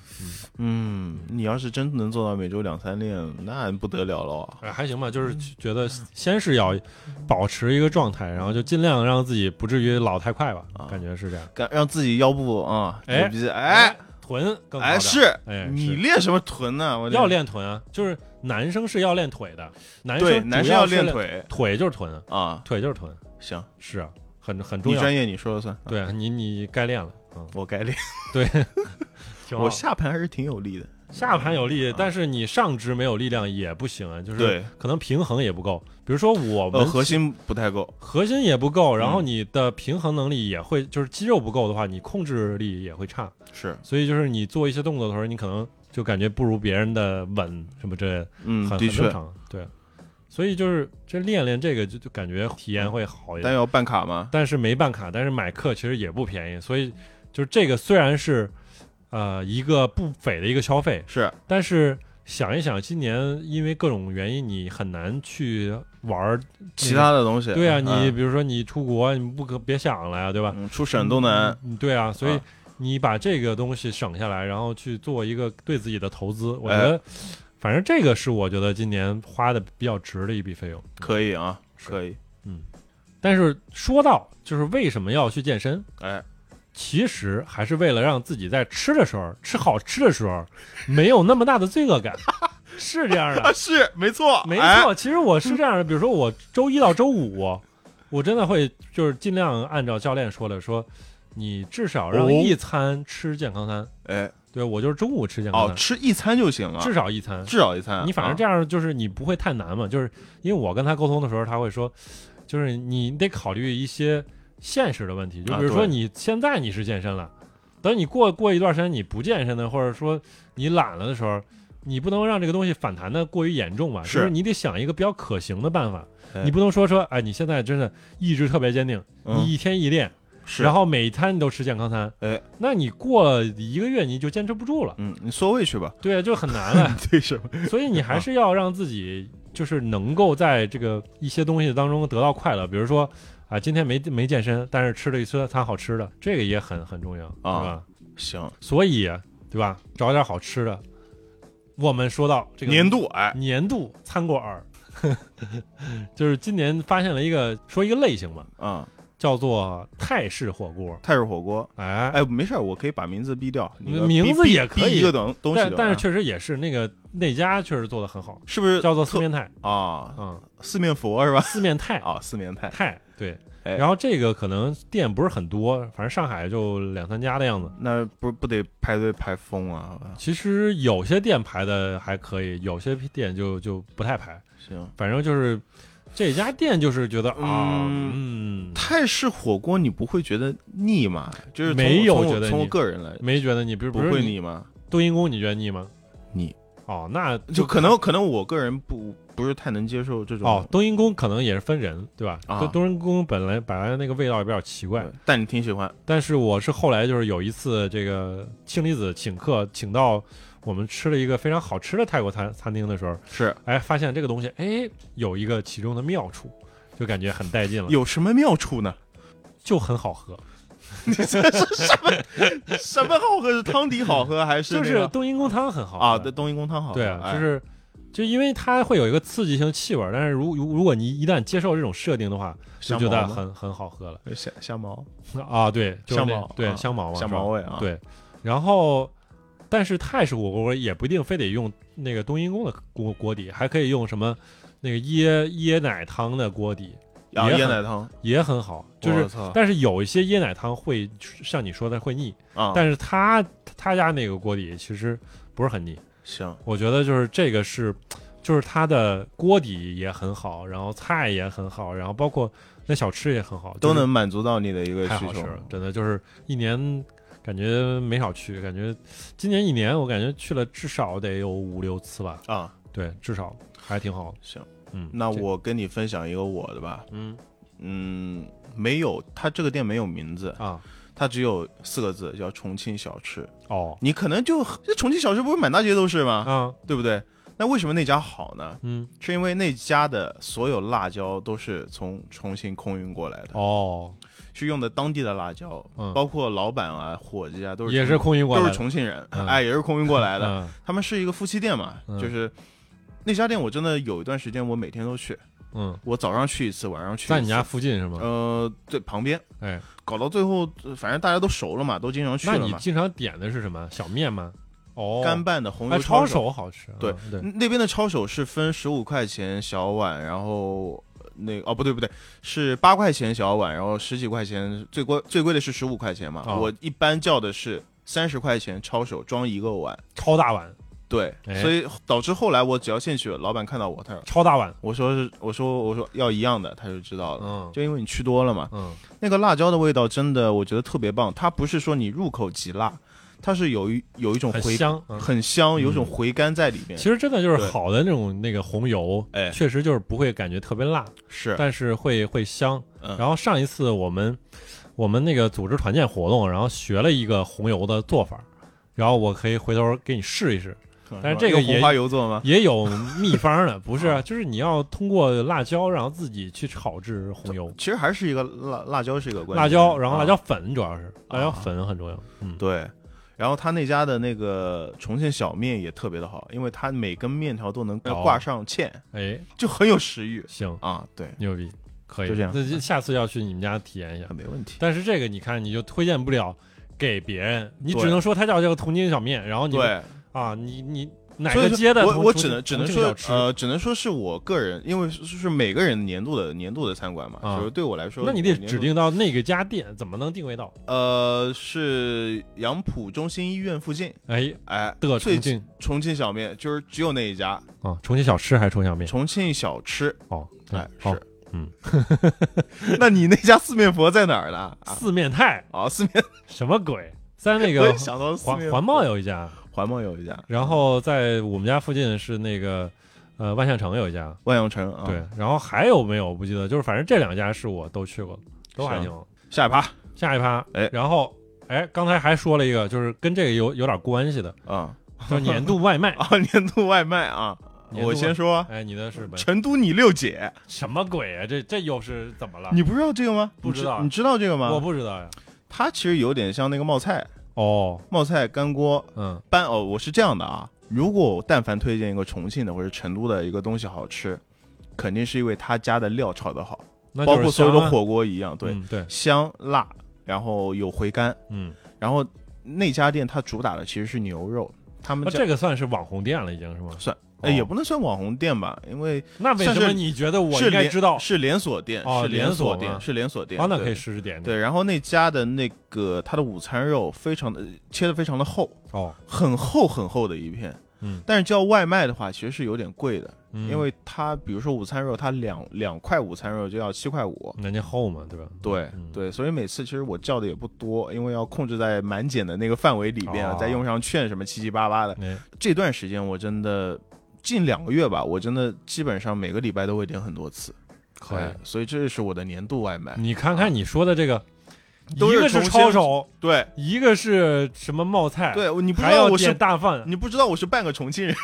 Speaker 2: 嗯，你要是真能做到每周两三练，那不得了啊了。
Speaker 1: 哎，还行吧，就是觉得先是要保持一个状态，然后就尽量让自己不至于老太快吧，
Speaker 2: 啊
Speaker 1: 感觉是这样。
Speaker 2: 敢让自己腰部啊，
Speaker 1: 哎
Speaker 2: 牛逼，哎，
Speaker 1: 臀更好
Speaker 2: 哎
Speaker 1: 点
Speaker 2: 是，
Speaker 1: 哎
Speaker 2: 你
Speaker 1: 是
Speaker 2: 练什么臀呢？我
Speaker 1: 要练臀啊，就是男生是要练腿的，男
Speaker 2: 对，
Speaker 1: 生
Speaker 2: 男
Speaker 1: 主
Speaker 2: 生
Speaker 1: 要是
Speaker 2: 练，腿
Speaker 1: 腿就是臀，
Speaker 2: 啊。
Speaker 1: 腿就是臀，
Speaker 2: 行，
Speaker 1: 是啊，很很重
Speaker 2: 你
Speaker 1: 要。
Speaker 2: 专业你说了算，
Speaker 1: 对啊你你该练了，嗯，
Speaker 2: 我该练。
Speaker 1: 挺好
Speaker 2: 我下盘还是挺有力的，
Speaker 1: 下盘有力，但是你上肢没有力量也不行啊，就是
Speaker 2: 对，
Speaker 1: 可能平衡也不够。比如说我
Speaker 2: 呃，
Speaker 1: 们
Speaker 2: 核心不太够，
Speaker 1: 核心也不够，然后
Speaker 2: 嗯
Speaker 1: 你的平衡能力也会，就是肌肉不够的话，你控制力也会差。
Speaker 2: 是，
Speaker 1: 所以就是你做一些动作的时候，你可能就感觉不如别人的稳什么之类的，
Speaker 2: 嗯
Speaker 1: 很，
Speaker 2: 的
Speaker 1: 很正
Speaker 2: 确。
Speaker 1: 常。对，所以就是这练练这个就就感觉体验会好一
Speaker 2: 但
Speaker 1: 点。
Speaker 2: 要办卡吗？
Speaker 1: 但是没办卡，但是买课其实也不便宜，所以就是这个虽然是呃一个不菲的一个消费，
Speaker 2: 是，
Speaker 1: 但是想一想，今年因为各种原因，你很难去玩儿
Speaker 2: 其他的东西。
Speaker 1: 对啊，你
Speaker 2: 嗯
Speaker 1: 比如说你出国，你不可别想了呀，对吧？
Speaker 2: 嗯出省都难，
Speaker 1: 嗯。对啊，所以
Speaker 2: 啊
Speaker 1: 你把这个东西省下来，然后去做一个对自己的投资，我觉
Speaker 2: 哎
Speaker 1: 得，反正这个是我觉得今年花的比较值的一笔费用。
Speaker 2: 可以啊，
Speaker 1: 是
Speaker 2: 可以。
Speaker 1: 但是说到就是为什么要去健身，
Speaker 2: 哎，
Speaker 1: 其实还是为了让自己在吃的时候吃好吃的时候没有那么大的罪恶感， 是这样的
Speaker 2: 啊，。是没错，
Speaker 1: 没
Speaker 2: 哎
Speaker 1: 错，其实我是这样的，比如说我周一到周五，我真的会就是尽量按照教练说的，说你至少
Speaker 2: 哦
Speaker 1: 让一餐吃健康餐。
Speaker 2: 哎，
Speaker 1: 对我就是中午吃健康
Speaker 2: 哦，
Speaker 1: 餐，
Speaker 2: 吃一餐就行了，
Speaker 1: 至少一餐。
Speaker 2: 至少一餐。啊
Speaker 1: 你反正这样就是你不会太难嘛，就是因为我跟他沟通的时候，他会说，就是你得考虑一些现实的问题，就
Speaker 2: 啊
Speaker 1: 比如说
Speaker 2: 对
Speaker 1: 你现在你是健身了，等你过过一段时间你不健身的，或者说你懒了的时候，你不能让这个东西反弹的过于严重吧？
Speaker 2: 是
Speaker 1: 就是你得想一个比较可行的办法，
Speaker 2: 哎
Speaker 1: 你不能说说，哎，你现在真的意志特别坚定，
Speaker 2: 嗯
Speaker 1: 你一天一练，
Speaker 2: 是，
Speaker 1: 然后每一餐你都吃健康餐，
Speaker 2: 哎，
Speaker 1: 那你过了一个月你就坚持不住了，
Speaker 2: 嗯，你缩回去吧。
Speaker 1: 对，啊就很难 了。
Speaker 2: 对什么？
Speaker 1: 所以你还是要让自己就是能够在这个一些东西当中得到快乐，比如说啊，今天没没健身，但是吃了一餐餐好吃的，这个也很很重要，对
Speaker 2: 啊
Speaker 1: 吧？
Speaker 2: 行，
Speaker 1: 所以啊对吧，找点好吃的。我们说到这个
Speaker 2: 年度哎，
Speaker 1: 年度餐馆儿， 就是今年发现了一个说一个类型嘛，
Speaker 2: 啊，
Speaker 1: 叫做泰式火锅，
Speaker 2: 泰式火锅。
Speaker 1: 哎。
Speaker 2: 哎，没事儿，我可以把名字毙掉，你的
Speaker 1: 名
Speaker 2: 逼
Speaker 1: 字
Speaker 2: 逼
Speaker 1: 也可
Speaker 2: 逼
Speaker 1: 以
Speaker 2: 一个等东西
Speaker 1: 但
Speaker 2: 的。
Speaker 1: 但是
Speaker 2: 哎
Speaker 1: 确实也是那个那家确实做的很好，
Speaker 2: 是不是
Speaker 1: 叫做
Speaker 2: 特
Speaker 1: 四面泰，
Speaker 2: 啊？
Speaker 1: 嗯，
Speaker 2: 四面佛是吧？
Speaker 1: 四面泰
Speaker 2: 啊，四面泰。
Speaker 1: 泰对，
Speaker 2: 哎
Speaker 1: 然后这个可能店不是很多，反正上海就两三家的样子。
Speaker 2: 那不不得排队排疯啊？
Speaker 1: 其实有些店排的还可以，有些店就就不太排。
Speaker 2: 行，
Speaker 1: 反正就是这家店就是觉得啊，嗯，
Speaker 2: 泰式火锅你不会觉得腻吗？就是从
Speaker 1: 没有
Speaker 2: 从我
Speaker 1: 觉得
Speaker 2: 从我
Speaker 1: 腻
Speaker 2: 个人来，
Speaker 1: 没觉得你，比如
Speaker 2: 不
Speaker 1: 比如
Speaker 2: 会
Speaker 1: 你
Speaker 2: 腻吗？
Speaker 1: 冬阴功，你觉得腻吗？
Speaker 2: 腻
Speaker 1: 哦，那
Speaker 2: 就可能可能我个人不不是太能接受这种
Speaker 1: 哦，冬阴功可能也是分人，对吧？
Speaker 2: 啊
Speaker 1: 冬冬阴功本来本来那个味道也比较奇怪，
Speaker 2: 对但你挺喜欢
Speaker 1: 但是我是后来就是有一次，这个氢离子请客，请到我们吃了一个非常好吃的泰国餐餐厅的时候，
Speaker 2: 是
Speaker 1: 哎，发现这个东西，哎，有一个其中的妙处，就感觉很带劲了，
Speaker 2: 有什么妙处呢？
Speaker 1: 就很好喝，
Speaker 2: 什么好喝？是汤底好喝还是
Speaker 1: 就
Speaker 2: 那
Speaker 1: 是
Speaker 2: 个
Speaker 1: 冬阴功汤很好喝
Speaker 2: 啊？对，冬阴功汤好喝。
Speaker 1: 对啊，
Speaker 2: 哎
Speaker 1: 就是就因为它会有一个刺激性气味儿，但是如如如果你一旦接受这种设定的话，就
Speaker 2: 香
Speaker 1: 觉得
Speaker 2: 茅吗
Speaker 1: 很很好喝了
Speaker 2: 呃香香茅
Speaker 1: 啊，对，就是
Speaker 2: 香
Speaker 1: 那
Speaker 2: 茅
Speaker 1: 对
Speaker 2: 啊
Speaker 1: 香茅嘛，
Speaker 2: 香
Speaker 1: 是吧
Speaker 2: 茅味啊。，
Speaker 1: 对，然后但是泰式火锅也不一定非得用那个冬阴功的锅锅底，还可以用什么那个椰椰奶汤的锅底
Speaker 2: 啊，
Speaker 1: 也
Speaker 2: 椰
Speaker 1: 很
Speaker 2: 奶汤
Speaker 1: 也很好，就是
Speaker 2: 我。操
Speaker 1: 但是有一些椰奶汤会像你说的会腻，
Speaker 2: 啊，
Speaker 1: 但是他他家那个锅底其实不是很腻，
Speaker 2: 行
Speaker 1: 我觉得就是这个是，就是它的锅底也很好，然后菜也很好，然后包括那小吃也很好，
Speaker 2: 都
Speaker 1: 就是
Speaker 2: 能满足到你的一个
Speaker 1: 太
Speaker 2: 需
Speaker 1: 好吃
Speaker 2: 求。
Speaker 1: 了，真的就是一年感觉没少去，感觉今年一年我感觉去了至少得有五六次吧，
Speaker 2: 啊，
Speaker 1: 对，至少还挺好的。
Speaker 2: 行，
Speaker 1: 嗯，
Speaker 2: 那
Speaker 1: 这
Speaker 2: 我跟你分享一个我的吧。
Speaker 1: 嗯
Speaker 2: 嗯，没有，它这个店没有名字，
Speaker 1: 啊
Speaker 2: 它只有四个字，叫重庆小吃。
Speaker 1: 哦
Speaker 2: 你可能就这重庆小吃不是满大街都是吗？
Speaker 1: 啊
Speaker 2: 对不对？那为什么那家好呢？
Speaker 1: 嗯
Speaker 2: 是因为那家的所有辣椒都是从重庆空运过来的，
Speaker 1: 哦
Speaker 2: 是用的当地的辣椒，
Speaker 1: 嗯
Speaker 2: 包括老板啊、伙计啊，都是
Speaker 1: 也是
Speaker 2: 重
Speaker 1: 空运过来
Speaker 2: 都
Speaker 1: 的，
Speaker 2: 是重庆人，
Speaker 1: 嗯
Speaker 2: 哎，也是空运过来的。
Speaker 1: 嗯
Speaker 2: 他们是一个夫妻店嘛，
Speaker 1: 嗯
Speaker 2: 就是那家店，我真的有一段时间我每天都去，
Speaker 1: 嗯，
Speaker 2: 我早上去一次，晚上去一次。
Speaker 1: 在你家？附近是吗？
Speaker 2: 呃，对，旁边。
Speaker 1: 哎，
Speaker 2: 搞到最后，呃反正大家都熟了嘛，都经常去
Speaker 1: 那
Speaker 2: 了
Speaker 1: 你
Speaker 2: 嘛。
Speaker 1: 经常点的是什么？小面吗？哦，
Speaker 2: 干拌的红
Speaker 1: 哎，
Speaker 2: 油
Speaker 1: 抄
Speaker 2: 抄
Speaker 1: 手好吃啊，
Speaker 2: 对
Speaker 1: 对，
Speaker 2: 那边的抄手是分十五块钱小碗，然后呃那个哦不对不对，是八块钱小碗，然后十几块钱最贵最贵的是十五块钱嘛。
Speaker 1: 哦
Speaker 2: 我一般叫的是三十块钱抄手装一个碗，
Speaker 1: 超大碗，
Speaker 2: 对，
Speaker 1: 哎
Speaker 2: 所以导致后来我只要进去，老板看到我，他说
Speaker 1: 超大碗，
Speaker 2: 我说是我说我说要一样的，他就知道了。
Speaker 1: 嗯
Speaker 2: 就因为你去多了嘛，
Speaker 1: 嗯
Speaker 2: 那个辣椒的味道真的我觉得特别棒，它不是说你入口即辣，它是有一有一种
Speaker 1: 很
Speaker 2: 回
Speaker 1: 香。嗯
Speaker 2: 很香，有一种
Speaker 1: 嗯
Speaker 2: 回甘在里面。
Speaker 1: 其实真的就是
Speaker 2: 对
Speaker 1: 好的那种那个红油，
Speaker 2: 哎
Speaker 1: 确实就是不会感觉特别辣，
Speaker 2: 是，
Speaker 1: 但是会会香。
Speaker 2: 嗯
Speaker 1: 然后上一次我们我们那个组织团建活动，然后学了一个红油的做法，然后我可以回头给你试一试，但是这个
Speaker 2: 用
Speaker 1: 也
Speaker 2: 红花油做吗？
Speaker 1: 也有秘方 的，不是啊，就是你要通过辣椒，然后自己去炒制红油，
Speaker 2: 其实还是一个辣辣椒是一个关键
Speaker 1: 辣椒，然后辣、椒
Speaker 2: 啊
Speaker 1: 粉主要是辣椒粉很重要，嗯，
Speaker 2: 对，然后他那家的那个重庆小面也特别的好，因为它每根面条都能
Speaker 1: 哦
Speaker 2: 挂上芡，
Speaker 1: 哎，
Speaker 2: 就很有食欲
Speaker 1: 行，
Speaker 2: 啊。对，
Speaker 1: 牛逼，可以，
Speaker 2: 就这样
Speaker 1: 那就下次要去你们家体验一下。
Speaker 2: 没问题。
Speaker 1: 但是这个你看，你就推荐不了给别人，你只
Speaker 2: 对
Speaker 1: 能说它叫这个同京小面，然后你
Speaker 2: 对，
Speaker 1: 啊，你你哪
Speaker 2: 所以
Speaker 1: 个
Speaker 2: 说
Speaker 1: 街的
Speaker 2: 我
Speaker 1: 同
Speaker 2: 我
Speaker 1: 重
Speaker 2: 只
Speaker 1: 庆
Speaker 2: 能只
Speaker 1: 重
Speaker 2: 能
Speaker 1: 庆
Speaker 2: 说
Speaker 1: 小吃
Speaker 2: 呃，只能说是我个人，因为是是每个人年度的年度的餐馆嘛，
Speaker 1: 啊
Speaker 2: 就是对我来说，
Speaker 1: 那你得
Speaker 2: 我年度
Speaker 1: 指定到那个家店，怎么能定位到？
Speaker 2: 呃是杨浦中心医院附近，
Speaker 1: 哎，
Speaker 2: 哎
Speaker 1: 的
Speaker 2: 最
Speaker 1: 重庆
Speaker 2: 重庆小面就是只有那一家
Speaker 1: 啊，重庆小吃还是重庆小面？
Speaker 2: 重庆小吃，
Speaker 1: 哦，嗯
Speaker 2: 哎
Speaker 1: 好
Speaker 2: 是，
Speaker 1: 嗯，
Speaker 2: 那你那家四面佛在哪儿呢？啊，
Speaker 1: 四面泰
Speaker 2: 哦四面，
Speaker 1: 什么鬼？在那
Speaker 2: 我
Speaker 1: 个
Speaker 2: 也想到四
Speaker 1: 环
Speaker 2: 面
Speaker 1: 环
Speaker 2: 佛
Speaker 1: 贸有一家，
Speaker 2: 环贸有一家，
Speaker 1: 然后在我们家附近是那个呃万象城有一家，
Speaker 2: 万象城啊，，
Speaker 1: 对，然后还有没有我不记得，就是反正这两家是我都去过的，都还
Speaker 2: 行
Speaker 1: 挺好。
Speaker 2: 下一趴
Speaker 1: 下一趴，
Speaker 2: 哎
Speaker 1: 然后哎，刚才还说了一个，就是跟这个有有点关系 的，
Speaker 2: 啊
Speaker 1: 叫年度外卖。
Speaker 2: 啊年度外卖啊，
Speaker 1: 年度
Speaker 2: 我
Speaker 1: 外
Speaker 2: 先说啊
Speaker 1: 哎，你的是本
Speaker 2: 成都你六姐。
Speaker 1: 什么鬼啊？这这又是怎么了？
Speaker 2: 你不知道这个吗？
Speaker 1: 啊不知道
Speaker 2: 你知道这个
Speaker 1: 我
Speaker 2: 吗？
Speaker 1: 不知道呀。
Speaker 2: 它其实有点像那个冒菜，
Speaker 1: 哦，
Speaker 2: 冒菜干锅
Speaker 1: 嗯
Speaker 2: 班哦。我是这样的啊，如果我但凡推荐一个重庆的或者成都的一个东西好吃，肯定是因为他家的料炒得好，
Speaker 1: 那
Speaker 2: 包
Speaker 1: 就是
Speaker 2: 括所有
Speaker 1: 香
Speaker 2: 的
Speaker 1: 啊
Speaker 2: 火锅一样，对，
Speaker 1: 嗯对，
Speaker 2: 香辣，然后有回甘，
Speaker 1: 嗯，
Speaker 2: 然后那家店它主打的其实是牛肉，他们
Speaker 1: 那
Speaker 2: 家。
Speaker 1: 这个算是网红店了，已经是吗？
Speaker 2: 算
Speaker 1: 哦
Speaker 2: 哎也不能算网红店吧，因为
Speaker 1: 那为
Speaker 2: 算
Speaker 1: 什
Speaker 2: 是
Speaker 1: 么你觉得我
Speaker 2: 是
Speaker 1: 应该
Speaker 2: 连
Speaker 1: 知道？
Speaker 2: 是连锁店，
Speaker 1: 哦
Speaker 2: 是连
Speaker 1: 连锁
Speaker 2: 锁
Speaker 1: 吗
Speaker 2: 店，是连锁店。
Speaker 1: 啊，那
Speaker 2: 对
Speaker 1: 可以试试点点。
Speaker 2: 对，然后那家的那个它的午餐肉非常的切的非常的厚，
Speaker 1: 哦，
Speaker 2: 很厚很厚的一片。
Speaker 1: 嗯，
Speaker 2: 但是叫外卖的话，其实是有点贵的，
Speaker 1: 嗯
Speaker 2: 因为它比如说午餐肉，它两两块午餐肉就要七块五。
Speaker 1: 人家厚嘛，对吧？
Speaker 2: 对
Speaker 1: 嗯
Speaker 2: 对，所以每次其实我叫的也不多，因为要控制在满减的那个范围里边啊，
Speaker 1: 哦
Speaker 2: 再用上券什么七七八八的。
Speaker 1: 哎，
Speaker 2: 这段时间我真的近两个月吧，我真的基本上每个礼拜都会点很多次。
Speaker 1: 可以嗯
Speaker 2: 哎。所以这是我的年度外卖。
Speaker 1: 你看看你说的这个，
Speaker 2: 哎
Speaker 1: 一
Speaker 2: 都是
Speaker 1: 个是
Speaker 2: 重
Speaker 1: 抄
Speaker 2: 庆
Speaker 1: 手，
Speaker 2: 对
Speaker 1: 一个是什么冒菜，，
Speaker 2: 对，你不知
Speaker 1: 还
Speaker 2: 道
Speaker 1: 要
Speaker 2: 我
Speaker 1: 点
Speaker 2: 是
Speaker 1: 大饭。
Speaker 2: 你不知道我是半个重 庆人，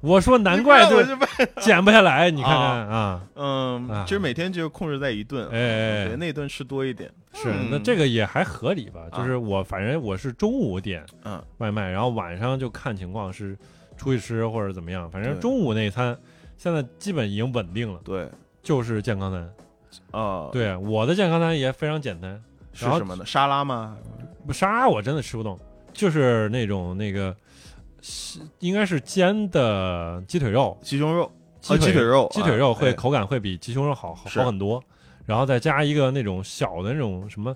Speaker 1: 我说难怪
Speaker 2: 你不知道我
Speaker 1: 这
Speaker 2: 是半
Speaker 1: 减不下来，你看看
Speaker 2: 啊
Speaker 1: 啊，啊
Speaker 2: 嗯，其实每天就控制在一顿，
Speaker 1: 哎哎
Speaker 2: 我觉得
Speaker 1: 哎
Speaker 2: 那顿吃多一点，
Speaker 1: 是
Speaker 2: 嗯
Speaker 1: 那这个也还合理吧？
Speaker 2: 啊
Speaker 1: 就是我反正我是中午点
Speaker 2: 嗯，
Speaker 1: 外卖，然后晚上就看情况是出去吃或者怎么样，反正
Speaker 2: 对
Speaker 1: 中午那一餐现在基本已经稳定了，
Speaker 2: 对，
Speaker 1: 就是健康餐。
Speaker 2: 啊，，
Speaker 1: 对，我的健康餐也非常简单，
Speaker 2: 是
Speaker 1: 然后
Speaker 2: 什么呢？沙拉吗？
Speaker 1: 沙我真的吃不动，就是那种那个是应该是煎的鸡腿肉，
Speaker 2: 鸡胸肉，
Speaker 1: 鸡
Speaker 2: 啊鸡腿肉，
Speaker 1: 鸡腿肉
Speaker 2: 啊
Speaker 1: 会
Speaker 2: 哎
Speaker 1: 口感会比鸡胸肉好好
Speaker 2: 是
Speaker 1: 好很多，然后再加一个那种小的那种什么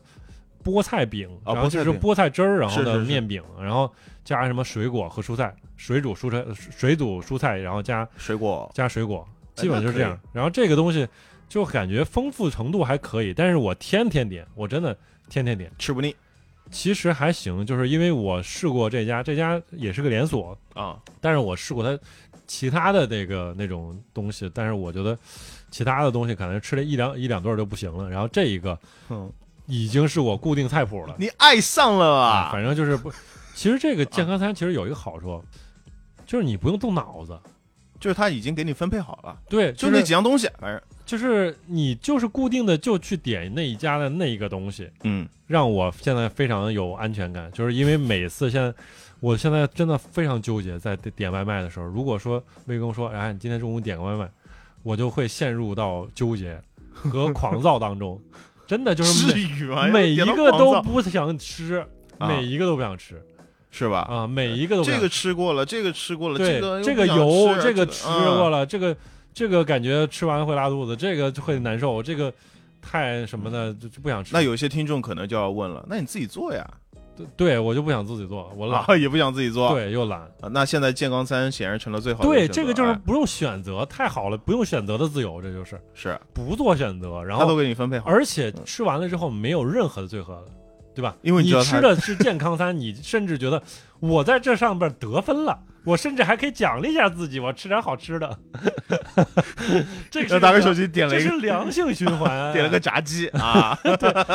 Speaker 1: 菠菜饼，
Speaker 2: 啊
Speaker 1: 然后就是
Speaker 2: 菠菜饼
Speaker 1: 菠菜汁儿，然后
Speaker 2: 是
Speaker 1: 的
Speaker 2: 是是
Speaker 1: 面饼，然后加什么水果和蔬菜，水煮蔬菜水煮蔬菜，然后加
Speaker 2: 哎水果，
Speaker 1: 加水果，
Speaker 2: 哎
Speaker 1: 基本就是这
Speaker 2: 那
Speaker 1: 样。然后这个东西就感觉丰富程度还可以，但是我天天点，我真的天天点，
Speaker 2: 吃不腻
Speaker 1: 其实还行，就是因为我试过这家，这家也是个连锁，
Speaker 2: 啊，
Speaker 1: 但是我试过它其他的那个那种东西，但是我觉得其他的东西可能吃了一两一两顿儿就不行了，然后这一个
Speaker 2: 嗯，
Speaker 1: 已经是我固定菜谱了
Speaker 2: 你爱上了
Speaker 1: 啊，
Speaker 2: 啊，
Speaker 1: 反正就是不，其实这个健康餐其实有一个好处，就是你不用动脑子，
Speaker 2: 就是他已经给你分配好了，
Speaker 1: 对，
Speaker 2: 就是那几样东西，反正，
Speaker 1: 就是你就是固定的就去点那一家的那一个东西，
Speaker 2: 嗯，
Speaker 1: 让我现在非常有安全感，就是因为每次现在，我现在真的非常纠结，在点点外卖的时候，如果说魏工说，哎，你今天中午点个外卖，我就会陷入到纠结和狂躁当中， 真的就是
Speaker 2: 至
Speaker 1: 每
Speaker 2: 于吗？
Speaker 1: 每一
Speaker 2: 啊要点到
Speaker 1: 个
Speaker 2: 狂
Speaker 1: 都
Speaker 2: 躁
Speaker 1: 不想吃，
Speaker 2: 啊
Speaker 1: 每一个都不想吃
Speaker 2: 是吧？
Speaker 1: 啊，每一个都不
Speaker 2: 这
Speaker 1: 想
Speaker 2: 个
Speaker 1: 吃。
Speaker 2: 吃过了，这个吃过了，
Speaker 1: 对
Speaker 2: 个，
Speaker 1: 这
Speaker 2: 这
Speaker 1: 个油，
Speaker 2: 这啊
Speaker 1: 个吃过
Speaker 2: 了，
Speaker 1: 了，这个这个感觉吃完会拉肚子，这个就会难受，这个太什么的就就不想吃。
Speaker 2: 那有些听众可能就要问了，那你自己做呀？
Speaker 1: 对我就不想自己做，我懒，
Speaker 2: 啊，也不想自己做，
Speaker 1: 对又懒。
Speaker 2: 啊，那现在健康餐显然成了最好的
Speaker 1: 对，
Speaker 2: 选择
Speaker 1: 这个就是
Speaker 2: 哎
Speaker 1: 不用选择，太好了，不用选择的自由，这就是
Speaker 2: 是，
Speaker 1: 不做选择，然
Speaker 2: 他都
Speaker 1: 后
Speaker 2: 给你分配好，
Speaker 1: 而且吃完了之后没有任何的罪恶了，对吧？
Speaker 2: 因为
Speaker 1: 你
Speaker 2: 你知
Speaker 1: 吃
Speaker 2: 道它
Speaker 1: 的是健康餐，你甚至觉得我在这上边得分了，我甚至还可以奖励一下自己，我吃点好吃的。 这个是
Speaker 2: 然后打开手
Speaker 1: 良
Speaker 2: 机点了
Speaker 1: 这
Speaker 2: 一个，
Speaker 1: 是良性循环
Speaker 2: 点了个 炸鸡啊，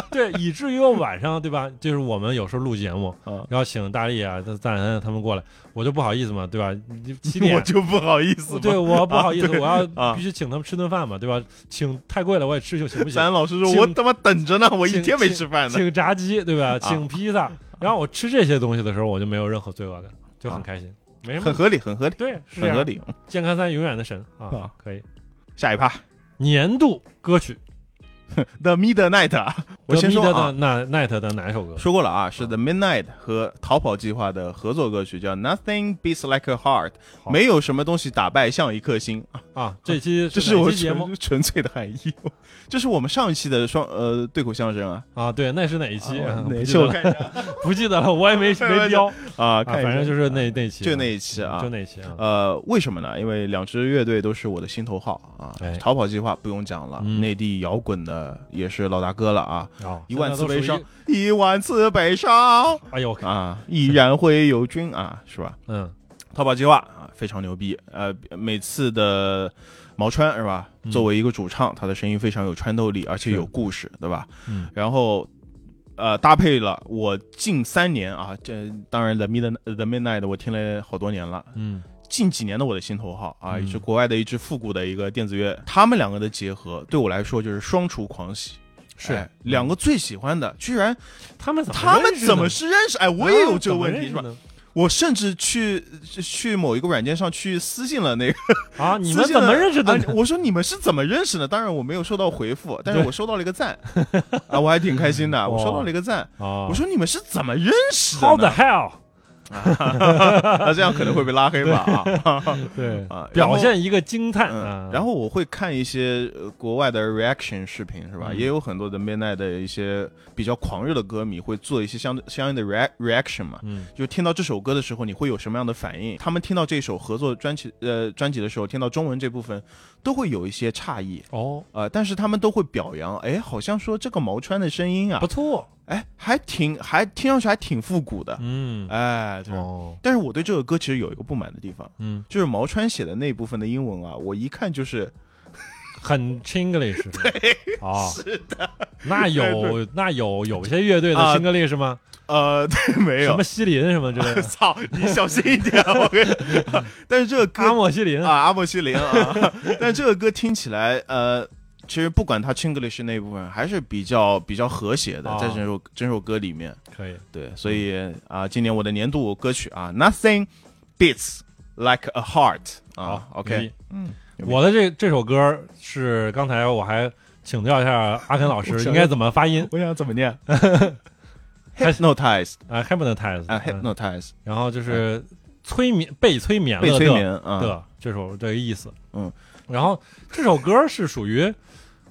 Speaker 1: 对，以至于我晚上对吧？就是我们有时候录节目，
Speaker 2: 嗯
Speaker 1: 然后请大力啊、赞恩他们过来，我就不好意思嘛，对吧？你 七点
Speaker 2: 我就不好意思
Speaker 1: 对
Speaker 2: 嘛。
Speaker 1: 我不好意思，
Speaker 2: 对
Speaker 1: 我要
Speaker 2: 啊
Speaker 1: 必须请他们吃顿饭嘛，对吧？请太贵了我也吃就行不行？
Speaker 2: 咱老师说，
Speaker 1: 请
Speaker 2: 我他妈等着呢，我一
Speaker 1: 请
Speaker 2: 天没吃饭呢。
Speaker 1: 请炸鸡对
Speaker 2: 啊
Speaker 1: 吧？请披萨，然后我吃这些东西的时候，我就没有任何罪恶感，就很
Speaker 2: 啊
Speaker 1: 开心，没什
Speaker 2: 很
Speaker 1: 么。
Speaker 2: 合理，很合理，
Speaker 1: 对，是这
Speaker 2: 很合
Speaker 1: 样。
Speaker 2: 理。
Speaker 1: 健康餐永远的神啊
Speaker 2: 啊，
Speaker 1: 可以。
Speaker 2: 下一趴，
Speaker 1: 年度歌曲。
Speaker 2: The Midnight，啊 我先说
Speaker 1: The
Speaker 2: 啊
Speaker 1: Midnight，的那 Night 的哪一首歌？
Speaker 2: 说过了啊，是 The Midnight 和逃跑计划的合作歌曲，叫 Nothing Beats Like a Heart，
Speaker 1: 好
Speaker 2: 没有什么东西打败像一颗心，啊
Speaker 1: 啊，这期
Speaker 2: 这
Speaker 1: 是
Speaker 2: 是
Speaker 1: 哪
Speaker 2: 我
Speaker 1: 期节目
Speaker 2: 纯纯粹的含义。 这是我们上一期的双呃对口相声啊，
Speaker 1: 啊？对，那是哪一期？
Speaker 2: 啊
Speaker 1: 啊
Speaker 2: 哪
Speaker 1: 不
Speaker 2: 一
Speaker 1: 记
Speaker 2: 期
Speaker 1: 得
Speaker 2: 我
Speaker 1: 了
Speaker 2: 看一下
Speaker 1: 不记得了，我也 没
Speaker 2: 开玩笑
Speaker 1: 没标
Speaker 2: 啊，
Speaker 1: 啊，
Speaker 2: 看一下
Speaker 1: 反正就是那那期啊，
Speaker 2: 就那一期啊
Speaker 1: 就那期啊。
Speaker 2: 呃，为什么呢？因为两支乐队都是我的心头好啊
Speaker 1: 哎。
Speaker 2: 逃跑计划不用讲了，
Speaker 1: 嗯
Speaker 2: 内地摇滚的也是老大哥了啊。
Speaker 1: 啊
Speaker 2: 一万次悲，
Speaker 1: 现在
Speaker 2: 伤
Speaker 1: 都属，
Speaker 2: 一万次悲伤
Speaker 1: 于哎呦，
Speaker 2: 啊，依然会有君啊，是吧？
Speaker 1: 嗯，
Speaker 2: 逃跑计划啊，非常牛逼。呃，每次的毛川是吧？
Speaker 1: 嗯
Speaker 2: 作为一个主唱，他的声音非常有穿透力，而且
Speaker 1: 是
Speaker 2: 有故事，对吧？
Speaker 1: 嗯。
Speaker 2: 然后，呃，搭配了我近三年啊，这当然 The Mid The Midnight 我听了好多年了。
Speaker 1: 嗯，
Speaker 2: 近几年的我的心头好啊，
Speaker 1: 嗯
Speaker 2: 也是国外的一支复古的一个电子乐，他们两个的结合对我来说就是双厨狂喜。
Speaker 1: 是
Speaker 2: 哎两个最喜欢的，居然
Speaker 1: 他们怎么
Speaker 2: 他们
Speaker 1: 认识
Speaker 2: 怎么
Speaker 1: 呢
Speaker 2: 是认识？哎，我也有
Speaker 1: 啊
Speaker 2: 这个
Speaker 1: 怎么
Speaker 2: 问
Speaker 1: 认
Speaker 2: 题
Speaker 1: 识
Speaker 2: 是吧？
Speaker 1: 呢
Speaker 2: 我甚至去去某一个软件上去私信了那个，
Speaker 1: 啊， 你
Speaker 2: 私
Speaker 1: 们
Speaker 2: 信了
Speaker 1: 怎么认识的呢
Speaker 2: 啊？我说你们是怎么认识的？当然我没有收到回复，但是
Speaker 1: 对
Speaker 2: 我收到了一个赞，啊，我还挺 开心的，我收到了一个赞。
Speaker 1: 啊
Speaker 2: 我说你们是怎么认识的
Speaker 1: ，How the
Speaker 2: 呢？
Speaker 1: hell？
Speaker 2: 啊，这样可能会被拉黑吧？啊
Speaker 1: 对，
Speaker 2: 啊，然 后
Speaker 1: 表现一个惊叹啊
Speaker 2: 嗯，，然后我会看一些呃国外的 reaction 视频，是吧？
Speaker 1: 嗯
Speaker 2: 也有很多的 Midnight 的一些比较狂热的歌迷会做一些相相应的 re reaction 嘛。
Speaker 1: 嗯
Speaker 2: 就听到这首歌的时候，你会有什么样的反应？他们听到这首合作专辑呃专辑的时候，听到中文这部分，都会有一些诧异，
Speaker 1: 哦，
Speaker 2: 呃，但是他们都会表扬，哎，好像说这个毛川的声音啊
Speaker 1: 不， 错，
Speaker 2: 哎，还挺还听上去还挺复古的，
Speaker 1: 嗯，
Speaker 2: 哎，对。
Speaker 1: 哦，
Speaker 2: 但是我对这个歌其实有一个不满的地方，
Speaker 1: 嗯，
Speaker 2: 就是毛川写的那部分的英文啊，我一看就是
Speaker 1: 很 Chinglish，对，啊，是的，那
Speaker 2: 对
Speaker 1: 有那有有些乐队的
Speaker 2: 啊
Speaker 1: Chinglish 吗？
Speaker 2: 呃，对，没
Speaker 1: 什
Speaker 2: 有
Speaker 1: 么。西林什么之 类的，
Speaker 2: 操，你小心一点，我跟你。 但是这个歌
Speaker 1: 阿莫西林
Speaker 2: 啊，，阿莫西林啊， 但是这个歌听起来，呃，其实不管它 Chinglish 那部分，还是比较比较和谐的，
Speaker 1: 啊
Speaker 2: 在整首整首歌里面。
Speaker 1: 可以，
Speaker 2: 对，所以
Speaker 1: 嗯
Speaker 2: 啊、今年我的年度歌曲啊，Nothing beats like a heart 啊
Speaker 1: 好牛
Speaker 2: ，OK，
Speaker 1: 逼
Speaker 2: 嗯，牛逼
Speaker 1: 我的这这首歌是刚才我还请教一下阿肯老
Speaker 2: 我
Speaker 1: 师应
Speaker 2: 想
Speaker 1: 该怎么发音
Speaker 2: 我想怎 么念？Hypnotized
Speaker 1: 啊，hypnotize，嗯
Speaker 2: 啊，Hypnotize
Speaker 1: 然后就是催眠被催眠了
Speaker 2: 哎被
Speaker 1: 的
Speaker 2: 催眠啊，
Speaker 1: 的这首这个意思，
Speaker 2: 嗯，
Speaker 1: 然后这首歌是属于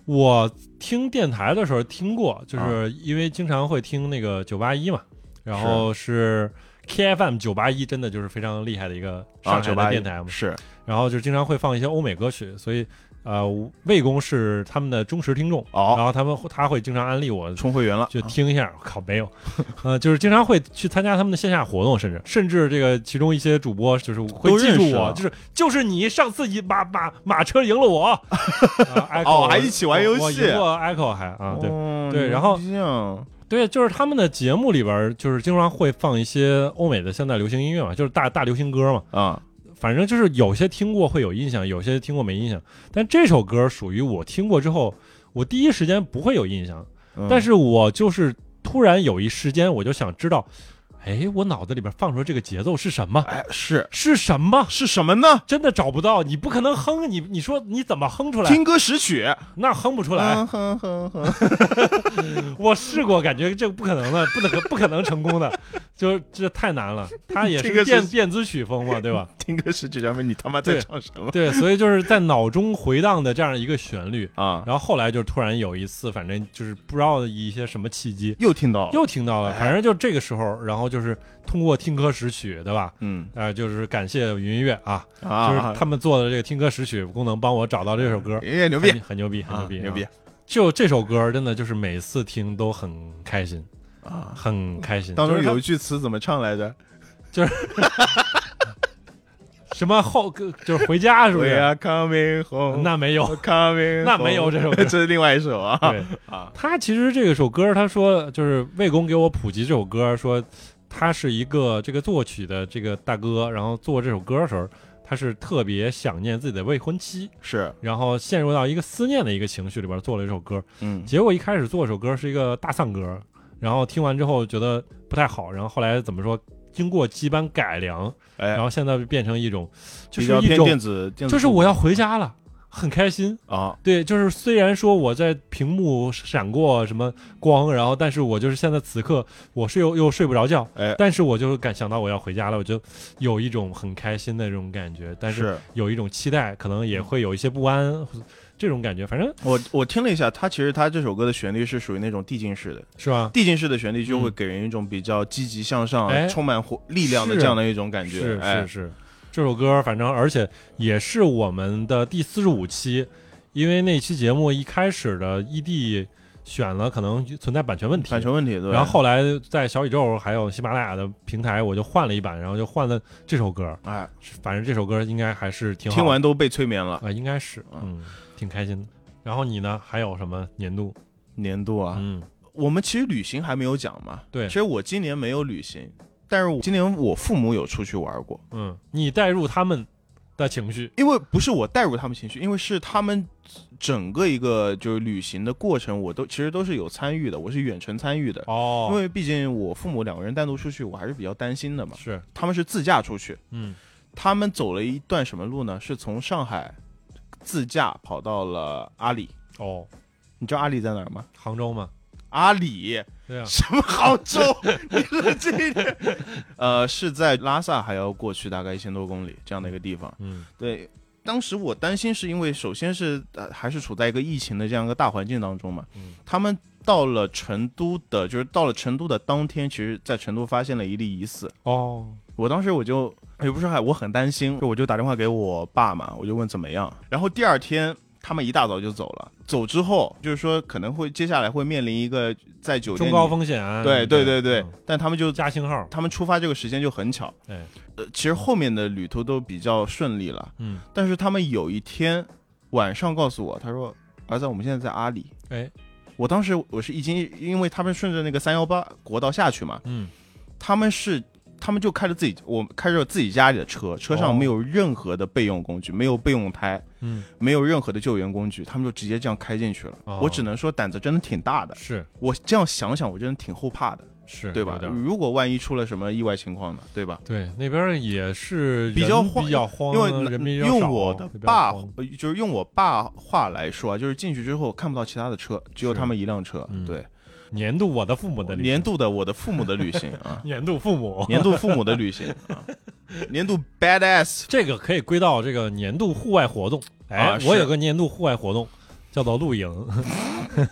Speaker 1: 我听电台的时候听过，
Speaker 2: 啊
Speaker 1: 就是因为经常会听那个九八一嘛，然后是 KFM 九八一，真的就是非常厉害的一个
Speaker 2: 啊，
Speaker 1: 上海
Speaker 2: 九
Speaker 1: 的
Speaker 2: 八
Speaker 1: 电台嘛，
Speaker 2: 是
Speaker 1: 然后就经常会放一些欧美歌曲，所以呃，魏公是他们的忠实听众，
Speaker 2: 哦，
Speaker 1: 然后他们他会经常安利我
Speaker 2: 充会员了，
Speaker 1: 就听一下，我靠，没有，呃，就是经常会去参加他们的线下活动，甚至甚至这个其中一些主播就是会
Speaker 2: 都
Speaker 1: 记
Speaker 2: 认
Speaker 1: 住
Speaker 2: 识啊
Speaker 1: 我，
Speaker 2: 了
Speaker 1: 就是就是你上次一马马马车赢了 我，啊
Speaker 2: 哦
Speaker 1: Echo，
Speaker 2: 还一起玩游戏哦
Speaker 1: 我我赢过 Echo 还啊，对
Speaker 2: 对
Speaker 1: 对然后
Speaker 2: 这样
Speaker 1: 对，就是他们的节目里边儿就是经常会放一些欧美的现代流行音乐嘛，就是大大流行歌嘛，
Speaker 2: 啊，
Speaker 1: 反正就是有些听过会有印象，有些听过没印象，但这首歌属于我听过之后，我第一时间不会有印象。
Speaker 2: 嗯
Speaker 1: 但是我就是突然有一时间，我就想知道，哎，我脑子里边放出这个节奏是什么？
Speaker 2: 哎是
Speaker 1: 是什么？
Speaker 2: 是什么呢？
Speaker 1: 真的找不到，你不可能哼，你你说你怎么哼出来？
Speaker 2: 听歌识曲，
Speaker 1: 那嗯哼不出来。
Speaker 2: 哼哼哼哼，嗯
Speaker 1: 我试过，感觉这个不可能的，不 能不可能成功的，就是这太难了。它也
Speaker 2: 这个
Speaker 1: 是
Speaker 2: 是
Speaker 1: 电电子曲风嘛，对 吧？
Speaker 2: 听歌识曲，咱们你他妈在
Speaker 1: 对
Speaker 2: 唱什么
Speaker 1: 对，所以就是在脑中回荡的这样一个旋律。
Speaker 2: 啊？
Speaker 1: 然后后来就突然有一次，反正就是不知道一些什么契机，
Speaker 2: 又听到了，
Speaker 1: 又听到了。反正就这个时候，然后就是通过听歌识曲，对吧？
Speaker 2: 嗯
Speaker 1: 呃，就是感谢云音乐啊，就是
Speaker 2: 啊，
Speaker 1: 他们做的这个听歌识曲功能，帮我找到这首歌，
Speaker 2: 爷爷牛逼
Speaker 1: 很，很牛逼，很
Speaker 2: 啊
Speaker 1: 牛逼，
Speaker 2: 牛逼！
Speaker 1: 就这首歌，真的就是每次听都很开心，
Speaker 2: 啊！
Speaker 1: 很开心。
Speaker 2: 当
Speaker 1: 就
Speaker 2: 中
Speaker 1: 是它
Speaker 2: 有一句词怎么唱来着？
Speaker 1: 什么后，就是回家是不
Speaker 2: We
Speaker 1: 是？
Speaker 2: are coming home，
Speaker 1: 那没有，
Speaker 2: coming，
Speaker 1: 那没有
Speaker 2: home
Speaker 1: 这首歌
Speaker 2: 这是另外一首啊。
Speaker 1: 对
Speaker 2: 啊，
Speaker 1: 他其实这个首歌，他说就是魏公给我普及这首歌，说他是一个这个作曲的这个大哥，然后做这首歌的时候，他是特别想念自己的未婚妻，
Speaker 2: 是，
Speaker 1: 然后陷入到一个思念的一个情绪里边，做了一首歌。
Speaker 2: 嗯
Speaker 1: 结果一开始做首歌是一个大丧歌，然后听完之后觉得不太好，然后后来怎么说？经过几番改良，
Speaker 2: 哎
Speaker 1: 然，后现在就变成一种，就
Speaker 2: 比
Speaker 1: 是
Speaker 2: 较
Speaker 1: 一
Speaker 2: 偏电
Speaker 1: 种，
Speaker 2: 子，电子
Speaker 1: 就是我要回家了，很开心。
Speaker 2: 啊，
Speaker 1: 对，就是虽然说我在屏幕闪过什么光，然后但是我就是现在此刻我是又又睡不着觉，
Speaker 2: 哎，
Speaker 1: 但是我就感想到我要回家了，我就有一种很开心的这种感觉，但是
Speaker 2: 是
Speaker 1: 有一种期待，可能也会有一些不安，这种感觉，反正
Speaker 2: 我我听了一下，它其实它这首歌的旋律是属于那种递进式的，
Speaker 1: 是吧？
Speaker 2: 递进式的旋律就会给人一种比较积极向
Speaker 1: 嗯
Speaker 2: 上、
Speaker 1: 哎
Speaker 2: 充满活力量的
Speaker 1: 是
Speaker 2: 这样的一种感觉。
Speaker 1: 是
Speaker 2: 哎
Speaker 1: 是是，这首歌反正而且也是我们的第四十五期，因为那期节目一开始的 ED 选了可能存在版权问题，
Speaker 2: 版权问题对吧。
Speaker 1: 然后后来在小宇宙还有喜马拉雅的平台，我就换了一版，然后就换了这首歌。
Speaker 2: 哎，
Speaker 1: 反正这首歌应该还是挺好的
Speaker 2: 听完都被催眠了
Speaker 1: 啊、。应该是嗯，挺开心的。然后你呢？还有什么年度？
Speaker 2: 年度啊，
Speaker 1: 嗯，
Speaker 2: 我们其实旅行还没有讲嘛。
Speaker 1: 对
Speaker 2: 其实我今年没有旅行，但是我今年我父母有出去玩过，
Speaker 1: 嗯，你带入他们的情绪，
Speaker 2: 因为不是我带入他们情绪，因为是他们整个一个就是旅行的过程，我都其实都是有参与的，我是远程参与的。因
Speaker 1: 哦，
Speaker 2: 为毕竟我父母两个人单独出去，我还是比较担心的嘛。
Speaker 1: 是，
Speaker 2: 他们是自驾出去，
Speaker 1: 嗯，
Speaker 2: 他们走了一段什么路呢？是从上海自驾跑到了阿里。
Speaker 1: 哦，
Speaker 2: 你知道阿里在哪儿吗？
Speaker 1: 杭州嘛，
Speaker 2: 阿里
Speaker 1: 对啊，
Speaker 2: 什么杭州？ 你冷静一点。呃，是在拉萨还要过去大概一千多公里这样的一个地方。
Speaker 1: 嗯，
Speaker 2: 对，当时我担心是因为首先是、呃、还是处在一个疫情的这样一个大环境当中嘛。
Speaker 1: 嗯
Speaker 2: 他们到了成都的，就是到了成都的当天，其实在成都发现了一例疑似。
Speaker 1: 哦，
Speaker 2: 我当时我就也不是还我很担心，我就打电话给我爸嘛，我就问怎么样。然后第二天他们一大早就走了，走之后就是说可能会接下来会面临一个在酒店
Speaker 1: 中
Speaker 2: 里
Speaker 1: 高风险啊，
Speaker 2: 对对对对
Speaker 1: 嗯，
Speaker 2: 但他们就
Speaker 1: 加星号，
Speaker 2: 他们出发这个时间就很巧，
Speaker 1: 哎，
Speaker 2: 呃，其实后面的旅途都比较顺利了，
Speaker 1: 嗯，
Speaker 2: 但是他们有一天晚上告诉我，他说儿子，我们现在在阿里，
Speaker 1: 哎，
Speaker 2: 我当时我是一惊，因为他们顺着那个三幺八国道下去嘛，
Speaker 1: 嗯，
Speaker 2: 他们是他们就开着自己，我开着自己家里的
Speaker 1: 哦
Speaker 2: 车，车上没有任何的备用工具，没有备用胎，
Speaker 1: 嗯，
Speaker 2: 没有任何的救援工具，他们就直接这样开进去了。
Speaker 1: 哦
Speaker 2: 我只能说胆子真的挺大的，
Speaker 1: 是
Speaker 2: 我这样想想，我真的挺后怕的，
Speaker 1: 是，
Speaker 2: 对
Speaker 1: 有
Speaker 2: 吧？
Speaker 1: 点儿
Speaker 2: 如果万一出了什么意外情况呢，对吧？
Speaker 1: 对，那边儿也是
Speaker 2: 比较
Speaker 1: 人
Speaker 2: 慌
Speaker 1: 比较慌
Speaker 2: 因
Speaker 1: 啊，
Speaker 2: 为
Speaker 1: 人
Speaker 2: 那
Speaker 1: 比较
Speaker 2: 用
Speaker 1: 少啊
Speaker 2: 我的
Speaker 1: 会比较
Speaker 2: 爸
Speaker 1: 慌，
Speaker 2: 呃就是用我爸话来说啊，就是进去之后看不到其他的车，只有
Speaker 1: 是
Speaker 2: 他们一辆车
Speaker 1: 嗯。
Speaker 2: 对，
Speaker 1: 年度我的父母的旅行，
Speaker 2: 年度的我的父母的旅行啊
Speaker 1: 年度父母，
Speaker 2: 年度父母的旅行啊，年度 badass
Speaker 1: 这个可以归到这个年度户外活动。哎，
Speaker 2: 啊是
Speaker 1: 我有个年度户外活动，叫做露营。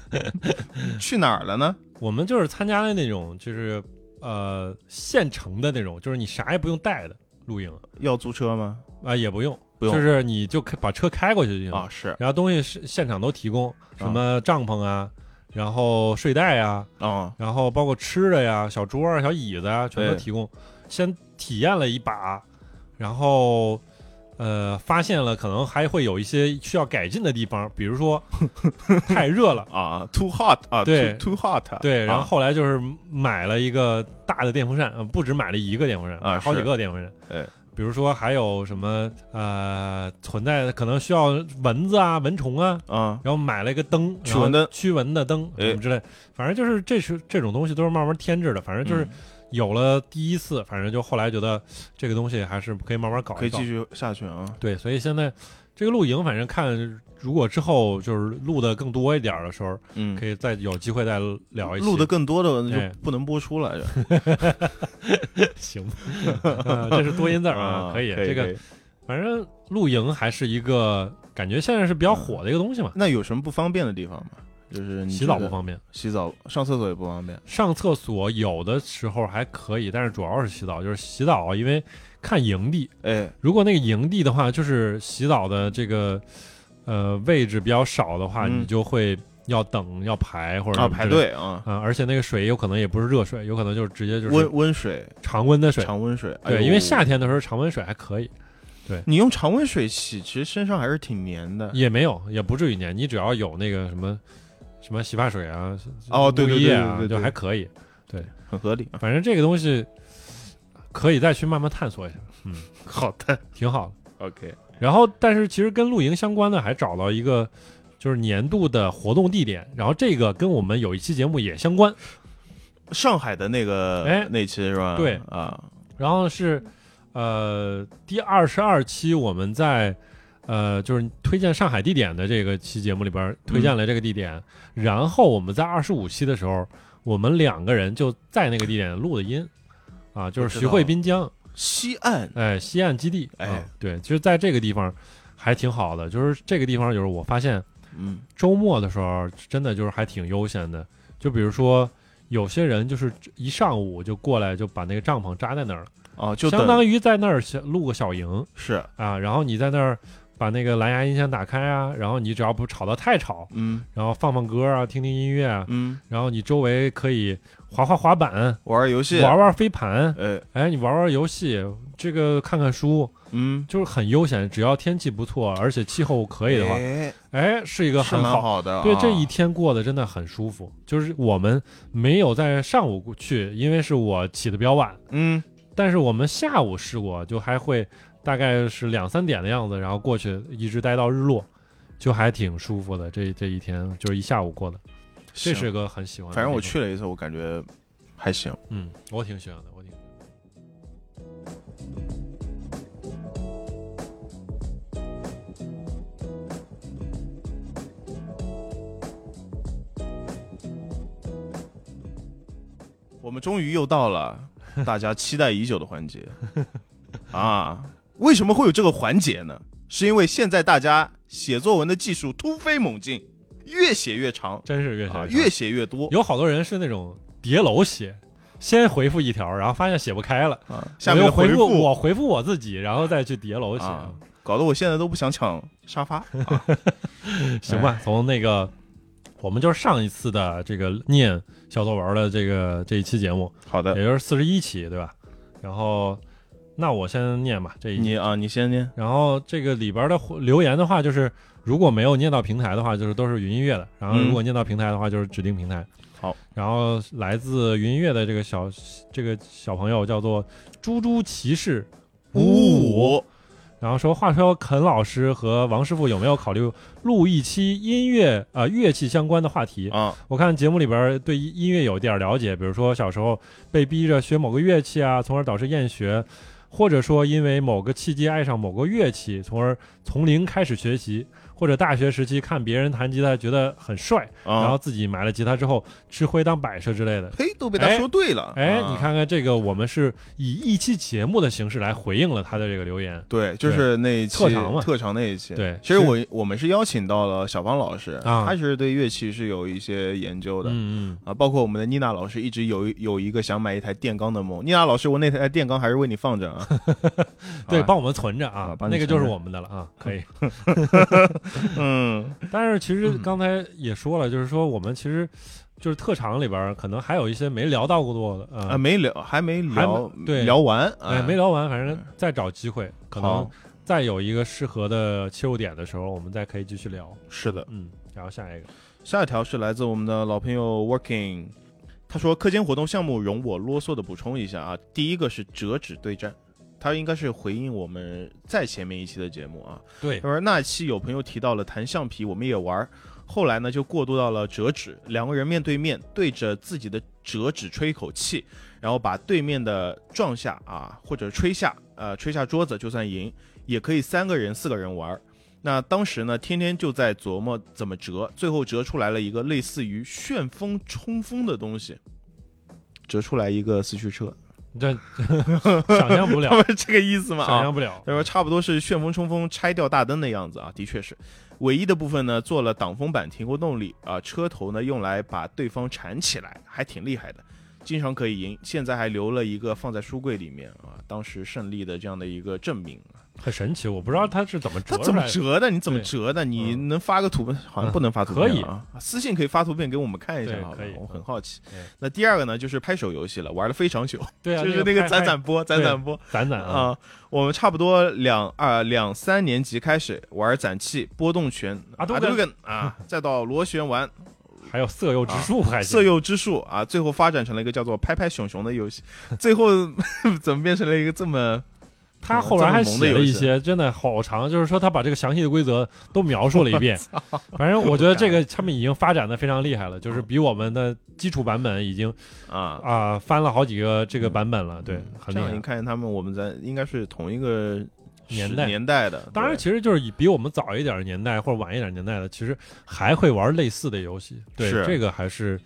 Speaker 2: 去哪儿了呢？
Speaker 1: 我们就是参加了那种，就是呃现成的那种，就是你啥也不用带的露营啊、啊
Speaker 2: 要租车吗？
Speaker 1: 也不用，
Speaker 2: 不用
Speaker 1: 就是你就开把车开过去就行了。
Speaker 2: 啊，是
Speaker 1: 然后东西是现场都提供，什么帐篷啊，然后睡袋啊，
Speaker 2: 啊，
Speaker 1: 然后包括吃的呀、小桌啊、小椅子啊，全都
Speaker 2: 对
Speaker 1: 提供。先体验了一把，然后呃，发现了可能还会有一些需要改进的地方，比如说 太热了。
Speaker 2: 啊，too hot 啊，
Speaker 1: 对
Speaker 2: too too hot 啊。
Speaker 1: 对，然后
Speaker 2: 啊
Speaker 1: 后来就是买了一个大的电风扇，呃不止买了一个电风扇，
Speaker 2: 啊
Speaker 1: 买好几
Speaker 2: 是
Speaker 1: 个电风扇。
Speaker 2: 哎
Speaker 1: 比如说还有什么呃，存在可能需要蚊子啊、蚊虫啊，
Speaker 2: 啊，
Speaker 1: 然后买了一个灯，
Speaker 2: 驱蚊灯
Speaker 1: 然后驱蚊的灯
Speaker 2: 哎
Speaker 1: 什么之类，反正就是这是这种东西都是慢慢添置的，反正就是
Speaker 2: 嗯
Speaker 1: 有了第一次，反正就后来觉得这个东西还是可以慢慢搞一搞，
Speaker 2: 可以继续下去啊。
Speaker 1: 对，所以现在这个露营，反正看如果之后就是录的更多一点儿的时候，
Speaker 2: 嗯
Speaker 1: 可，以再有机会再聊一期
Speaker 2: 录的更多的
Speaker 1: 哎
Speaker 2: 就不能播 出了，就
Speaker 1: 行， 呃这是多音字儿啊，可以这个
Speaker 2: 可
Speaker 1: 反正露营还是一个感觉现在是比较火的一个东西嘛，
Speaker 2: 那有什么不方便的地方吗？嗯就是你
Speaker 1: 洗澡
Speaker 2: 觉
Speaker 1: 不
Speaker 2: 得
Speaker 1: 方便。
Speaker 2: 洗澡上厕所也不方便。
Speaker 1: 上厕所有的时候还可以，但是主要是洗澡，就是洗澡，啊因为看营地，
Speaker 2: 哎，
Speaker 1: 如果那个营地的话，就是洗澡的这个呃位置比较少的话，
Speaker 2: 嗯
Speaker 1: 你就会要等要排或者
Speaker 2: 啊，
Speaker 1: 什么之
Speaker 2: 排
Speaker 1: 类的
Speaker 2: 队啊，
Speaker 1: 啊、而且那个水有可能也不是热水，有可能就是直接就是
Speaker 2: 温温水，
Speaker 1: 常温的水，
Speaker 2: 常温水。哎
Speaker 1: 对，
Speaker 2: 呦
Speaker 1: 因为夏天的时候常温水还可以，
Speaker 2: 你用常温水洗，其实身上还是挺黏的。
Speaker 1: 也没有也不至于粘，你只要有那个什么什么洗发水啊，
Speaker 2: 哦，对
Speaker 1: 沐
Speaker 2: 对
Speaker 1: 浴
Speaker 2: 对
Speaker 1: 液
Speaker 2: 对
Speaker 1: 啊，
Speaker 2: 对对，
Speaker 1: 就还可以，
Speaker 2: 很合理啊。
Speaker 1: 反正这个东西可以再去慢慢探索一下，
Speaker 2: 好的
Speaker 1: 挺 好的。
Speaker 2: ，OK，
Speaker 1: 然后，但是其实跟露营相关的还找到一个，就是年度的活动地点。然后这个跟我们有一期节目也相关，
Speaker 2: 上海的那个
Speaker 1: 哎
Speaker 2: 那期是吧？
Speaker 1: 对
Speaker 2: 啊，
Speaker 1: 然后是，呃，第二十二期我们在呃，就是推荐上海地点的这个期节目里边推荐了这个地点，然后我们在二十五期的时候，我们两个人就在那个地点录的音，啊，就
Speaker 2: 我
Speaker 1: 是
Speaker 2: 知
Speaker 1: 徐汇
Speaker 2: 道
Speaker 1: 滨江，
Speaker 2: 西岸，
Speaker 1: 哎，西岸基地，
Speaker 2: 哎
Speaker 1: 啊对，其实在这个地方还挺好的，就是这个地方就是我发现
Speaker 2: 嗯
Speaker 1: 周末的时候真的就是还挺悠闲的，就比如说。有些人就是一上午就过来，就把那个帐篷扎在那儿了，
Speaker 2: 哦，就
Speaker 1: 相
Speaker 2: 等
Speaker 1: 当于在那儿小露个小营，
Speaker 2: 是，
Speaker 1: 啊，然后你在那儿把那个蓝牙音箱打开啊，然后你只要不吵到太吵，
Speaker 2: 嗯
Speaker 1: 然后放放歌啊，听听音乐啊，
Speaker 2: 嗯，
Speaker 1: 然后你周围可以滑滑滑板，
Speaker 2: 玩儿游戏，
Speaker 1: 玩玩飞盘，
Speaker 2: 哎，
Speaker 1: 哎，你玩玩游戏，这个看看书，
Speaker 2: 嗯，
Speaker 1: 就是很悠闲。只要天气不错，而且气候可以的话，
Speaker 2: 哎
Speaker 1: 哎，是一个
Speaker 2: 是
Speaker 1: 很
Speaker 2: 蛮
Speaker 1: 好。
Speaker 2: 好的啊，
Speaker 1: 对，这一天过得真的很舒服。就是我们没有在上午去，因为是我起的比较晚，
Speaker 2: 嗯，
Speaker 1: 但是我们下午试过，就还会大概是两三点的样子，然后过去一直待到日落，就还挺舒服的。这这一天就是一下午过的，这
Speaker 2: 行
Speaker 1: 是个很喜欢的地
Speaker 2: 反
Speaker 1: 方。
Speaker 2: 正我去了一次，我感觉还行。
Speaker 1: 嗯，我挺喜欢的，我挺。
Speaker 2: 我们终于又 到了大家期待已久的环节啊！为什么会有这个环节呢？是因为现在大家写作文的技术突飞猛进，越写越长，
Speaker 1: 真是越写
Speaker 2: 啊，
Speaker 1: 越
Speaker 2: 越
Speaker 1: 长
Speaker 2: 写越多
Speaker 1: 有好多人是那种叠楼写，先回复一条，然后发现写不开了，
Speaker 2: 啊。下面的
Speaker 1: 我就回
Speaker 2: 复
Speaker 1: 我回复我自己，然后再去叠楼写。
Speaker 2: 啊搞得我现在都不想抢沙发。 啊
Speaker 1: 行吧，从那个我们就是上一次的这个念小作文的这个这一期节目，
Speaker 2: 好的，
Speaker 1: 也就是四十一期，对吧？然后，那我先念吧这一期。
Speaker 2: 你啊，你先念。
Speaker 1: 然后这个里边的回留言的话，就是如果没有念到平台的话，就是都是云音乐的；然后
Speaker 2: 嗯
Speaker 1: 如果念到平台的话，就是指定平台。
Speaker 2: 好，
Speaker 1: 然后来自云音乐的这个小这个小朋友叫做猪猪骑士五五，
Speaker 2: 五
Speaker 1: 然后说话说肯老师和王师傅有没有考虑录一期音乐啊、呃乐器相关的话题？
Speaker 2: 啊，
Speaker 1: 我看节目里边儿对音音乐有一点儿了解，比如说小时候被逼着学某个乐器啊，从而导致厌学，或者说因为某个契机爱上某个乐器，从而从零开始学习，或者大学时期看别人弹吉他觉得很帅，然
Speaker 2: 然
Speaker 1: 后自己买了吉他之后吃灰当摆设之类的。
Speaker 2: 啊嘿，都被他说对了。
Speaker 1: 哎，
Speaker 2: 啊
Speaker 1: 你，看看这个，我们是以一期节目的形式来回应了他的这个留言。
Speaker 2: 对，就是那一期
Speaker 1: 特长嘛
Speaker 2: 特长那一期。
Speaker 1: 对
Speaker 2: 其实我我们是邀请到了小芳老师，
Speaker 1: 啊
Speaker 2: 他其实对乐器是有一些研究的。
Speaker 1: 嗯嗯，
Speaker 2: 啊，包括我们的妮娜老师一直有有一个想买一台电钢的梦。妮娜老师，我那台电钢还是为你放着啊。
Speaker 1: 对，
Speaker 2: 啊
Speaker 1: 帮我们存着啊
Speaker 2: 啊，帮你
Speaker 1: 那个就是
Speaker 2: 存着
Speaker 1: 我们的了啊， 可以。
Speaker 2: 嗯
Speaker 1: 但是其实刚才也说了，就是说我们其实就是特长里边儿可能还有一些没聊到过的，
Speaker 2: 啊，
Speaker 1: 呃，
Speaker 2: 没聊，还没聊
Speaker 1: 还没，对
Speaker 2: 聊完，啊
Speaker 1: 哎，没聊完，反正再找机会，可能
Speaker 2: 嗯好
Speaker 1: 再有一个适合的切入点的时候，我们再可以继续聊。
Speaker 2: 是的，
Speaker 1: 嗯，然后下一个，
Speaker 2: 下一条是来自我们的老朋友 Working，他说课间活动项目容我啰嗦的补充一下啊，第一个是折纸对战，他应该是回应我们在前面一期的节目啊，
Speaker 1: 对，
Speaker 2: 他说那期有朋友提到了弹橡皮，我们也玩儿，后来呢就过渡到了折纸，两个人面对面对着自己的折纸吹一口气，然后把对面的撞下啊或者吹下，呃吹下桌子就算赢，也可以三个人四个人玩儿。那当时呢，天天就在琢磨怎么折，最后折出来了一个类似于旋风冲锋的东西，折出来一个四驱车，
Speaker 1: 这 想象不了，
Speaker 2: 是这个意思吗？
Speaker 1: 想
Speaker 2: 啊。
Speaker 1: 象不了
Speaker 2: 他。说差不多是旋风冲锋拆掉大灯的样子啊，的确是。唯一的部分呢，做了挡风板停过动力啊，车头呢用来把对方缠起来，还挺厉害的，经常可以赢。现在还留了一个放在书柜里面啊，当时胜利的这样的一个证明。
Speaker 1: 很神奇，我不知道它是怎么折
Speaker 2: 它
Speaker 1: 出
Speaker 2: 啊怎么
Speaker 1: 来的。
Speaker 2: 折的？你怎么
Speaker 1: 对
Speaker 2: 折的？你能发个图片？好像不能发图
Speaker 1: 可
Speaker 2: 片、
Speaker 1: 以
Speaker 2: 嗯啊，私信可以发图片给我们看一下
Speaker 1: 对，
Speaker 2: 好吧
Speaker 1: 可以？
Speaker 2: 我很好奇
Speaker 1: 嗯。
Speaker 2: 那第二个呢，就是拍手游戏了，玩了非常久，
Speaker 1: 对啊，
Speaker 2: 就是那个
Speaker 1: 拍
Speaker 2: 攒攒波，攒
Speaker 1: 对
Speaker 2: 攒波。
Speaker 1: 攒攒啊，
Speaker 2: 啊、我们差不多两啊两三年级开始玩攒气、波动拳、
Speaker 1: 阿杜
Speaker 2: 杜
Speaker 1: 根
Speaker 2: 根啊，再到螺旋丸、
Speaker 1: 还有色诱之术，还行
Speaker 2: 色诱之术啊，最后发展成了一个叫做“拍拍熊熊”的 游戏。最后 怎么变成了一个这么
Speaker 1: 他后来还写了一
Speaker 2: 这么
Speaker 1: 些，真的好长，就是说他把这个详细的规则都描述了一遍。反 正我觉得这 个他们已经发展的非常厉害了，就是比我们的基础版本已经
Speaker 2: 啊？
Speaker 1: 啊、嗯翻了好几个这个版本了，对，很
Speaker 2: 这
Speaker 1: 厉
Speaker 2: 样一
Speaker 1: 害。
Speaker 2: 看，他们我们咱应该是同一个
Speaker 1: 年
Speaker 2: 十
Speaker 1: 代
Speaker 2: 年代的，
Speaker 1: 当然，
Speaker 2: 对
Speaker 1: 其实就是以比我们早一点儿年代或者晚一点儿年代的，其实还会玩类似的游戏。对，
Speaker 2: 是
Speaker 1: 这个还是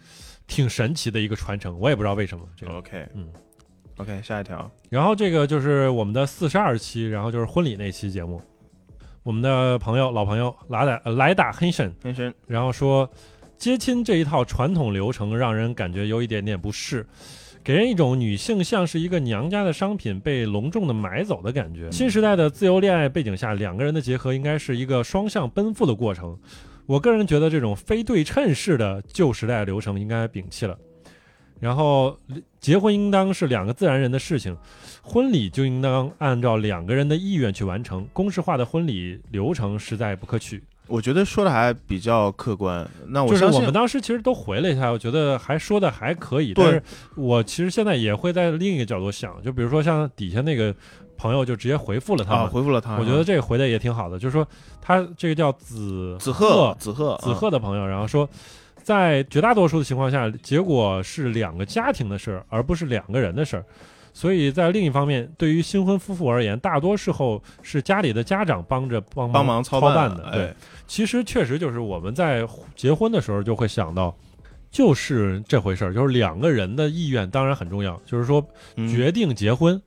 Speaker 1: 挺神奇的一个传承，我也不知道为什么这个。
Speaker 2: OK，
Speaker 1: 嗯
Speaker 2: ，OK，下一条，
Speaker 1: 然后这个就是我们的四十二期，然后就是婚礼那期节目，我们的朋友老朋友莱达呃莱达黑神，
Speaker 2: 先生，
Speaker 1: 然后说接亲这一套传统流程让人感觉有一点点不适。给人一种女性像是一个娘家的商品被隆重的买走的感觉。新时代的自由恋爱背景下，两个人的结合应该是一个双向奔赴的过程。我个人觉得这种非对称式的旧时代流程应该摒弃了。然后，结婚应当是两个自然人的事情，婚礼就应当按照两个人的意愿去完成。公式化的婚礼流程实在不可取。
Speaker 2: 我觉得说的还比较客观。那
Speaker 1: 就是
Speaker 2: 哦相
Speaker 1: 我
Speaker 2: 信
Speaker 1: 们当时其实都回了一下，我觉得还说的还可以。
Speaker 2: 对
Speaker 1: 但是我其实现在也会在另一个角度想，就比如说像底下那个朋友就直接回复了他
Speaker 2: 啊，
Speaker 1: 们，
Speaker 2: 回复了他，
Speaker 1: 我觉得这个回的也挺好的，就是说他这个叫子
Speaker 2: 子鹤，子鹤，
Speaker 1: 子
Speaker 2: 嗯，
Speaker 1: 鹤的朋友，然后说。在绝大多数的情况下，结果是两个家庭的事儿，而不是两个人的事儿。所以在另一方面，对于新婚夫妇而言，大多时候是家里的家长帮着帮
Speaker 2: 帮忙操
Speaker 1: 操的。嗯对，
Speaker 2: 哎
Speaker 1: 其实确实就是我们在结婚的时候就会想到，就是这回事儿，就是两个人的意愿当然很重要，就是说
Speaker 2: 嗯
Speaker 1: 决定结婚、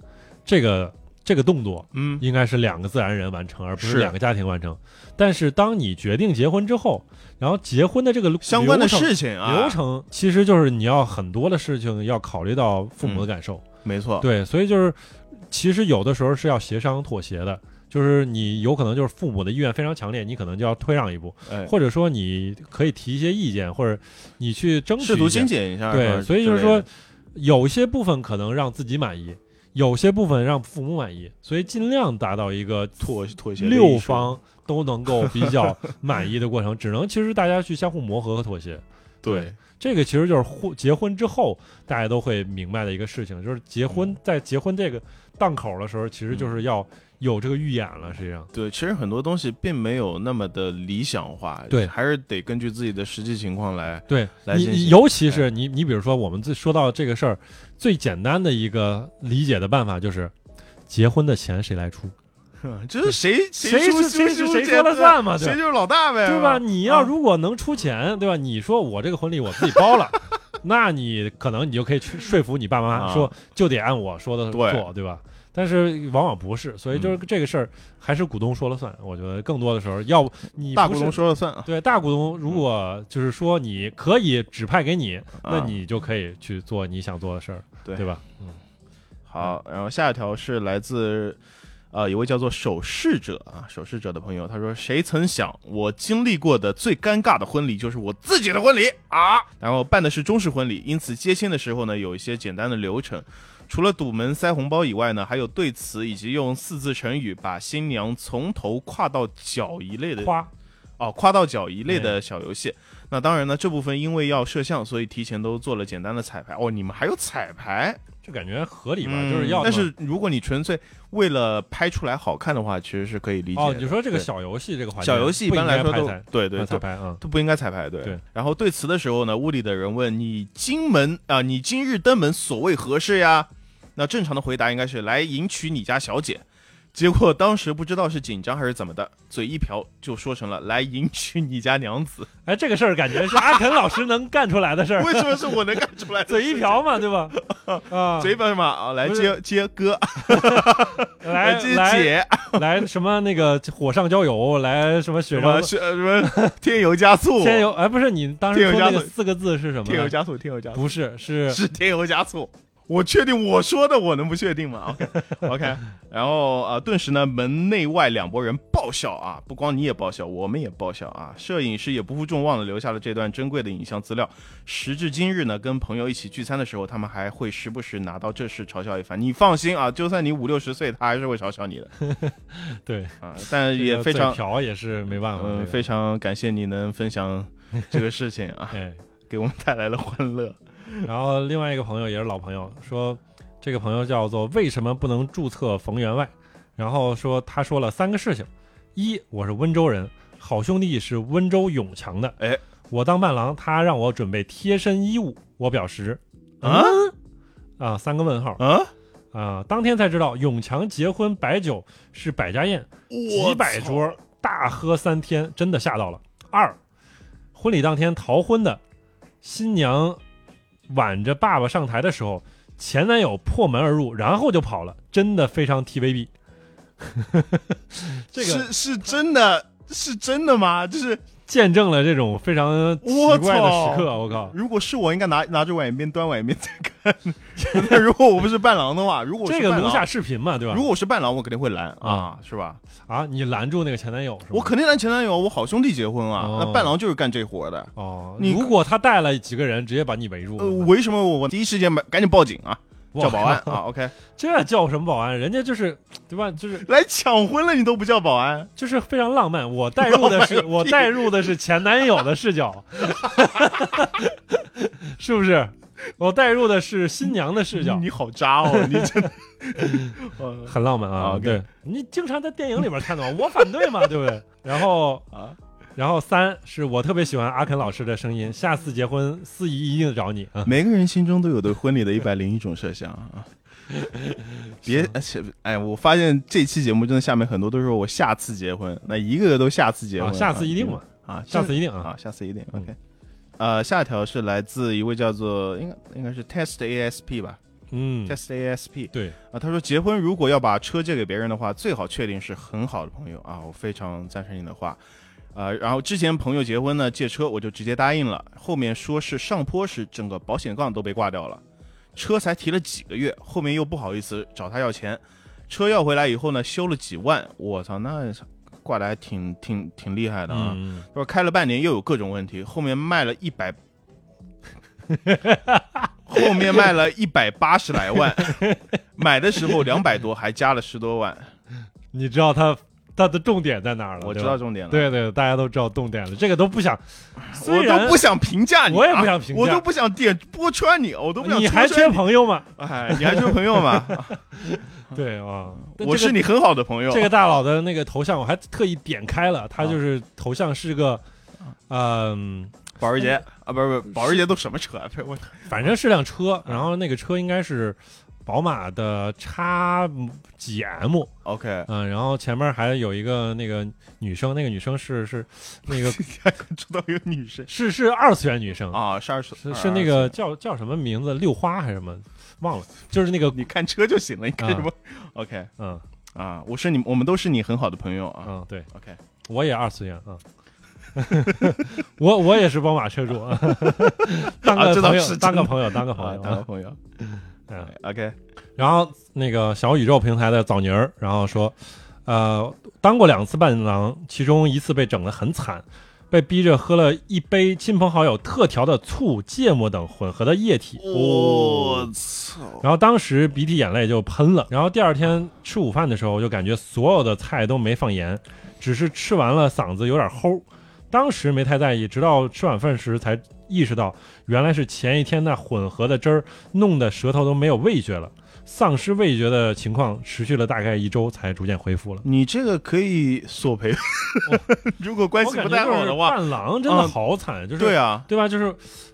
Speaker 1: 这个这个动作
Speaker 2: 嗯，
Speaker 1: 应该是两个自然人完成，而不是
Speaker 2: 是
Speaker 1: 两个家庭完成。但是当你决定结婚之后，然后结婚的这个流
Speaker 2: 相关的
Speaker 1: 流程
Speaker 2: 事情啊，
Speaker 1: 流程，其实就是你要很多的事情要考虑到父母的感受。
Speaker 2: 没错，
Speaker 1: 对，所以就是，其实有的时候是要协商妥协的，就是你有可能就是父母的意愿非常强烈，你可能就要退让一步，
Speaker 2: 哎，
Speaker 1: 或者说你可以提一些意见，或者你去争取
Speaker 2: 试图
Speaker 1: 一些
Speaker 2: 精简一下，
Speaker 1: 对，
Speaker 2: 嗯
Speaker 1: 所以就是
Speaker 2: 之类
Speaker 1: 说
Speaker 2: 的，
Speaker 1: 有些部分可能让自己满意，有些部分让父母满意，所以尽量达到一个
Speaker 2: 妥妥协的意识
Speaker 1: 六方都能够比 较满意的过程，只能其实大家去相互磨合和妥协。
Speaker 2: 对
Speaker 1: 这个其实就是婚结婚之后大家都会明白的一个事情，就是结婚、
Speaker 2: 嗯
Speaker 1: 在结婚这个档口的时候，其实就是要有这个预演了。实际上，
Speaker 2: 对，其实很多东西并没有那么的理想化，
Speaker 1: 对
Speaker 2: 还是得根据自己的实际情 况来，
Speaker 1: 对
Speaker 2: 来
Speaker 1: 你，
Speaker 2: 进
Speaker 1: 你
Speaker 2: 行哎
Speaker 1: 尤其是你，你比如说我们最说到这个事儿，最简单的一个理解的办法就是，结婚的钱谁来出？
Speaker 2: 就是谁
Speaker 1: 谁
Speaker 2: 输
Speaker 1: 是谁
Speaker 2: 输
Speaker 1: 输谁
Speaker 2: 谁
Speaker 1: 说了算嘛，对
Speaker 2: 谁
Speaker 1: 吧
Speaker 2: 就是老大呗，
Speaker 1: 对吧？你要
Speaker 2: 啊
Speaker 1: 如果能出钱，对吧？你说我这个婚礼我自己包 了，那你可能你就可以去说服你爸妈，
Speaker 2: 啊
Speaker 1: 说就得按我说的
Speaker 2: 对嗯
Speaker 1: 做，对吧？但是往往不是，所以就是这个事儿还是股东说了算。我觉得更多的时候，要不你
Speaker 2: 大
Speaker 1: 不
Speaker 2: 股
Speaker 1: 是
Speaker 2: 东说了算啊，
Speaker 1: 对大股东，如果就是说你可以指派给你，那
Speaker 2: 啊
Speaker 1: 你就可以去做你想做的事儿，
Speaker 2: 对
Speaker 1: 对吧？
Speaker 2: 好，然后下一条是来自，呃，一位叫做守势者啊，守势者的朋友，他说：“谁曾想，我经历过的最尴尬的婚礼就是我自己的婚礼啊！然后办的是中式婚礼，因此接亲的时候呢，有一些简单的流程，除了堵门塞红包以外呢，还有对词以及用四字成语把新娘从头跨到脚一类的
Speaker 1: 夸
Speaker 2: 哦，跨到脚一类的小游戏。那当然呢，这部分因为要摄像，所以提前都做了简单的彩排。哦，你们还有彩排？
Speaker 1: 就感觉合理吧，
Speaker 2: 嗯
Speaker 1: 就是要
Speaker 2: 但
Speaker 1: 么
Speaker 2: 是如果你纯粹为了拍出来好看的话，其实是可以理解的。
Speaker 1: 哦，你说这个
Speaker 2: 对
Speaker 1: 小游戏这个环节，
Speaker 2: 小游戏一般来说
Speaker 1: 不应
Speaker 2: 都
Speaker 1: 该拍彩
Speaker 2: 对对
Speaker 1: 拍彩
Speaker 2: 对。
Speaker 1: 排啊，
Speaker 2: 都不应该彩排，对。
Speaker 1: 对
Speaker 2: 然后对词的时候呢，屋里的人问你今门啊、你今日登门所谓何事呀？那正常的回答应该是来迎娶你家小姐。结果当时不知道是紧张还是怎么的，嘴一瓢就说成了来迎娶你家娘子。
Speaker 1: 哎，这个事儿感觉是阿肯老师能干出来的事儿，
Speaker 2: 为什么是我能干出来的？
Speaker 1: 嘴一瓢嘛，对吧？啊，
Speaker 2: 嘴巴什么啊？来
Speaker 1: 不是
Speaker 2: 接接哥，
Speaker 1: 来
Speaker 2: 接
Speaker 1: 来
Speaker 2: 姐，
Speaker 1: 来什么那个火上浇油，来什么
Speaker 2: 什
Speaker 1: 雪
Speaker 2: 么
Speaker 1: 上
Speaker 2: 是呃什么添油加醋，
Speaker 1: 添油，哎，不是你当时
Speaker 2: 添
Speaker 1: 说
Speaker 2: 油加
Speaker 1: 那个
Speaker 2: 醋
Speaker 1: 四个字是什么
Speaker 2: 添油
Speaker 1: 来着？
Speaker 2: 加醋，添油加醋，
Speaker 1: 不是，是
Speaker 2: 是添油加醋。我确定我说的，我能不确定吗？OK OK，然后啊，呃顿时呢，门内外两拨人爆笑啊，不光你也爆笑，我们也爆笑啊。摄影师也不负众望的留下了这段珍贵的影像资料。时至今日呢，跟朋友一起聚餐的时候，他们还会时不时拿到这事嘲笑一番。你放心啊，就算你五六十岁，他还是会嘲笑你的
Speaker 1: 对，
Speaker 2: 啊。但也非
Speaker 1: 这个嘴
Speaker 2: 常，
Speaker 1: 瓢也是没办法，
Speaker 2: 嗯、
Speaker 1: 这个，
Speaker 2: 非常感谢你能分享这个事情啊
Speaker 1: 哎。
Speaker 2: 给我们带来了欢乐。
Speaker 1: 然后另外一个朋友也是老朋友，说这个朋友叫做为什么不能注册冯员外？然后说他说了三个事情：一，我是温州人，好兄弟是温州永强的，
Speaker 2: 哎，
Speaker 1: 我当伴郎，他让我准备贴身衣物，我表示嗯
Speaker 2: 啊
Speaker 1: 啊，三个问号
Speaker 2: 啊，
Speaker 1: 啊、当天才知道永强结婚摆酒是百家宴，几百桌大喝三天，真的吓到了。二，婚礼当天逃婚的新娘挽着爸爸上台的时候，前男友破门而入，然后就跑了，真的非常 TVB。这个
Speaker 2: 是是真的，是真的吗？就是
Speaker 1: 见证了这种非常奇
Speaker 2: 我
Speaker 1: 怪的时
Speaker 2: 操
Speaker 1: 刻，我靠！
Speaker 2: 如果是我，应该拿拿着碗面端碗面在看。 但如果我不是伴郎的话，如果我是
Speaker 1: 这个
Speaker 2: 伴
Speaker 1: 录
Speaker 2: 郎
Speaker 1: 下视频嘛，对吧
Speaker 2: 如？果我是伴郎，我肯定会拦啊，是吧？
Speaker 1: 啊，你拦住那个前男友是吗？
Speaker 2: 我肯定拦前男友，我好兄弟结婚啊，
Speaker 1: 哦
Speaker 2: 那伴郎就是干这活的。
Speaker 1: 哦，
Speaker 2: 你
Speaker 1: 如果他带了几个人，直接把你围住，
Speaker 2: 呃，为什么我我第一时间买赶紧报警啊？
Speaker 1: 哇
Speaker 2: 叫保安啊，OK，
Speaker 1: 这叫什么保安？人家就是对吧？就是
Speaker 2: 来抢婚了你都不叫保安，
Speaker 1: 就是非常浪漫。我带入的是我带入的是前男友的视角， 是不是？我带入的是新娘的视角
Speaker 2: 你，好渣哦，你 真的。呃
Speaker 1: 很浪漫啊。
Speaker 2: 啊，OK
Speaker 1: 对你经常在电影里边看到，我反对嘛，对不 对？然后
Speaker 2: 啊，
Speaker 1: 然后三是我特别喜欢阿肯老师的声音，下次结婚司仪一定找你 啊。
Speaker 2: 每个人心中都有对婚礼的一百零一种设 想啊。别，而且，哎，我发现这期节目真的下面很多都是我下次结婚，那一个个都下次结
Speaker 1: 啊，
Speaker 2: 婚，
Speaker 1: 下次一定嘛，
Speaker 2: 啊，
Speaker 1: 下次一定啊。
Speaker 2: 啊，下次一定
Speaker 1: 嗯
Speaker 2: OK。呃，下一条是来自一位叫做应该应该是 Test ASP 吧
Speaker 1: 嗯，
Speaker 2: ，Test ASP
Speaker 1: 对，
Speaker 2: 啊，他说结婚如果要把车借给别人的话，最好确定是很好的朋友啊，我非常赞成你的话。呃，然后之前朋友结婚呢借车，我就直接答应了，后面说是上坡时整个保险杠都被挂掉了，车才提了几个月，后面又不好意思找他要钱，车要回来以后呢修了几万，我操，那挂的还挺挺挺厉害的啊。
Speaker 1: 嗯，
Speaker 2: 他说开了半年又有各种问题，后面卖了 一百，后面卖了一百八十来万，买的时候两百多，还加了十多万。
Speaker 1: 你知道他他的重点在哪儿了？
Speaker 2: 我
Speaker 1: 对
Speaker 2: 知
Speaker 1: 吧
Speaker 2: 道重点了，
Speaker 1: 对对，大家都知道动点了，这个都不想，虽
Speaker 2: 我
Speaker 1: 然
Speaker 2: 都不想评价你啊，
Speaker 1: 我也不想评价
Speaker 2: 我都不想点拨穿你，我都不想
Speaker 1: 你
Speaker 2: 戳
Speaker 1: 还
Speaker 2: 穿
Speaker 1: 缺朋友吗？
Speaker 2: 哎，你还缺朋友吗？
Speaker 1: 对啊，但
Speaker 2: 我
Speaker 1: 这
Speaker 2: 是
Speaker 1: 个
Speaker 2: 你很好的朋友。
Speaker 1: 这个大佬的那个头像，我还特意点开了，他就是头像是个，嗯、
Speaker 2: 保时捷 啊，不是不是，保时捷都什么车啊？不是我
Speaker 1: 反正是辆车，然后那个车应该是宝马的叉几 M，
Speaker 2: OK，
Speaker 1: 嗯、然后前面还有一个那个女生，那个女生是是那 个
Speaker 2: 还知道有女生
Speaker 1: 是是二次元女生，
Speaker 2: 啊，是二十，
Speaker 1: 是是那个叫叫什么名字，六花还是什么，忘了，就是那个
Speaker 2: 你看车就行了，你看
Speaker 1: 啊
Speaker 2: 什么？OK
Speaker 1: 嗯
Speaker 2: 啊，我是你，我们都是你很好的朋友啊。
Speaker 1: 嗯对。
Speaker 2: OK，
Speaker 1: 我也二次元啊， 我我也是宝马车主，啊 当
Speaker 2: 啊
Speaker 1: 个
Speaker 2: 这倒
Speaker 1: 朋友、
Speaker 2: 是
Speaker 1: 当个
Speaker 2: 真的
Speaker 1: 朋友，当个朋
Speaker 2: 啊，
Speaker 1: 友
Speaker 2: 当
Speaker 1: 啊。
Speaker 2: 个朋友。哎
Speaker 1: 嗯，
Speaker 2: OK，
Speaker 1: 然后那个小宇宙平台的枣泥儿，然后说，呃，当过两次伴郎，其中一次被整得很惨，被逼着喝了一杯亲朋好友特调的醋、芥末等混合的液体。
Speaker 2: 我操！
Speaker 1: 然后当时鼻涕眼泪就喷了，然后第二天吃午饭的时候，就感觉所有的菜都没放盐，只是吃完了嗓子有点齁。当时没太在意，直到吃晚饭时才意识到，原来是前一天那混合的汁儿弄得舌头都没有味觉了，丧失味觉的情况持续了大概一周，才逐渐恢复了。
Speaker 2: 你这个可以索赔， 如果关系不太好的
Speaker 1: 我感
Speaker 2: 话，
Speaker 1: 觉就是伴郎真的
Speaker 2: 嗯
Speaker 1: 好惨，就是
Speaker 2: 对啊，
Speaker 1: 对吧？就是，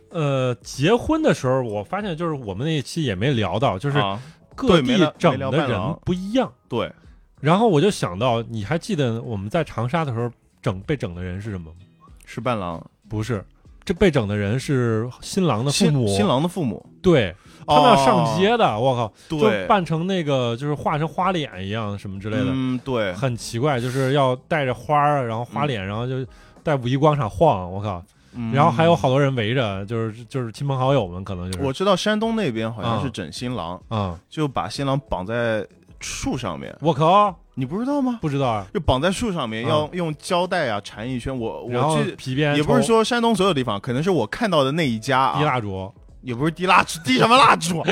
Speaker 1: 呃，结婚的时候，我发现就是我们那一期也没聊到，就是
Speaker 2: 啊
Speaker 1: 各
Speaker 2: 对没
Speaker 1: 地
Speaker 2: 聊
Speaker 1: 整
Speaker 2: 没聊
Speaker 1: 的
Speaker 2: 伴
Speaker 1: 人
Speaker 2: 郎
Speaker 1: 不一样。
Speaker 2: 对，
Speaker 1: 然后我就想到，你还记得我们在长沙的时候整被整的人是什么吗？
Speaker 2: 是伴郎，
Speaker 1: 不是，这被整的人是新郎的父
Speaker 2: 新
Speaker 1: 母，
Speaker 2: 新郎的父母，
Speaker 1: 对他们要上街的，我靠，
Speaker 2: 哦，
Speaker 1: 就
Speaker 2: 对，
Speaker 1: 扮成那个就是画成花脸一样什么之类的，
Speaker 2: 嗯，对，
Speaker 1: 很奇怪，就是要带着花儿，然后花脸，然后就。在五一广场晃，我靠！
Speaker 2: 嗯
Speaker 1: 然后还有，好多人围着，就是就是亲朋好友们，可能就是
Speaker 2: 我知道山东那边好像
Speaker 1: 啊
Speaker 2: 是整新郎，
Speaker 1: 啊、
Speaker 2: 就把新郎绑在树上面，
Speaker 1: 我靠，
Speaker 2: 你不知道吗？
Speaker 1: 不知道啊。
Speaker 2: 就绑在树上面，
Speaker 1: 嗯
Speaker 2: 要用胶带啊缠一圈。我
Speaker 1: 然后
Speaker 2: 我记
Speaker 1: 皮鞭
Speaker 2: 也不是
Speaker 1: 抽
Speaker 2: 说山东所有地方，可能是我看到的那一家
Speaker 1: 滴
Speaker 2: 啊，
Speaker 1: 蜡烛，
Speaker 2: 也不是滴蜡烛， 滴什么蜡烛啊，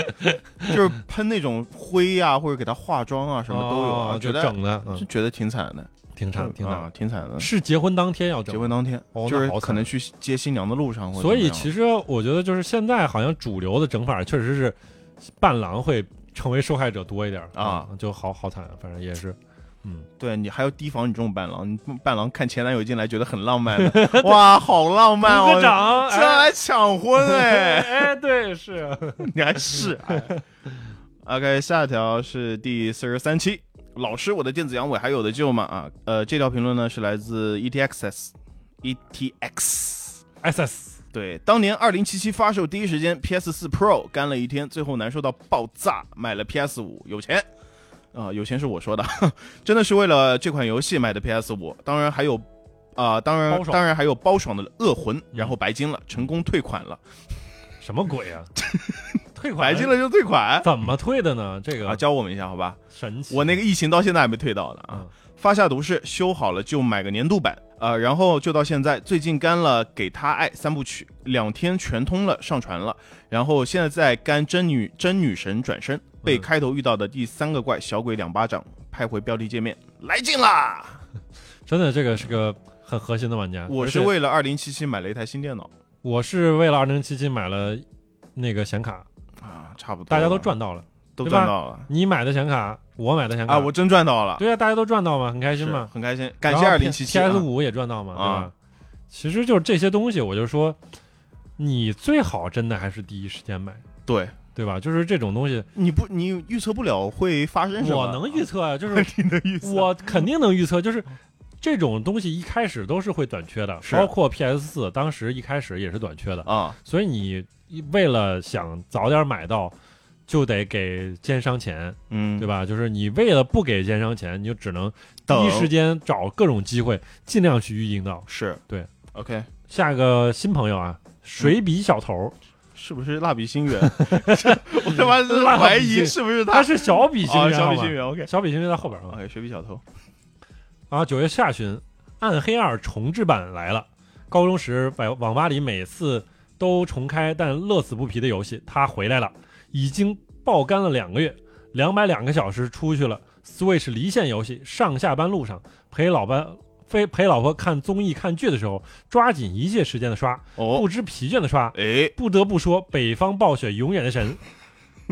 Speaker 2: 就是喷那种灰啊，或者给他化妆啊，什么都有
Speaker 1: 哦
Speaker 2: 啊，觉
Speaker 1: 就
Speaker 2: 得
Speaker 1: 整的，
Speaker 2: 就
Speaker 1: 嗯，
Speaker 2: 觉得挺惨的，
Speaker 1: 挺惨，挺惨
Speaker 2: 啊，。挺惨的。
Speaker 1: 是结婚当天要整
Speaker 2: 结，婚当天
Speaker 1: 哦那
Speaker 2: 就是
Speaker 1: 好惨
Speaker 2: 可能去接新娘的路上，或者
Speaker 1: 所以
Speaker 2: 怎么样
Speaker 1: 其实我觉得就是现在好像主流的整法确实是伴郎会成为受害者多一点儿
Speaker 2: 啊
Speaker 1: 嗯就好好惨，反正也是，嗯，
Speaker 2: 对你还要提防你这种伴郎，你伴郎看前男友进来觉得很浪漫 的，哇，好浪漫
Speaker 1: 鼓个
Speaker 2: 哦，
Speaker 1: 掌，
Speaker 2: 这还抢婚 哎
Speaker 1: 哎，，哎对，是，
Speaker 2: 你还是。哎 OK，下一条是第四十三期，老师，我的电子阳痿还有的救吗？啊，呃，这条评论呢是来自 E ETXS，ETX。
Speaker 1: SS
Speaker 2: E 对，当年二零七七发售第一时间，PS 四 Pro 干了一天，最后难受到爆炸，买了 PS 五，有钱。啊、有钱是我说的， 真的是为了这款游戏买的 PS 五，当然还有，啊、当然
Speaker 1: 包爽嗯
Speaker 2: 当然还有包爽的恶魂，然后白金了，成功退款了，
Speaker 1: 什么鬼 啊？退款
Speaker 2: 白金了就退 款
Speaker 1: 怎么退的呢？这
Speaker 2: 啊，
Speaker 1: 个
Speaker 2: 教我们一下好吧？
Speaker 1: 神奇，
Speaker 2: 我那个疫情到现在还没退到呢啊，
Speaker 1: 嗯
Speaker 2: 发下毒誓，修好了就买个年度版啊、呃然后就到现在，最近干了《给他爱》三部曲，两天全通了，上传了，然后现在在干真女真女神转身，被
Speaker 1: 嗯
Speaker 2: 开头遇到的第三个怪小鬼两巴掌拍回标题界面，来劲啦！
Speaker 1: 真的这个是个很核心的玩家。
Speaker 2: 我
Speaker 1: 啊而
Speaker 2: 是
Speaker 1: 且
Speaker 2: 为了二零七七买了一台新电脑
Speaker 1: 我是为了二零七七买了那个显卡，
Speaker 2: 啊，差不多，
Speaker 1: 大家都，赚到了。
Speaker 2: 都
Speaker 1: 对
Speaker 2: 赚
Speaker 1: 吧
Speaker 2: 到了
Speaker 1: 你买的显卡，我买的显卡
Speaker 2: 啊，我真赚到了，
Speaker 1: 对啊，大家都赚到嘛，很开心
Speaker 2: 是
Speaker 1: 嘛。
Speaker 2: 很开心，感谢二零七七
Speaker 1: PS 五也赚到嘛，对吧
Speaker 2: 啊？
Speaker 1: 其实就是这些东西，我就说，你最好真的还是第一时间买，
Speaker 2: 对。
Speaker 1: 对吧？就是这种东西，
Speaker 2: 你不，你预测不了会发生什么？
Speaker 1: 我能预测啊，就是
Speaker 2: 你能预测，
Speaker 1: 我肯定能预测，就是这种东西一开始都是会短缺的，
Speaker 2: 是
Speaker 1: 包括 PS 四当时一开始也是短缺的，
Speaker 2: 啊，
Speaker 1: 所以你为了想早点买到，就得给奸商钱，
Speaker 2: 嗯，
Speaker 1: 对吧？就是你为了不给奸商钱，你就只能第
Speaker 2: 等
Speaker 1: 一时间找各种机会，尽量去预定到。
Speaker 2: 是
Speaker 1: 对
Speaker 2: ，OK，
Speaker 1: 下个新朋友啊，水笔小头，
Speaker 2: 嗯是不是蜡笔星 源？我他妈是怀疑是不是
Speaker 1: 他
Speaker 2: 他？
Speaker 1: 是小笔星
Speaker 2: 啊，
Speaker 1: 人
Speaker 2: 小
Speaker 1: 好
Speaker 2: 笔
Speaker 1: 吧
Speaker 2: 星源，OK，哎
Speaker 1: 小笔星人在后边啊。
Speaker 2: OK，水笔小偷，
Speaker 1: 啊，九月下旬，《暗黑二》重制版来了。高中时在网吧里每次都重开但乐此不疲的游戏，它回来了，已经爆肝了两个月，两百两个小时出去了。Switch 离线游戏，上下班路上陪老伴。非陪老婆看综艺、看剧的时候，抓紧一切时间的刷，
Speaker 2: 哦，
Speaker 1: 不知疲倦的刷。
Speaker 2: 哎，
Speaker 1: 不得不说，北方暴雪永远的 神。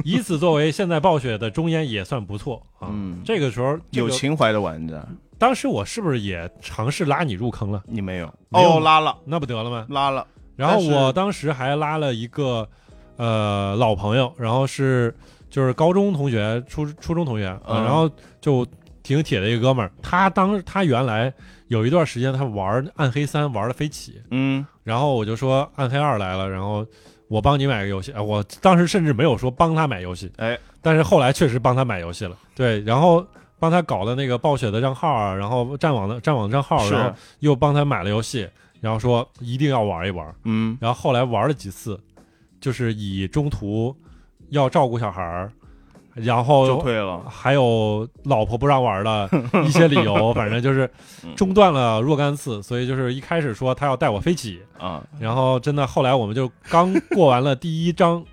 Speaker 1: 以此作为现在暴雪的中烟也算不错啊。
Speaker 2: 嗯，
Speaker 1: 这个时候、这
Speaker 2: 有
Speaker 1: 个
Speaker 2: 情怀的玩家，
Speaker 1: 当时我是不是也尝试拉你入坑了？
Speaker 2: 你没有？
Speaker 1: 没有
Speaker 2: 哦，拉了，
Speaker 1: 那不得了吗？
Speaker 2: 拉了，
Speaker 1: 然后
Speaker 2: 但是
Speaker 1: 我当时还拉了一个呃老朋友，然后是就是高中同学、初初中同学，啊
Speaker 2: 嗯
Speaker 1: 然后就挺铁的一个哥们儿。他当他原来有一段时间他玩《暗黑三》玩的飞起，
Speaker 2: 嗯，
Speaker 1: 然后我就说《暗黑二》来了，然后我帮你买个游戏。啊，我当时甚至没有说帮他买游戏，
Speaker 2: 哎，
Speaker 1: 但是后来确实帮他买游戏了。对，然后帮他搞了那个暴雪的账号啊，然后战网的战网账号，然
Speaker 2: 是
Speaker 1: 后，又帮他买了游戏，然后说一定要玩一玩。
Speaker 2: 嗯，
Speaker 1: 然后后来玩了几次，就是以中途要照顾小孩儿，然
Speaker 2: 就
Speaker 1: 后
Speaker 2: 退了，
Speaker 1: 还有老婆不让玩的一些理由， 反正就是
Speaker 2: 嗯
Speaker 1: 中断了若干次。所以就是一开始说他要带我飞起，
Speaker 2: 啊，
Speaker 1: 然后真的后来我们就刚过完了第一章，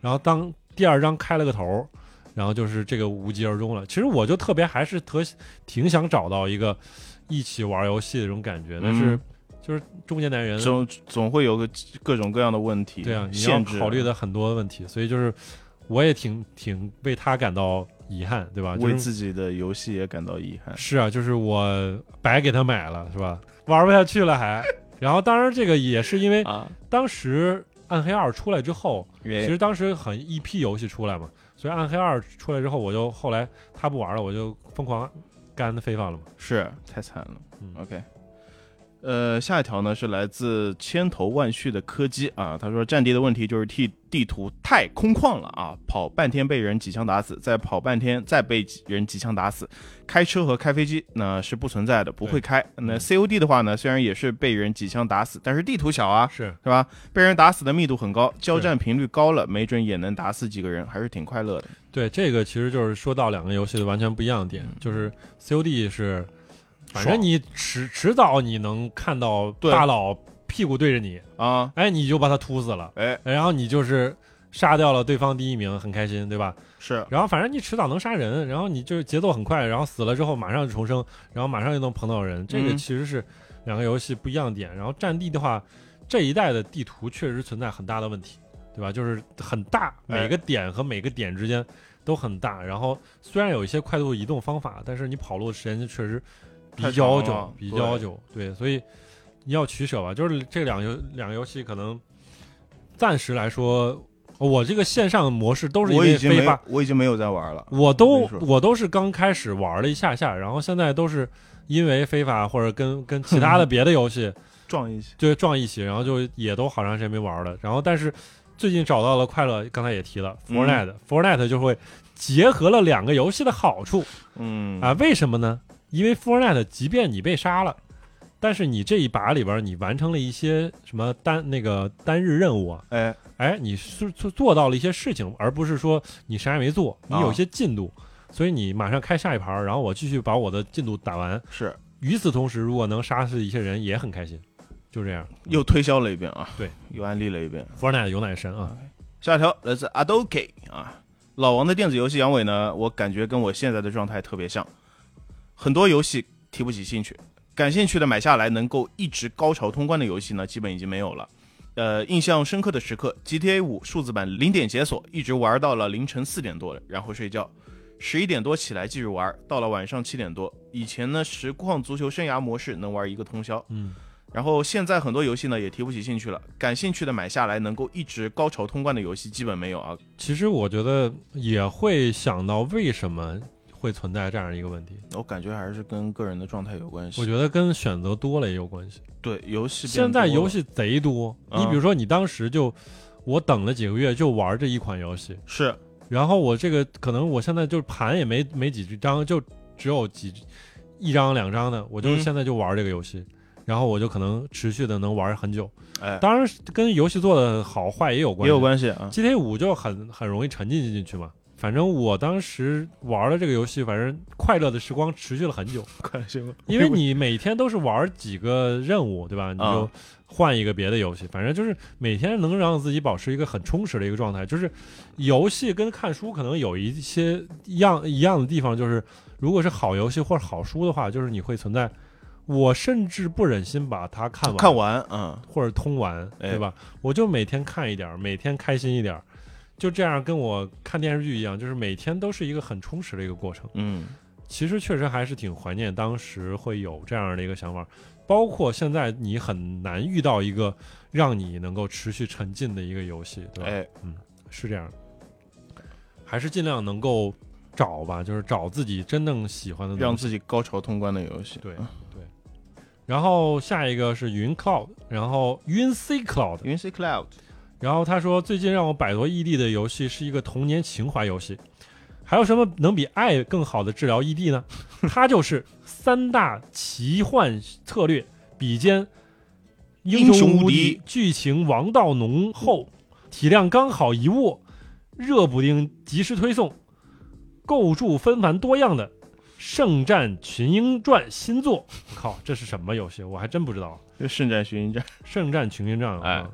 Speaker 1: 然后当第二章开了个头，然后就是这个无疾而终了。其实我就特别还是特挺想找到一个一起玩游戏的这种感觉，但是
Speaker 2: 嗯
Speaker 1: 就是中年男人。
Speaker 2: 总总会有个各种各样的问题，
Speaker 1: 呃对啊，你要
Speaker 2: 限制
Speaker 1: 考虑，的很多问题，所以就是我也挺挺为他感到遗憾，对啊吧？就
Speaker 2: 为
Speaker 1: 是
Speaker 2: 自己的游戏也感到遗憾，
Speaker 1: 是啊，就是我白给他买了，是吧？玩不下去了还。然后当然这个也是因为
Speaker 2: 啊，
Speaker 1: 当时《暗黑二》出来之后，其
Speaker 2: 原
Speaker 1: 实当时很一批游戏出来嘛，所以《暗黑二》出来之后，我就后来他不玩了，我就疯狂干非法了嘛。
Speaker 2: 是太惨了。
Speaker 1: 嗯
Speaker 2: OK，呃，下一条呢是来自千头万绪的柯基啊，他说战地的问题就是地地图太空旷了啊，跑半天被人几枪打死，再跑半天再被人几枪打死，开车和开飞机那是不存在的，不会开。那
Speaker 1: 嗯
Speaker 2: COD 的话呢，虽然也是被人几枪打死，但是地图小啊。
Speaker 1: 是，
Speaker 2: 是吧？被人打死的密度很高，交战频率高了，没准也能打死几个人，还是挺快乐的。
Speaker 1: 对，这个其实就是说到两个游戏的完全不一样的点，就是 COD 是，反正
Speaker 2: 爽
Speaker 1: 你迟迟早你能看到
Speaker 2: 对
Speaker 1: 大佬屁股对着你，
Speaker 2: 啊，
Speaker 1: 哎，你就把他突死了，
Speaker 2: 哎，
Speaker 1: 然后你就是杀掉了对方第一名，很开心，对吧？
Speaker 2: 是
Speaker 1: 然后反正你迟早能杀人，然后你就是节奏很快，然后死了之后马上就重生，然后马上就能碰到人，这个
Speaker 2: 嗯
Speaker 1: 其实是两个游戏不一样的点。然后战地的话，这一代的地图确实存在很大的问题，对吧？就是很大，
Speaker 2: 哎
Speaker 1: 每个点和每个点之间都很大。然后虽然有一些快速移动方法，但是你跑路的时间就确实比
Speaker 2: 太
Speaker 1: 较
Speaker 2: 长
Speaker 1: 久
Speaker 2: 了，
Speaker 1: 比
Speaker 2: 对
Speaker 1: 较久，对，所以你要取舍吧。就是这两个游两个游戏可能暂时来说我这个线上模式都是因
Speaker 2: 我
Speaker 1: 为
Speaker 2: 已经
Speaker 1: 非
Speaker 2: 没
Speaker 1: 法
Speaker 2: 有，我已经没有在玩了。
Speaker 1: 我
Speaker 2: 啊没
Speaker 1: 都
Speaker 2: 事
Speaker 1: 我都是刚开始玩了一下下，然后现在都是因为非法或者跟跟其他 的别的游戏
Speaker 2: 撞一起，
Speaker 1: 就撞一起，然后就也都好长时间没玩了。然后但是最近找到了快乐，刚才也提了
Speaker 2: 嗯
Speaker 1: Fortnite，Fortnite、就会结合了两个游戏的好处
Speaker 2: 嗯
Speaker 1: 啊？为什么呢？因为 Fortnite 即便你被杀了。但是你这一把里边，你完成了一些什么单那个单日任务啊，
Speaker 2: 哎，
Speaker 1: 哎，你是做做到了一些事情，而不是说你啥也没做，你
Speaker 2: 啊
Speaker 1: 有一些进度，所以你马上开下一盘儿，然后我继续把我的进度打完。
Speaker 2: 是
Speaker 1: 与此同时，如果能杀死一些人，也很开心。就这样，
Speaker 2: 又推销了一遍啊，
Speaker 1: 对，
Speaker 2: 又安利了一遍。
Speaker 1: 福尔奈的有奶神啊，
Speaker 2: 下一条来自 Adoke 啊，老王的电子游戏阳痿呢，我感觉跟我现在的状态特别像，很多游戏提不起兴趣，感兴趣的买下来能够一直高潮通关的游戏呢，基本已经没有了。呃，印象深刻的时刻，GTA 五数字版零点解锁，一直玩到了凌晨四点多，然后睡觉。十一点多起来继续玩，到了晚上七点多。以前呢，实况足球生涯模式能玩一个通宵，
Speaker 1: 嗯，
Speaker 2: 然后现在很多游戏呢也提不起兴趣了，感兴趣的买下来能够一直高潮通关的游戏基本没有啊。
Speaker 1: 其实我觉得也会想到为什么会存在这样一个问题，
Speaker 2: 我感觉还是跟个人的状态有关系。
Speaker 1: 我觉得跟选择多了也有关系。
Speaker 2: 对游戏变
Speaker 1: 现在
Speaker 2: 多了
Speaker 1: 游戏贼多，
Speaker 2: 嗯
Speaker 1: 你比如说你当时就，我等了几个月就玩这一款游戏，
Speaker 2: 是
Speaker 1: 然后我这个可能我现在就盘也没没几张，就只有几一张两张的，我就
Speaker 2: 嗯
Speaker 1: 现在就玩这个游戏，然后我就可能持续的能玩很久。
Speaker 2: 哎
Speaker 1: 当然跟游戏做的好坏也有关系，
Speaker 2: 也有关系啊。
Speaker 1: GTA 五就很很容易沉浸进去嘛。反正我当时玩了这个游戏，反正快乐的时光持续了很久，因 为你每天都是玩几个任务，对吧？你就
Speaker 2: 啊
Speaker 1: 换一个别的游戏，反正就是每天能让自己保持一个很充实的一个状态。就是游戏跟看书可能有一些一样一样的地方，就是如果是好游戏或者好书的话，就是你会存在。我甚至不忍心把它看完，
Speaker 2: 看完啊、
Speaker 1: 或者通完，
Speaker 2: 哎
Speaker 1: 对吧？我就每天看一点儿，每天开心一点儿，就这样跟我看电视剧一样，就是每天都是一个很充实的一个过程。
Speaker 2: 嗯，
Speaker 1: 其实确实还是挺怀念当时会有这样的一个想法，包括现在你很难遇到一个让你能够持续沉浸的一个游戏，对吧？
Speaker 2: 哎，
Speaker 1: 是这样的，还是尽量能够找吧，就是找自己真正喜欢的
Speaker 2: 让
Speaker 1: 东西。
Speaker 2: 自己高潮通关的游戏。嗯
Speaker 1: 对对。然后下一个是云 Cloud，然后云 C Cloud，
Speaker 2: 云 C Cloud
Speaker 1: 然后他说最近让我摆脱异地的游戏是一个童年情怀游戏，还有什么能比爱更好的治疗异地呢？它就是三大奇幻策略比肩
Speaker 2: 英雄
Speaker 1: 无
Speaker 2: 无
Speaker 1: 敌
Speaker 2: 敌，
Speaker 1: 剧情王道浓厚，体量刚好一握，热补丁及时推送，构筑纷繁多样的《圣战群英传》新作。我靠，这是什么游戏？我还真不知道。啊
Speaker 2: 就圣战巡营战，
Speaker 1: 圣战群英战
Speaker 2: 哎
Speaker 1: 啊。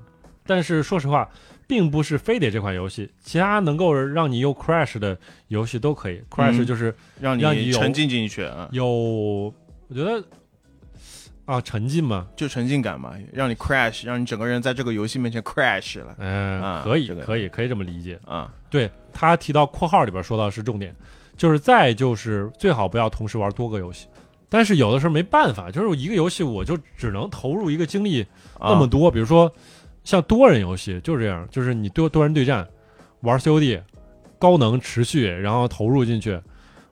Speaker 1: 但是说实话，并不是非得这款游戏，其他能够让你又 crash 的游戏都可以。crash
Speaker 2: 嗯
Speaker 1: 就是
Speaker 2: 让
Speaker 1: 让你
Speaker 2: 你
Speaker 1: 有
Speaker 2: 沉浸进去啊，
Speaker 1: 有，我觉得啊，沉浸嘛，
Speaker 2: 就沉浸感嘛，让你 crash，让你整个人在这个游戏面前 crash 了
Speaker 1: 嗯、
Speaker 2: 啊
Speaker 1: 可以，
Speaker 2: 这个
Speaker 1: 可以，可以这么理解。
Speaker 2: 啊。
Speaker 1: 对他提到括号里边说到是重点，就是再就是最好不要同时玩多个游戏。但是有的时候没办法，就是一个游戏我就只能投入一个精力那么
Speaker 2: 啊
Speaker 1: 多，比如说像多人游戏就是这样，就是你多多人对战，玩 COD，高能持续，然后投入进去，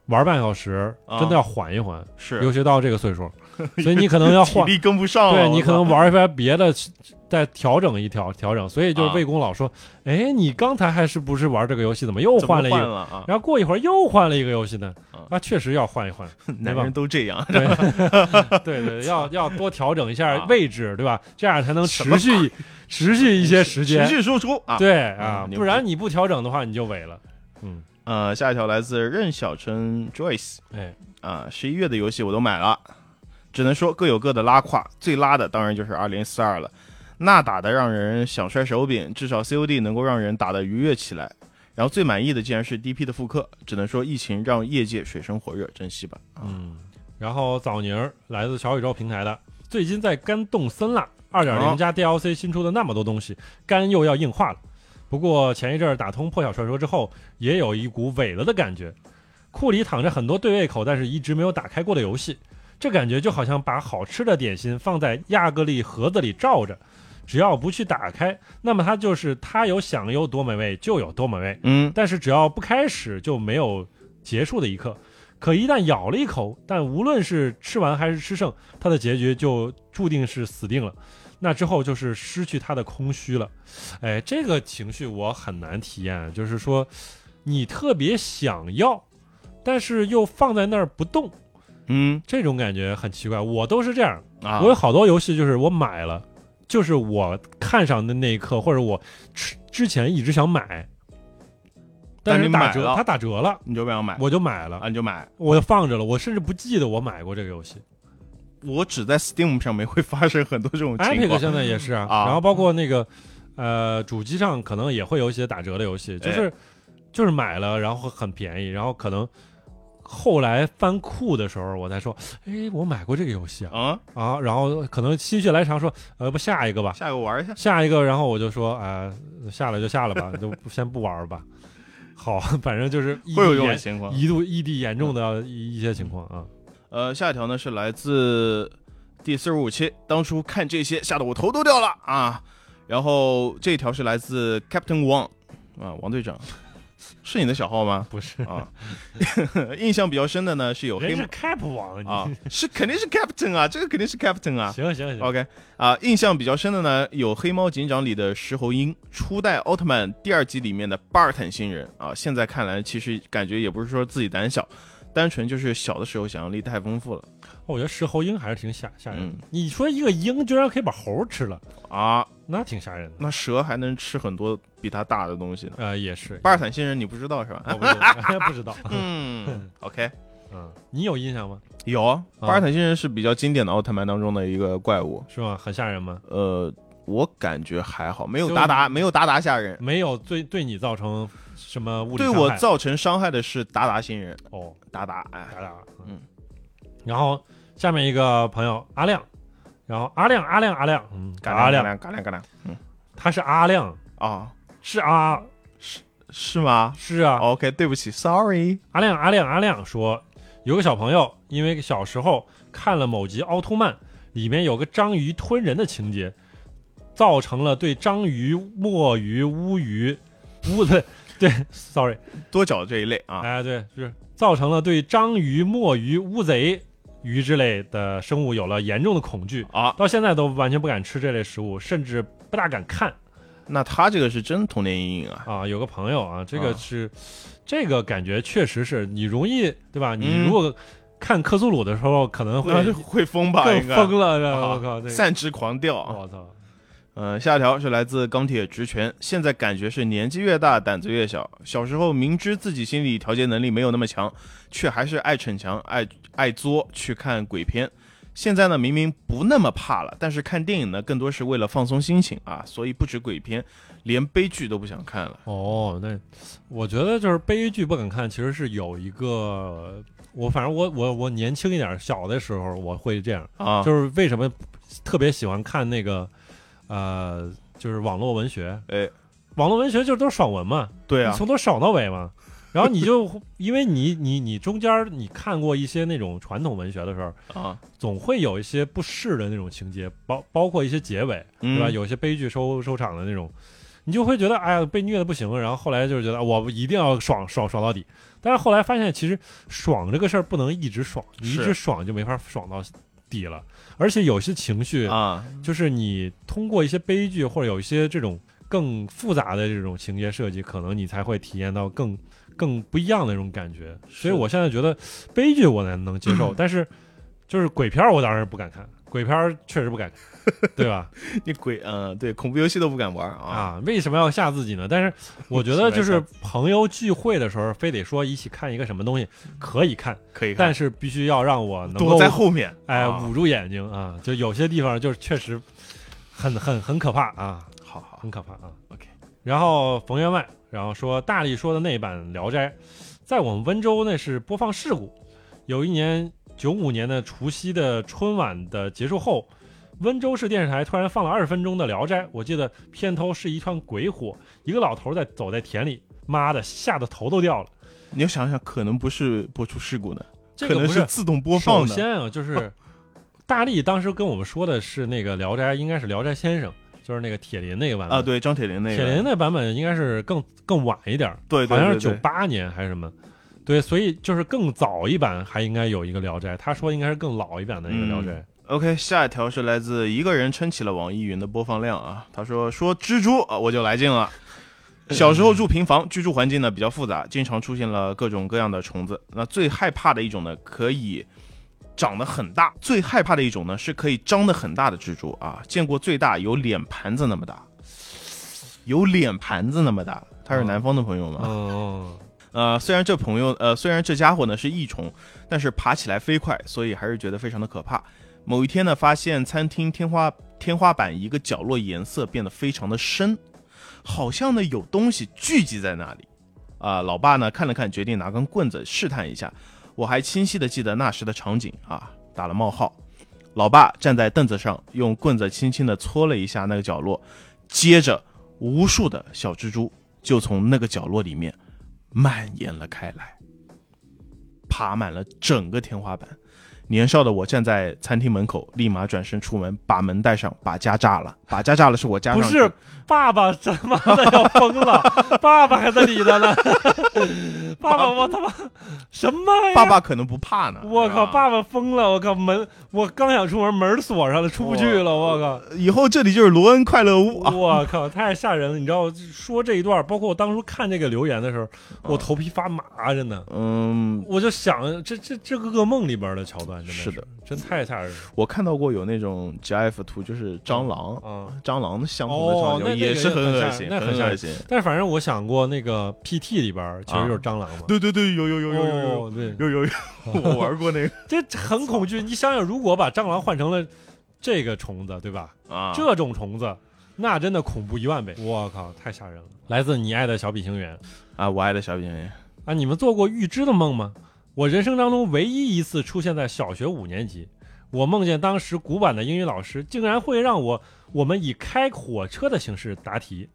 Speaker 1: 玩半小时，
Speaker 2: 啊
Speaker 1: 真的要缓一缓，尤
Speaker 2: 是
Speaker 1: 其到这个岁 数，所以你可能要
Speaker 2: 体
Speaker 1: 换，
Speaker 2: 力跟不上了，
Speaker 1: 对你
Speaker 2: 我
Speaker 1: 可
Speaker 2: 操
Speaker 1: 能玩一番别的，再调整一调调整。所以就是
Speaker 2: 啊
Speaker 1: 魏公老说，哎，你刚才还是不是玩这个游戏，怎么又
Speaker 2: 怎么
Speaker 1: 换了一
Speaker 2: 换
Speaker 1: 个？
Speaker 2: 了啊，
Speaker 1: 然后过一会儿又换了一个游戏呢
Speaker 2: 啊，
Speaker 1: 那确实要换一换，
Speaker 2: 男人都这 样，
Speaker 1: 对 对对，要要多调整一下
Speaker 2: 啊
Speaker 1: 位置，对吧？这样才能
Speaker 2: 什
Speaker 1: 持
Speaker 2: 么
Speaker 1: 续持续一些时间
Speaker 2: 持。续输出啊。
Speaker 1: 对啊，
Speaker 2: 嗯
Speaker 1: 不然你不调整的话，你就萎了。嗯，
Speaker 2: 呃，下一条来自任小春 Joyce
Speaker 1: 哎，
Speaker 2: 啊，十一月的游戏我都买了，只能说各有各的拉胯，最拉的当然就是二零四二了，那打的让人想摔手柄，至少 COD 能够让人打得愉悦起来。然后最满意的竟然是 DP 的复刻，只能说疫情让业界水深火热，珍惜吧。啊，
Speaker 1: 嗯，然后枣泥儿来自小宇宙平台的，最近在干动森啦，二点零
Speaker 2: 哦
Speaker 1: 加 DLC 新出的那么多东西，肝又要硬化了。不过前一阵儿打通破晓传说之后，也有一股萎了的感觉。库里躺着很多对胃口，但是一直没有打开过的游戏，这感觉就好像把好吃的点心放在亚克力盒子里罩着，只要不去打开，那么它就是它有想有多美味就有多美味。
Speaker 2: 嗯，
Speaker 1: 但是只要不开始，就没有结束的一刻。可一旦咬了一口，但无论是吃完还是吃剩，它的结局就注定是死定了。那之后就是失去它的空虚了。哎，这个情绪我很难体验，就是说你特别想要，但是又放在那儿不动，
Speaker 2: 嗯
Speaker 1: 这种感觉很奇怪。我都是这样，
Speaker 2: 啊，
Speaker 1: 我有好多游戏就是我买了，就是我看上的那一刻，或者我之之前一直想买，
Speaker 2: 但
Speaker 1: 但是
Speaker 2: 你
Speaker 1: 打
Speaker 2: 买
Speaker 1: 折
Speaker 2: 了
Speaker 1: 它打折了，
Speaker 2: 你就不想买，
Speaker 1: 我就买了，
Speaker 2: 啊你就买。
Speaker 1: 我就放着了，我甚至不记得我买过这个游戏。
Speaker 2: 我只在 Steam 上面会发生很多这种情
Speaker 1: Epic
Speaker 2: 况。
Speaker 1: 现在也是啊，
Speaker 2: 啊
Speaker 1: 然后包括那个呃主机上可能也会有一些打折的游戏，就是、
Speaker 2: 哎
Speaker 1: 就是买了，然后很便宜，然后可能。后来翻库的时候，我才说，哎，我买过这个游戏啊
Speaker 2: 啊，
Speaker 1: 啊，然后可能心血来潮说，呃，不下一个吧，
Speaker 2: 下个玩一下。
Speaker 1: 下一个，然后我就说，啊、下了就下了 吧，就不先不玩儿吧。好，反正就是异
Speaker 2: 会有
Speaker 1: 地
Speaker 2: 这种
Speaker 1: 严
Speaker 2: 情况。嗯
Speaker 1: 一度异地严重的一一些情况啊。
Speaker 2: 呃，下一条呢是来自第四十五期，当初看这些吓得我头都掉了啊。然后这一条是来自 Captain Wang 啊，王队长，是你的小号吗？
Speaker 1: 不是，
Speaker 2: 啊， 印象比较深的呢是有黑
Speaker 1: 人
Speaker 2: 猫
Speaker 1: 是 Cap 网
Speaker 2: 啊，是肯定是 Captain 啊，这个肯定是 Captain 啊。
Speaker 1: 行行行，
Speaker 2: OK 啊，印象比较深的呢，有《黑猫警长》里的石猴鹰，初代奥特曼第二集里面的巴尔坦星人啊。现在看来，其实感觉也不是说自己胆小，单纯就是小的时候想象力太丰富了
Speaker 1: 我觉得石猴鹰还是挺吓吓人的。
Speaker 2: 嗯
Speaker 1: 你说一个鹰居然可以把猴吃了，
Speaker 2: 啊。
Speaker 1: 那挺吓人的。
Speaker 2: 那蛇还能吃很多比它大的东西呢。
Speaker 1: 呃，也是，
Speaker 2: 巴尔坦星人你不知道 是吧？
Speaker 1: 我不知道，不知道。
Speaker 2: 嗯，OK，
Speaker 1: 嗯，你有印象吗？
Speaker 2: 有啊
Speaker 1: 嗯
Speaker 2: 巴尔坦星人是比较经典的奥特曼当中的一个怪物。
Speaker 1: 是吗？很吓人吗？
Speaker 2: 呃，我感觉还好，没
Speaker 1: 就
Speaker 2: 有
Speaker 1: 是
Speaker 2: 达达，没有达达吓人。
Speaker 1: 没有对对你造成什么物理
Speaker 2: 对
Speaker 1: 伤害？
Speaker 2: 我造成伤害的是达达星人，
Speaker 1: 哦，
Speaker 2: 达达，哎，
Speaker 1: 打打了。
Speaker 2: 嗯，
Speaker 1: 然后下面一个朋友阿亮，然后阿亮阿亮阿亮，嗯，阿亮，
Speaker 2: 亮嘎亮嘎亮
Speaker 1: 他是阿亮，
Speaker 2: 啊，
Speaker 1: 是啊，
Speaker 2: 是吗
Speaker 1: 是啊，
Speaker 2: ？OK，对不起，Sorry，
Speaker 1: 阿亮阿亮阿亮说，有个小朋友因为小时候看了某集《奥特曼》，里面有个章鱼吞人的情节，造成了对章鱼、墨鱼、乌鱼、乌 对对，sorry，
Speaker 2: 多角这一类啊，
Speaker 1: 哎，对，是造成了对章鱼、墨鱼、乌贼、鱼之类的生物有了严重的恐惧。
Speaker 2: 啊，
Speaker 1: 到现在都完全不敢吃这类食物，甚至不大敢看
Speaker 2: 那他这个是真童年阴影啊，
Speaker 1: 啊。有个朋友啊，这个
Speaker 2: 啊
Speaker 1: 是、这个感觉确实是你容易对吧？你
Speaker 2: 嗯
Speaker 1: 如果看克苏鲁的时候，可能会
Speaker 2: 那是会疯吧？
Speaker 1: 更
Speaker 2: 应该
Speaker 1: 疯了。
Speaker 2: 啊
Speaker 1: 我靠，那个
Speaker 2: 散之狂掉啊。
Speaker 1: 我操，
Speaker 2: 嗯，下一条是来自钢铁直拳，现在感觉是年纪越大胆子越小，小时候明知自己心理调节能力没有那么强，却还是爱逞强、爱爱作去看鬼片。现在呢，明明不那么怕了，但是看电影呢，更多是为了放松心情啊，所以不止鬼片，连悲剧都不想看了。
Speaker 1: 哦，那我觉得就是悲剧不敢看，其实是有一个。我反正我我我年轻一点，小的时候我会这样，
Speaker 2: 啊，
Speaker 1: 就是为什么特别喜欢看那个，呃，就是网络文学，
Speaker 2: 哎，
Speaker 1: 网络文学就是都是爽文嘛，
Speaker 2: 对啊
Speaker 1: 你，从头爽到尾嘛。然后你就 因为你你你中间儿你看过一些那种传统文学的时候，
Speaker 2: 啊，
Speaker 1: 总会有一些不适的那种情节，包包括一些结尾，
Speaker 2: 嗯
Speaker 1: 对吧？有一些悲剧收收场的那种，你就会觉得哎呀被虐的不行了，然后后来就是觉得啊我一定要爽爽爽到底。但是后来发现，其实爽这个事儿不能一直爽，你一
Speaker 2: 是
Speaker 1: 直爽就没法爽到底了。而且有些情绪
Speaker 2: 啊，
Speaker 1: 就是你通过一些悲剧或者有一些这种更复杂的这种情节设计，可能你才会体验到更更不一样的那种感觉。所以我现在觉得悲剧我能能接 受，但是就是鬼片儿我当然不敢看，鬼片儿确实不敢看， 对吧？
Speaker 2: 你鬼，嗯、对，恐怖游戏都不敢玩啊。
Speaker 1: 啊，为什么要吓自己呢？但是我 觉得就是朋友聚会的时候，非得说一起看一个什么东西可以看，
Speaker 2: 嗯可以看，
Speaker 1: 但是必须要让我能
Speaker 2: 躲
Speaker 1: 够
Speaker 2: 在后面，
Speaker 1: 哎
Speaker 2: 啊
Speaker 1: 捂住眼睛啊，就有些地方就是确实很很很可怕啊。
Speaker 2: 好好，
Speaker 1: 很可怕啊。
Speaker 2: OK
Speaker 1: 然后冯员外，然后说大力说的那版《聊斋》，在我们温州那是播放事故。有一年九五年的除夕的春晚的结束后，温州市电视台突然放了二十分钟的《聊斋》，我记得片头是一团鬼火，一个老头在走在田里，妈的吓得头都掉了。
Speaker 2: 你要想想，可能不是播出事故的，
Speaker 1: 这
Speaker 2: 可
Speaker 1: 个
Speaker 2: 能
Speaker 1: 不
Speaker 2: 是
Speaker 1: 是
Speaker 2: 自动播放
Speaker 1: 首
Speaker 2: 的。
Speaker 1: 先啊，就是大力当时跟我们说的是那个《聊斋》，应该是《聊斋先生》，就是那个铁林那个版本
Speaker 2: 啊，对，张铁林那个，
Speaker 1: 铁林那版本应该是更更晚一点儿，
Speaker 2: 对，对
Speaker 1: 好像是
Speaker 2: 对
Speaker 1: 九
Speaker 2: 对
Speaker 1: 八年还是什么。对，所以就是更早一版还应该有一个《聊斋》，他说应该是更老一版的一个《聊斋》
Speaker 2: OK，下一条是来自一个人撑起了网易云的播放量啊。他说说蜘蛛啊，我就来 劲了。小时候住平房，居住环境呢比较复杂，经常出现了各种各样的虫子。那最害怕的一种呢，可以长得很大；最害怕的一种呢，是可以张得很大的蜘蛛啊。见过最大有脸盘子那么大，有脸盘子那么大。他
Speaker 1: 啊
Speaker 2: 是南方的朋友吗？
Speaker 1: 嗯。
Speaker 2: 呃，虽然这朋友，呃，虽然这家伙呢是益虫，但是爬起来飞快，所以还是觉得非常的可怕。某一天呢，发现餐厅天花天花板一个角落颜色变得非常的深，好像呢有东西聚集在那里。啊、老爸呢看了看，决定拿根棍子试探一下。我还清晰的记得那时的场景啊，打了冒号。老爸站在凳子上，用棍子轻轻的搓了一下那个角落，接着无数的小蜘蛛就从那个角落里面蔓延了开来，爬满了整个天花板。年少的我站在餐厅门口，立马转身出门，把门带上，把家炸了。把家炸了是我家
Speaker 1: 不
Speaker 2: 上去
Speaker 1: 是，爸爸他妈的要疯了， 爸爸还在里头呢。 爸爸，我他妈什么呀？
Speaker 2: 爸，啊爸可能不怕呢。
Speaker 1: 我
Speaker 2: 是
Speaker 1: 靠，
Speaker 2: 吧
Speaker 1: 爸爸疯了！我靠，门，我刚想出门，门锁上了，出不去了。我靠，
Speaker 2: 以后这里就是罗恩快乐屋啊！
Speaker 1: 我靠，太吓人了！你知道，说这一段，包括我当初看这个留言的时候，
Speaker 2: 啊
Speaker 1: 我头皮发麻，真的。
Speaker 2: 嗯，
Speaker 1: 我就想，这这这个噩梦里边的桥段，真的
Speaker 2: 是的，
Speaker 1: 真太吓人了。
Speaker 2: 我看到过有那种 GIF 图，就是蟑螂，
Speaker 1: 啊！
Speaker 2: 蟑螂相同的
Speaker 1: 哦
Speaker 2: 场景、
Speaker 1: 那那个
Speaker 2: 也是很恶心，
Speaker 1: 那很吓人那很吓
Speaker 2: 很
Speaker 1: 人
Speaker 2: 恶心。
Speaker 1: 但是反正我想过，那个 PT 里边其实就是蟑螂嘛。
Speaker 2: 对对啊对，有有有有有有
Speaker 1: 哦对，
Speaker 2: 有有有，我玩过那个
Speaker 1: 这很恐惧。你想想，如果把蟑螂换成了这个虫子，对吧？
Speaker 2: 啊
Speaker 1: 这种虫子，那真的恐怖一万倍。我靠，太吓人了！来自你爱的小比星园
Speaker 2: 啊，我爱的小品人
Speaker 1: 啊，你们做过预知的梦吗？我人生当中唯一一次出现在小学五年级，我梦见当时古板的英语老师竟然会让我我们以开火车的形式答题，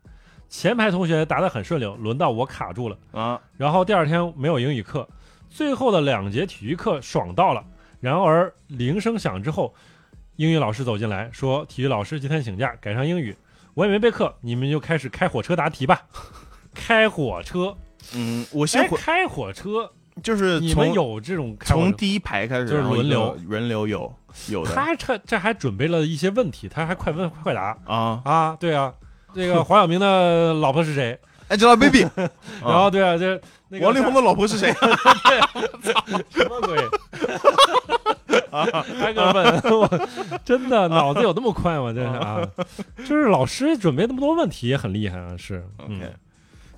Speaker 1: 前排同学答得很顺溜，轮到我卡住了。
Speaker 2: 啊，
Speaker 1: 然后第二天没有英语课，最后的两节体育课爽到了。然而铃声响之后，英语老师走进来说：“体育老师今天请假，改上英语。”我也没备课，你们就开始开火车答题吧。 开火车，
Speaker 2: 嗯，我
Speaker 1: 哎
Speaker 2: 先，回，
Speaker 1: 开火车，
Speaker 2: 就是
Speaker 1: 哎你们
Speaker 2: 从
Speaker 1: 有这种开火
Speaker 2: 从
Speaker 1: 车？
Speaker 2: 第一排开始，
Speaker 1: 就是
Speaker 2: 然后
Speaker 1: 轮
Speaker 2: 一
Speaker 1: 流
Speaker 2: 个轮流有有的
Speaker 1: 他这这还准备了一些问题，他还快问快答
Speaker 2: 啊
Speaker 1: 啊，对啊。这个黄晓明的老婆是谁？
Speaker 2: 哎，Angelababy，
Speaker 1: 然后对啊，这 那个
Speaker 2: 王力宏的老婆 是谁？
Speaker 1: 什么鬼？ 还给我问我，真的脑子有那么快吗？真是啊，就是老师准备那么多问题也很厉害啊，是。嗯
Speaker 2: OK，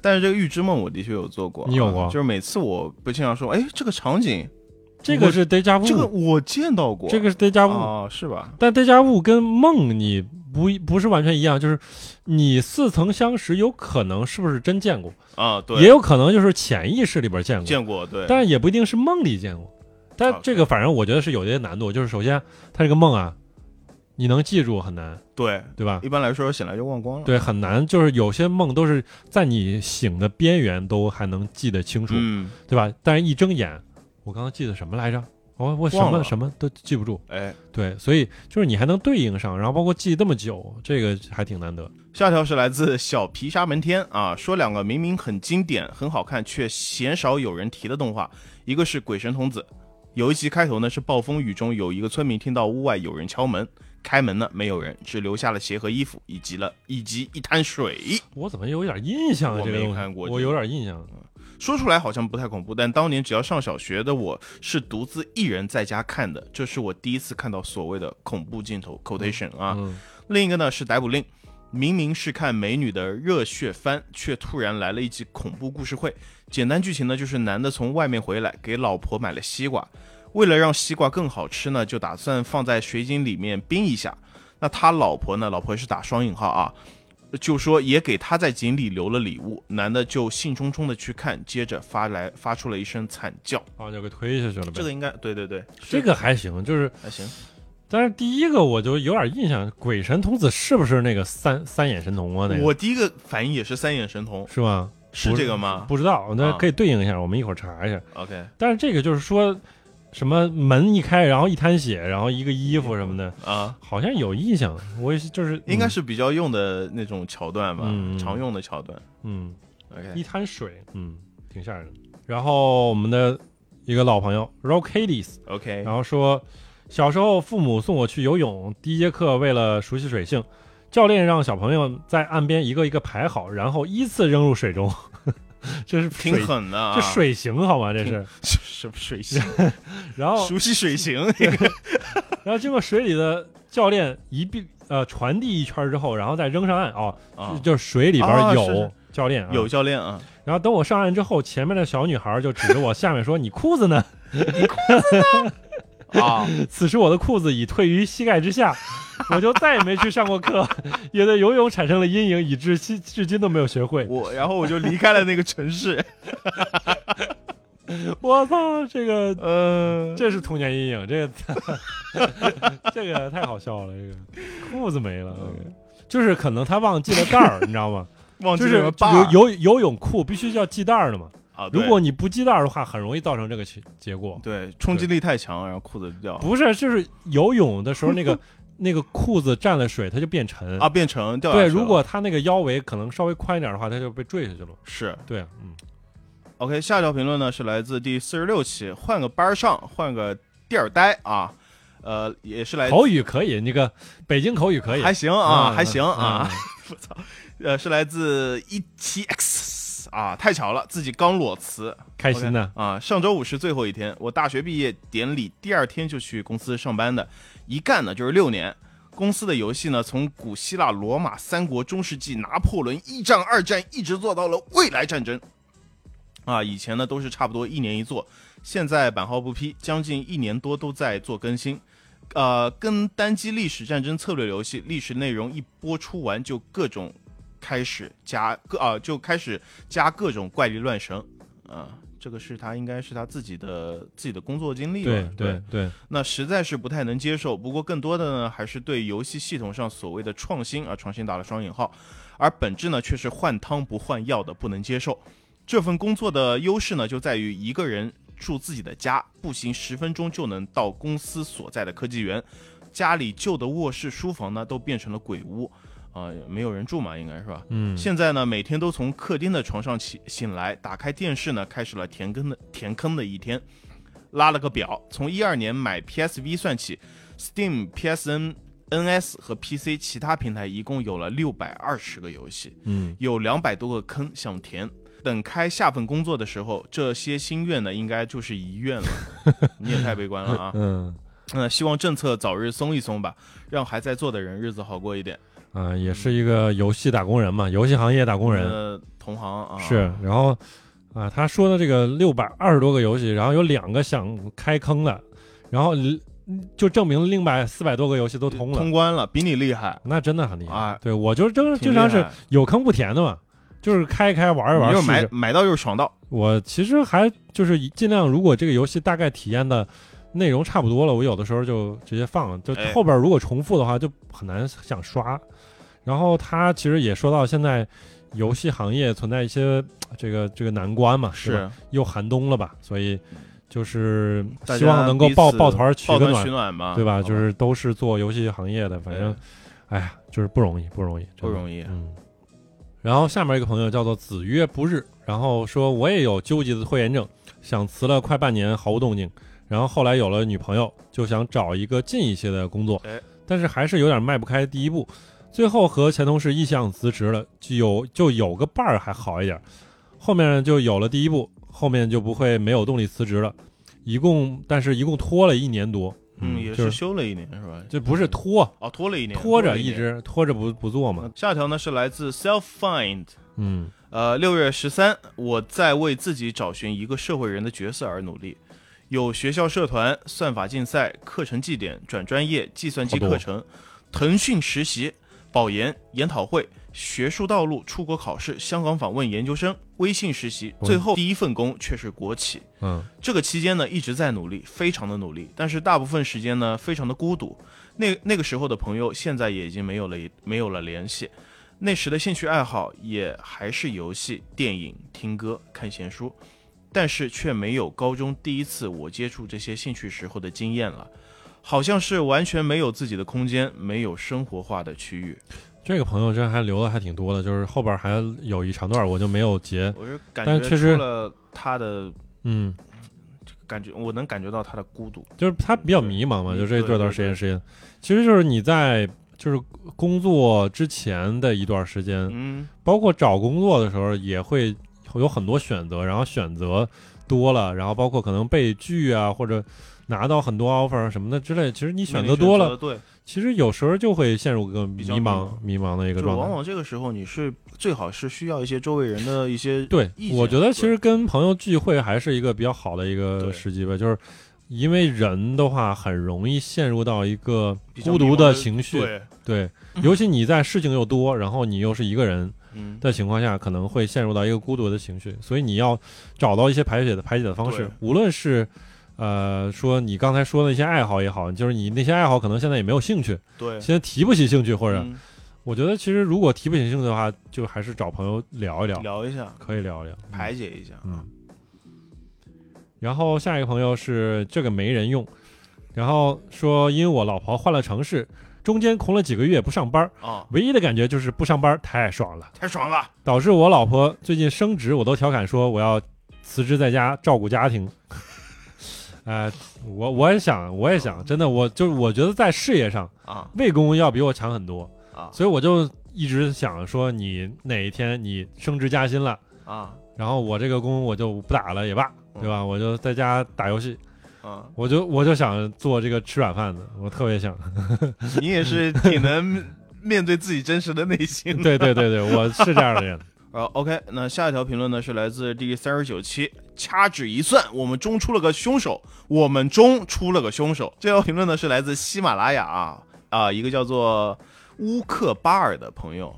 Speaker 2: 但是这个预知梦我的确有做过啊，
Speaker 1: 你有过
Speaker 2: 就是每次我不经常说，哎，这个场景，
Speaker 1: 这个是 deja vu，
Speaker 2: 这个我见到过，
Speaker 1: 哦这个是 deja vu，
Speaker 2: 哦，是吧？
Speaker 1: 但 deja vu 跟梦你不一不是完全一样，就是你似曾相识，有可能是不是真见过，
Speaker 2: 啊，对，
Speaker 1: 也有可能就是潜意识里边见过，
Speaker 2: 见过，对，
Speaker 1: 但也不一定是梦里见过。但这个反正我觉得是有些难度，就是首先它这个梦啊，你能记住很难，
Speaker 2: 对，
Speaker 1: 对吧？
Speaker 2: 一般来说醒来就忘光了。，
Speaker 1: 对，很难，就是有些梦都是在你醒的边缘都还能记得清楚，
Speaker 2: 嗯，
Speaker 1: 对吧？但是一睁眼，我刚刚记得什么来着？我我什
Speaker 2: 忘
Speaker 1: 么
Speaker 2: 了
Speaker 1: 什么都记不住。
Speaker 2: 哎，
Speaker 1: 对，所以就是你还能对应上，然后包括记这么久，这个还挺难得。
Speaker 2: 下条是来自小皮沙门天啊，说两个明明很经典、很好看，却鲜少有人提的动画，一个是《鬼神童子》，有一集开头呢是暴风雨中有一个村民听到屋外有人敲门，开门呢没有人，只留下了鞋和衣服，以及了以及一滩水。
Speaker 1: 我怎么有点印象啊？
Speaker 2: 我
Speaker 1: 这个
Speaker 2: 没
Speaker 1: 东
Speaker 2: 看过
Speaker 1: 西，
Speaker 2: 这
Speaker 1: 我有点印象。
Speaker 2: 说出来好像不太恐怖，但当年只要上小学的我是独自一人在家看的，这是我第一次看到所谓的恐怖镜头 （quotation） 啊。
Speaker 1: 嗯，
Speaker 2: 另一个呢是逮捕令，明明是看美女的热血番，却突然来了一集恐怖故事会。简单剧情呢就是男的从外面回来，给老婆买了西瓜，为了让西瓜更好吃呢，就打算放在水井里面冰一下。那他老婆呢？老婆是打双引号啊。就说也给他在井里留了礼物，男的就兴冲冲的去看，接着发来发出了一声惨叫。
Speaker 1: 啊，就给推下去了呗。
Speaker 2: 这个应该对对对，
Speaker 1: 这个还行，就是，
Speaker 2: 还行。
Speaker 1: 但是第一个我就有点印象，鬼神童子是不是那个三三眼神童啊？那个
Speaker 2: 我第一个反应也是三眼神童，
Speaker 1: 是吗？
Speaker 2: 是
Speaker 1: 不
Speaker 2: 这个吗
Speaker 1: 不知道，那
Speaker 2: 啊
Speaker 1: 可以对应一下，我们一会儿查一下。
Speaker 2: ？OK，
Speaker 1: 但是这个就是说，什么门一开，然后一滩血，然后一个衣服什么的，
Speaker 2: 啊，
Speaker 1: 好像有印象。我也是就是
Speaker 2: 应该
Speaker 1: 嗯
Speaker 2: 是比较用的那种桥段吧，
Speaker 1: 嗯
Speaker 2: 常用的桥段。
Speaker 1: 嗯
Speaker 2: OK，
Speaker 1: 一滩水，嗯，挺吓人的。然后我们的一个老朋友 Rockadis，
Speaker 2: OK，
Speaker 1: 然后说，小时候父母送我去游泳，第一节课为了熟悉水性，教练让小朋友在岸边一个一个排好，然后依次扔入水中。 这是水
Speaker 2: 挺，狠的啊，
Speaker 1: 这水 刑好吗？这是。
Speaker 2: 什么水性？
Speaker 1: 然后，
Speaker 2: 熟悉水型，
Speaker 1: 然后经过水里的教练一并呃传递一圈之后，然后再扔上岸哦，
Speaker 2: 啊
Speaker 1: 就就是水里边
Speaker 2: 啊是
Speaker 1: 有
Speaker 2: 是
Speaker 1: 教练啊。
Speaker 2: 有教 练啊，
Speaker 1: 然后等我上岸之后，前面的小女孩就指着我下面说：“你裤子呢？”
Speaker 2: 啊，
Speaker 1: 此时我的裤子已退于膝盖之 下，我就再也没去上过课，也对游泳产生了阴影，以致至至今都没有学会。
Speaker 2: 我然后我就离开了那个城市，
Speaker 1: 我操，这个
Speaker 2: 呃，
Speaker 1: 这是童年阴影，这个 这个太好笑了，这个裤子没了，
Speaker 2: 嗯
Speaker 1: 就是可能他忘记了带 儿，你知道吗？
Speaker 2: 忘记
Speaker 1: 就
Speaker 2: 了
Speaker 1: 是
Speaker 2: 什么坝
Speaker 1: 游游游泳裤必须要系带儿的嘛，
Speaker 2: 啊，对
Speaker 1: 如果你不系带儿的话，很容易造成这个结结果。
Speaker 2: 对冲击力太强，然后裤子就掉
Speaker 1: 不是，就是游泳的时候那个 那个裤子沾了水，它就变沉
Speaker 2: 啊，变成 掉下去
Speaker 1: 对，
Speaker 2: 了。
Speaker 1: 如果他那个腰围可能稍微宽一点的话，他就被坠下去了。
Speaker 2: 是
Speaker 1: 对啊，嗯
Speaker 2: OK，下条评论呢是来自第四十六期，换个班儿上，换个地儿待啊，呃，也是来
Speaker 1: 口语可以，那个北京口语可以
Speaker 2: 还行啊，
Speaker 1: 嗯
Speaker 2: 还行啊，
Speaker 1: 嗯
Speaker 2: 呃，是来自一七 X 啊，太巧了，自己刚裸辞，
Speaker 1: 开心的
Speaker 2: OK，啊！上周五是最后一天，我大学毕业典礼第二天就去公司上班的，一干呢就是六年。公司的游戏呢，从古希腊、罗马、三国、中世纪、拿破仑、一战、二战，一直做到了未来战争。啊，以前呢都是差不多一年一做，现在版号不批，将近一年多都在做更新。呃，跟单机历史战争策略游戏历史内容一播出完，就各种开始加各啊、就开始加各种怪力乱神。啊，这个是他应该是他自己的自己的工作经历吧？
Speaker 1: 对对对，
Speaker 2: 那实在是不太能接受。不过更多的呢，还是对游戏系统上所谓的创新啊，创新打了双引号，而本质呢却是换汤不换药的不能接受。这份工作的优势呢，就在于一个人住自己的家，步行十分钟就能到公司所在的科技园。家里旧的卧室、书房呢，都变成了鬼屋，啊、没有人住嘛，应该是吧？
Speaker 1: 嗯，
Speaker 2: 现在呢，每天都从客厅的床上起醒来，打开电视呢，开始了填坑的填坑的一天。拉了个表，从一二年买 PSV 算起，Steam、PSN、NS 和 PC 其他平台一共有了六百二十个游戏，
Speaker 1: 嗯
Speaker 2: 有两百多个坑想填。等开下份工作的时候，这些心愿呢，应该就是遗 愿了。你也太悲观了啊！
Speaker 1: 嗯
Speaker 2: 嗯、希望政策早日松一松吧，让还在做的人日子好过一点。
Speaker 1: 啊，
Speaker 2: 嗯
Speaker 1: 也是一个游戏打工人嘛，游戏行业打工人
Speaker 2: 呃，同行啊，
Speaker 1: 是。然后啊，他说的这个六百二十多个游戏，然后有两个想开坑的，然后就证明另外四百多个游戏都通了，
Speaker 2: 通关了，比你厉害。
Speaker 1: 那真的很厉害
Speaker 2: 哎。
Speaker 1: 对我就是经
Speaker 2: 挺
Speaker 1: 经
Speaker 2: 厉
Speaker 1: 常是
Speaker 2: 害
Speaker 1: 有坑不填的嘛，就是开一开玩一玩
Speaker 2: 你就
Speaker 1: 试试
Speaker 2: 买。买到就是爽到，
Speaker 1: 我其实还就是尽量，如果这个游戏大概体验的内容差不多了，我有的时候就直接放了。就
Speaker 2: 哎
Speaker 1: 后边如果重复的话，就很难想刷。然后他其实也说到，现在游戏行业存在一些呃这个这个难关嘛，对吧
Speaker 2: 是
Speaker 1: 又寒冬了吧，所以就是
Speaker 2: 大家
Speaker 1: 希望能够
Speaker 2: 彼
Speaker 1: 抱
Speaker 2: 此
Speaker 1: 抱团取
Speaker 2: 抱
Speaker 1: 个
Speaker 2: 团
Speaker 1: 暖
Speaker 2: 取，暖嘛，哦
Speaker 1: 对吧？
Speaker 2: 好
Speaker 1: 就是都是做游戏行业的，反正
Speaker 2: 哎，
Speaker 1: 哎呀，就是不容易，不容易，
Speaker 2: 不
Speaker 1: 易。
Speaker 2: 容易。
Speaker 1: 嗯，然后下面一个朋友叫做子曰不日，然后说我也有纠结的拖延症，想辞了快半年毫无动静，然后后来有了女朋友，就想找一个近一些的工作
Speaker 2: 哎，
Speaker 1: 但是还是有点迈不开第一步，最后和前同事意向辞职了，就有就有个伴儿还好一点，后面就有了第一步，后面就不会没有动力辞职了，一共但是一共拖了一年多，
Speaker 2: 嗯，也
Speaker 1: 就是是
Speaker 2: 休了一年是吧？
Speaker 1: 这不是拖。
Speaker 2: 哦，拖了一年，
Speaker 1: 拖着
Speaker 2: 了
Speaker 1: 一
Speaker 2: 一年。
Speaker 1: 直拖着不不做嘛
Speaker 2: 嗯，下一条呢是来自 Self Find，
Speaker 1: 嗯
Speaker 2: 呃，六月十三，我在为自己找寻一个社会人的角色而努力。有学校社团、算法竞赛、课程绩点、转专业、计算机
Speaker 1: 好多
Speaker 2: 课程、腾讯实习、保研、研讨会、学术道路、出国考试、香港访问研究生、微信实习，
Speaker 1: 嗯
Speaker 2: 最后第一份工却是国企。
Speaker 1: 嗯，
Speaker 2: 这个期间呢，一直在努力，非常的努力，但是大部分时间呢，非常的孤独。那那个时候的朋友，现在也已经没有了，没有了联系。那时的兴趣爱好也还是游戏、电影、听歌、看闲书，但是却没有高中第一次我接触这些兴趣时候的经验了，好像是完全没有自己的空间，没有生活化的区域。
Speaker 1: 这个朋友圈还留的还挺多的，就是后边还有一长段我就没有截。
Speaker 2: 我是感
Speaker 1: 但
Speaker 2: 觉
Speaker 1: 确实
Speaker 2: 出了他的
Speaker 1: 嗯，
Speaker 2: 感觉，我能感觉到他的孤独。
Speaker 1: 就是他比较迷茫嘛，
Speaker 2: 对
Speaker 1: 就这
Speaker 2: 对
Speaker 1: 这段
Speaker 2: 嗯对
Speaker 1: 时
Speaker 2: 对
Speaker 1: 间时间，其实就是你在就是工作之前的一段时间，
Speaker 2: 嗯，
Speaker 1: 包括找工作的时候也会有很多选择，然后选择多了，然后包括可能被拒啊，或者拿到很多 offer 啊什么的之类，其实你选择多了，
Speaker 2: 对，
Speaker 1: 其实有时候就会陷入个迷
Speaker 2: 比较
Speaker 1: 茫迷茫的一个
Speaker 2: 就
Speaker 1: 状
Speaker 2: 往
Speaker 1: 态。
Speaker 2: 往这个时候你是最好是需要一些周围人的一些
Speaker 1: 对
Speaker 2: 意，见
Speaker 1: 我觉得其
Speaker 2: 对
Speaker 1: 实跟朋友聚会还是一个比较好的一个
Speaker 2: 对
Speaker 1: 时机吧，就是因为人的话很容易陷入到一个
Speaker 2: 比较
Speaker 1: 孤独
Speaker 2: 迷茫的
Speaker 1: 情绪，
Speaker 2: 对，
Speaker 1: 对，
Speaker 2: 嗯
Speaker 1: 尤其你在事情又多，然后你又是一个人
Speaker 2: 嗯，
Speaker 1: 的情况下，可能会陷入到一个孤独的情绪，所以你要找到一些排解的排解的方式
Speaker 2: 对，
Speaker 1: 无论是呃说你刚才说的一些爱好也好，就是你那些爱好可能现在也没有兴趣，
Speaker 2: 对，
Speaker 1: 现在提不起兴趣，或者、
Speaker 2: 嗯
Speaker 1: 我觉得其实如果提不起兴趣的话，就还是找朋友聊一聊，
Speaker 2: 聊一下，
Speaker 1: 可以聊一聊。
Speaker 2: 排解一下。
Speaker 1: 嗯，然后下一个朋友是这个没人用，然后说因为我老婆换了城市，中间空了几个月不上班，
Speaker 2: 啊，
Speaker 1: 唯一的感觉就是不上班太爽了，
Speaker 2: 太爽了！
Speaker 1: 导致我老婆最近升职，我都调侃说我要辞职在家照顾家庭。 呃，我我也想，我也想，真的，我就是我觉得在事业上，
Speaker 2: 啊
Speaker 1: 魏公要比我强很多，
Speaker 2: 啊
Speaker 1: 所以我就一直想说，你哪一天你升职加薪了，
Speaker 2: 啊
Speaker 1: 然后我这个工我就不打了也罢，对吧？我就在家打游戏，
Speaker 2: 啊！
Speaker 1: 我就我就想做这个吃软饭的，我特别想。
Speaker 2: 你也是挺能面对自己真实的内心的。
Speaker 1: 对对对对，我是这样的人。
Speaker 2: 呃，OK，那下一条评论呢是来自第三十九期，掐指一算，我们中出了个凶手，我们中出了个凶手。这条评论呢是来自喜马拉雅啊啊、一个叫做乌克巴尔的朋友。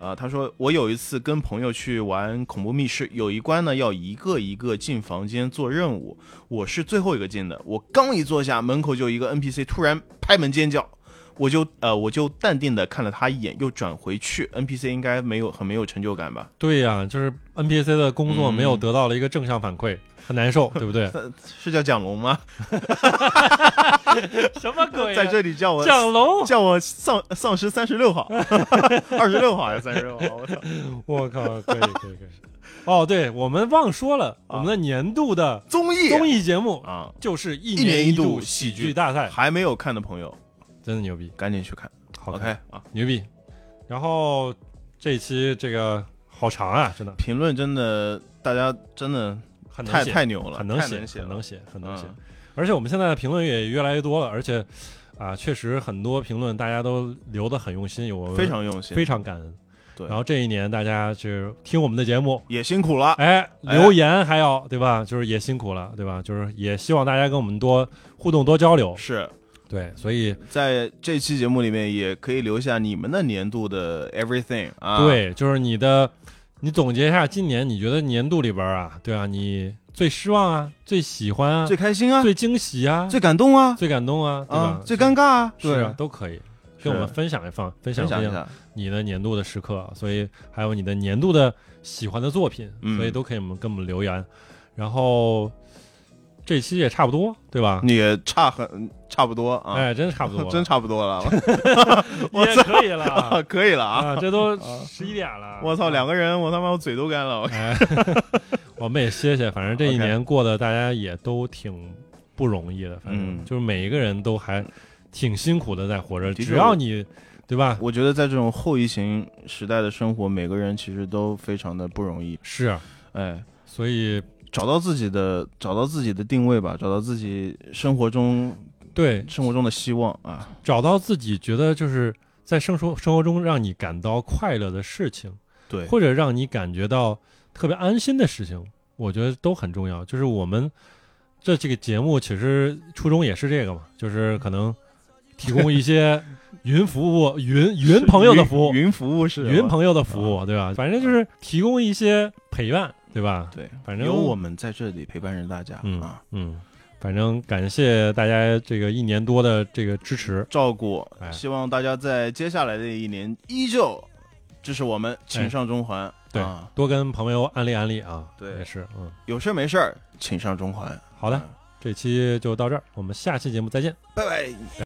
Speaker 2: 呃，他说我有一次跟朋友去玩恐怖密室，有一关呢要一个一个进房间做任务，我是最后一个进的。我刚一坐下，门口就有一个 NPC 突然拍门尖叫，我就呃我就淡定的看了他一眼，又转回去。NPC 应该没有很没有成就感吧？
Speaker 1: 对呀、就是 NPC 的工作没有得到了一个正向反馈，很难受，对不对？
Speaker 2: 是叫蒋龙吗？
Speaker 1: 什么鬼
Speaker 2: 在这里叫我
Speaker 1: 蒋龙，
Speaker 2: 叫我丧丧尸三十 六号，二十六号还是三十六号？我操！
Speaker 1: 我靠，可以可以可以。哦，对，我们忘说了，我们的年度的
Speaker 2: 综艺
Speaker 1: 综艺节目
Speaker 2: 啊，
Speaker 1: 就是一
Speaker 2: 一年一度
Speaker 1: 度
Speaker 2: 喜
Speaker 1: 喜
Speaker 2: 剧
Speaker 1: 剧大赛，
Speaker 2: 还没有看的朋友
Speaker 1: 真的牛逼，
Speaker 2: 赶紧去看。
Speaker 1: 好看
Speaker 2: OK 啊，
Speaker 1: 牛逼。然后这一期这个好长啊，真的
Speaker 2: 评论真的大家真的
Speaker 1: 很能
Speaker 2: 太
Speaker 1: 写，
Speaker 2: 太牛了，
Speaker 1: 很
Speaker 2: 能
Speaker 1: 能
Speaker 2: 能
Speaker 1: 写，很
Speaker 2: 了
Speaker 1: 能写，很能写
Speaker 2: 嗯。
Speaker 1: 而且我们现在的评论也越来越多了，而且啊，确实很多评论大家都留的很用心，我
Speaker 2: 非常用心，
Speaker 1: 非常感恩。
Speaker 2: 对
Speaker 1: 然后这一年大家就是听我们的节目，
Speaker 2: 也辛苦了。
Speaker 1: 哎，
Speaker 2: 哎
Speaker 1: 留言还要对吧？就是也辛苦了，对吧？就是也希望大家跟我们多互动、多交流。
Speaker 2: 是
Speaker 1: 对，所以
Speaker 2: 在这期节目里面，也可以留下你们的年度的 everything 啊。，
Speaker 1: 对，就是你的，你总结一下今年你觉得年度里边啊，对啊，你最失望啊，最喜欢啊
Speaker 2: 最，开心啊，
Speaker 1: 最惊喜啊，
Speaker 2: 最感动啊，
Speaker 1: 最感动啊，对吧
Speaker 2: 啊，？最尴尬啊，
Speaker 1: 是
Speaker 2: 对
Speaker 1: 啊，，都可以跟我们分享一放分享
Speaker 2: 分享
Speaker 1: 分
Speaker 2: 一
Speaker 1: 享
Speaker 2: 下。
Speaker 1: 你的年度的时刻，啊所以还有你的年度的喜欢的作品，
Speaker 2: 嗯
Speaker 1: 所以都可以我们跟我们留言。然后这期也差不多，对吧？
Speaker 2: 也差很差不多啊，
Speaker 1: 哎，真差不多了，
Speaker 2: 真差不多了，我
Speaker 1: 也可以了
Speaker 2: 我 可以了啊！
Speaker 1: 啊，这都
Speaker 2: 啊
Speaker 1: 十一点了，
Speaker 2: 我操，两个人，我他妈我嘴都干了，我
Speaker 1: 哎，我们也歇歇，反正这一
Speaker 2: OK
Speaker 1: 年过得大家也都挺不容易的，反正
Speaker 2: 嗯
Speaker 1: 就是每一个人都还挺辛苦的在活着，
Speaker 2: 的确
Speaker 1: 只要你对吧？
Speaker 2: 我觉得在这种后疫情时代的生活，每个人其实都非常的不容易，
Speaker 1: 是，
Speaker 2: 哎，
Speaker 1: 所以
Speaker 2: 找到自己的找到自己的定位吧，找到自己生活中
Speaker 1: 对
Speaker 2: 生活中的希望啊，
Speaker 1: 找到自己觉得就是在生活生活中让你感到快乐的事情，
Speaker 2: 对
Speaker 1: 或者让你感觉到特别安心的事情，我觉得都很重要。就是我们这这个节目其实初衷也是这个嘛，就是可能提供一些云服 务、云云朋友的服务、
Speaker 2: 云云服务是啊
Speaker 1: 云朋友的服务，对吧？反正就是提供一些陪伴，对吧？
Speaker 2: 对，
Speaker 1: 反正
Speaker 2: 有我们在这里陪伴着大家
Speaker 1: 嗯
Speaker 2: 啊，
Speaker 1: 嗯，反正感谢大家这个一年多的这个支持。
Speaker 2: 照顾，
Speaker 1: 哎
Speaker 2: 希望大家在接下来的一年依旧支持我们，请上中环
Speaker 1: 对
Speaker 2: 啊、
Speaker 1: 多跟朋友安利安利啊，
Speaker 2: 对
Speaker 1: 也是，嗯，
Speaker 2: 有事儿没事儿，请上中环。
Speaker 1: 好的，这期就到这儿，我们下期节目再见。
Speaker 2: 拜拜。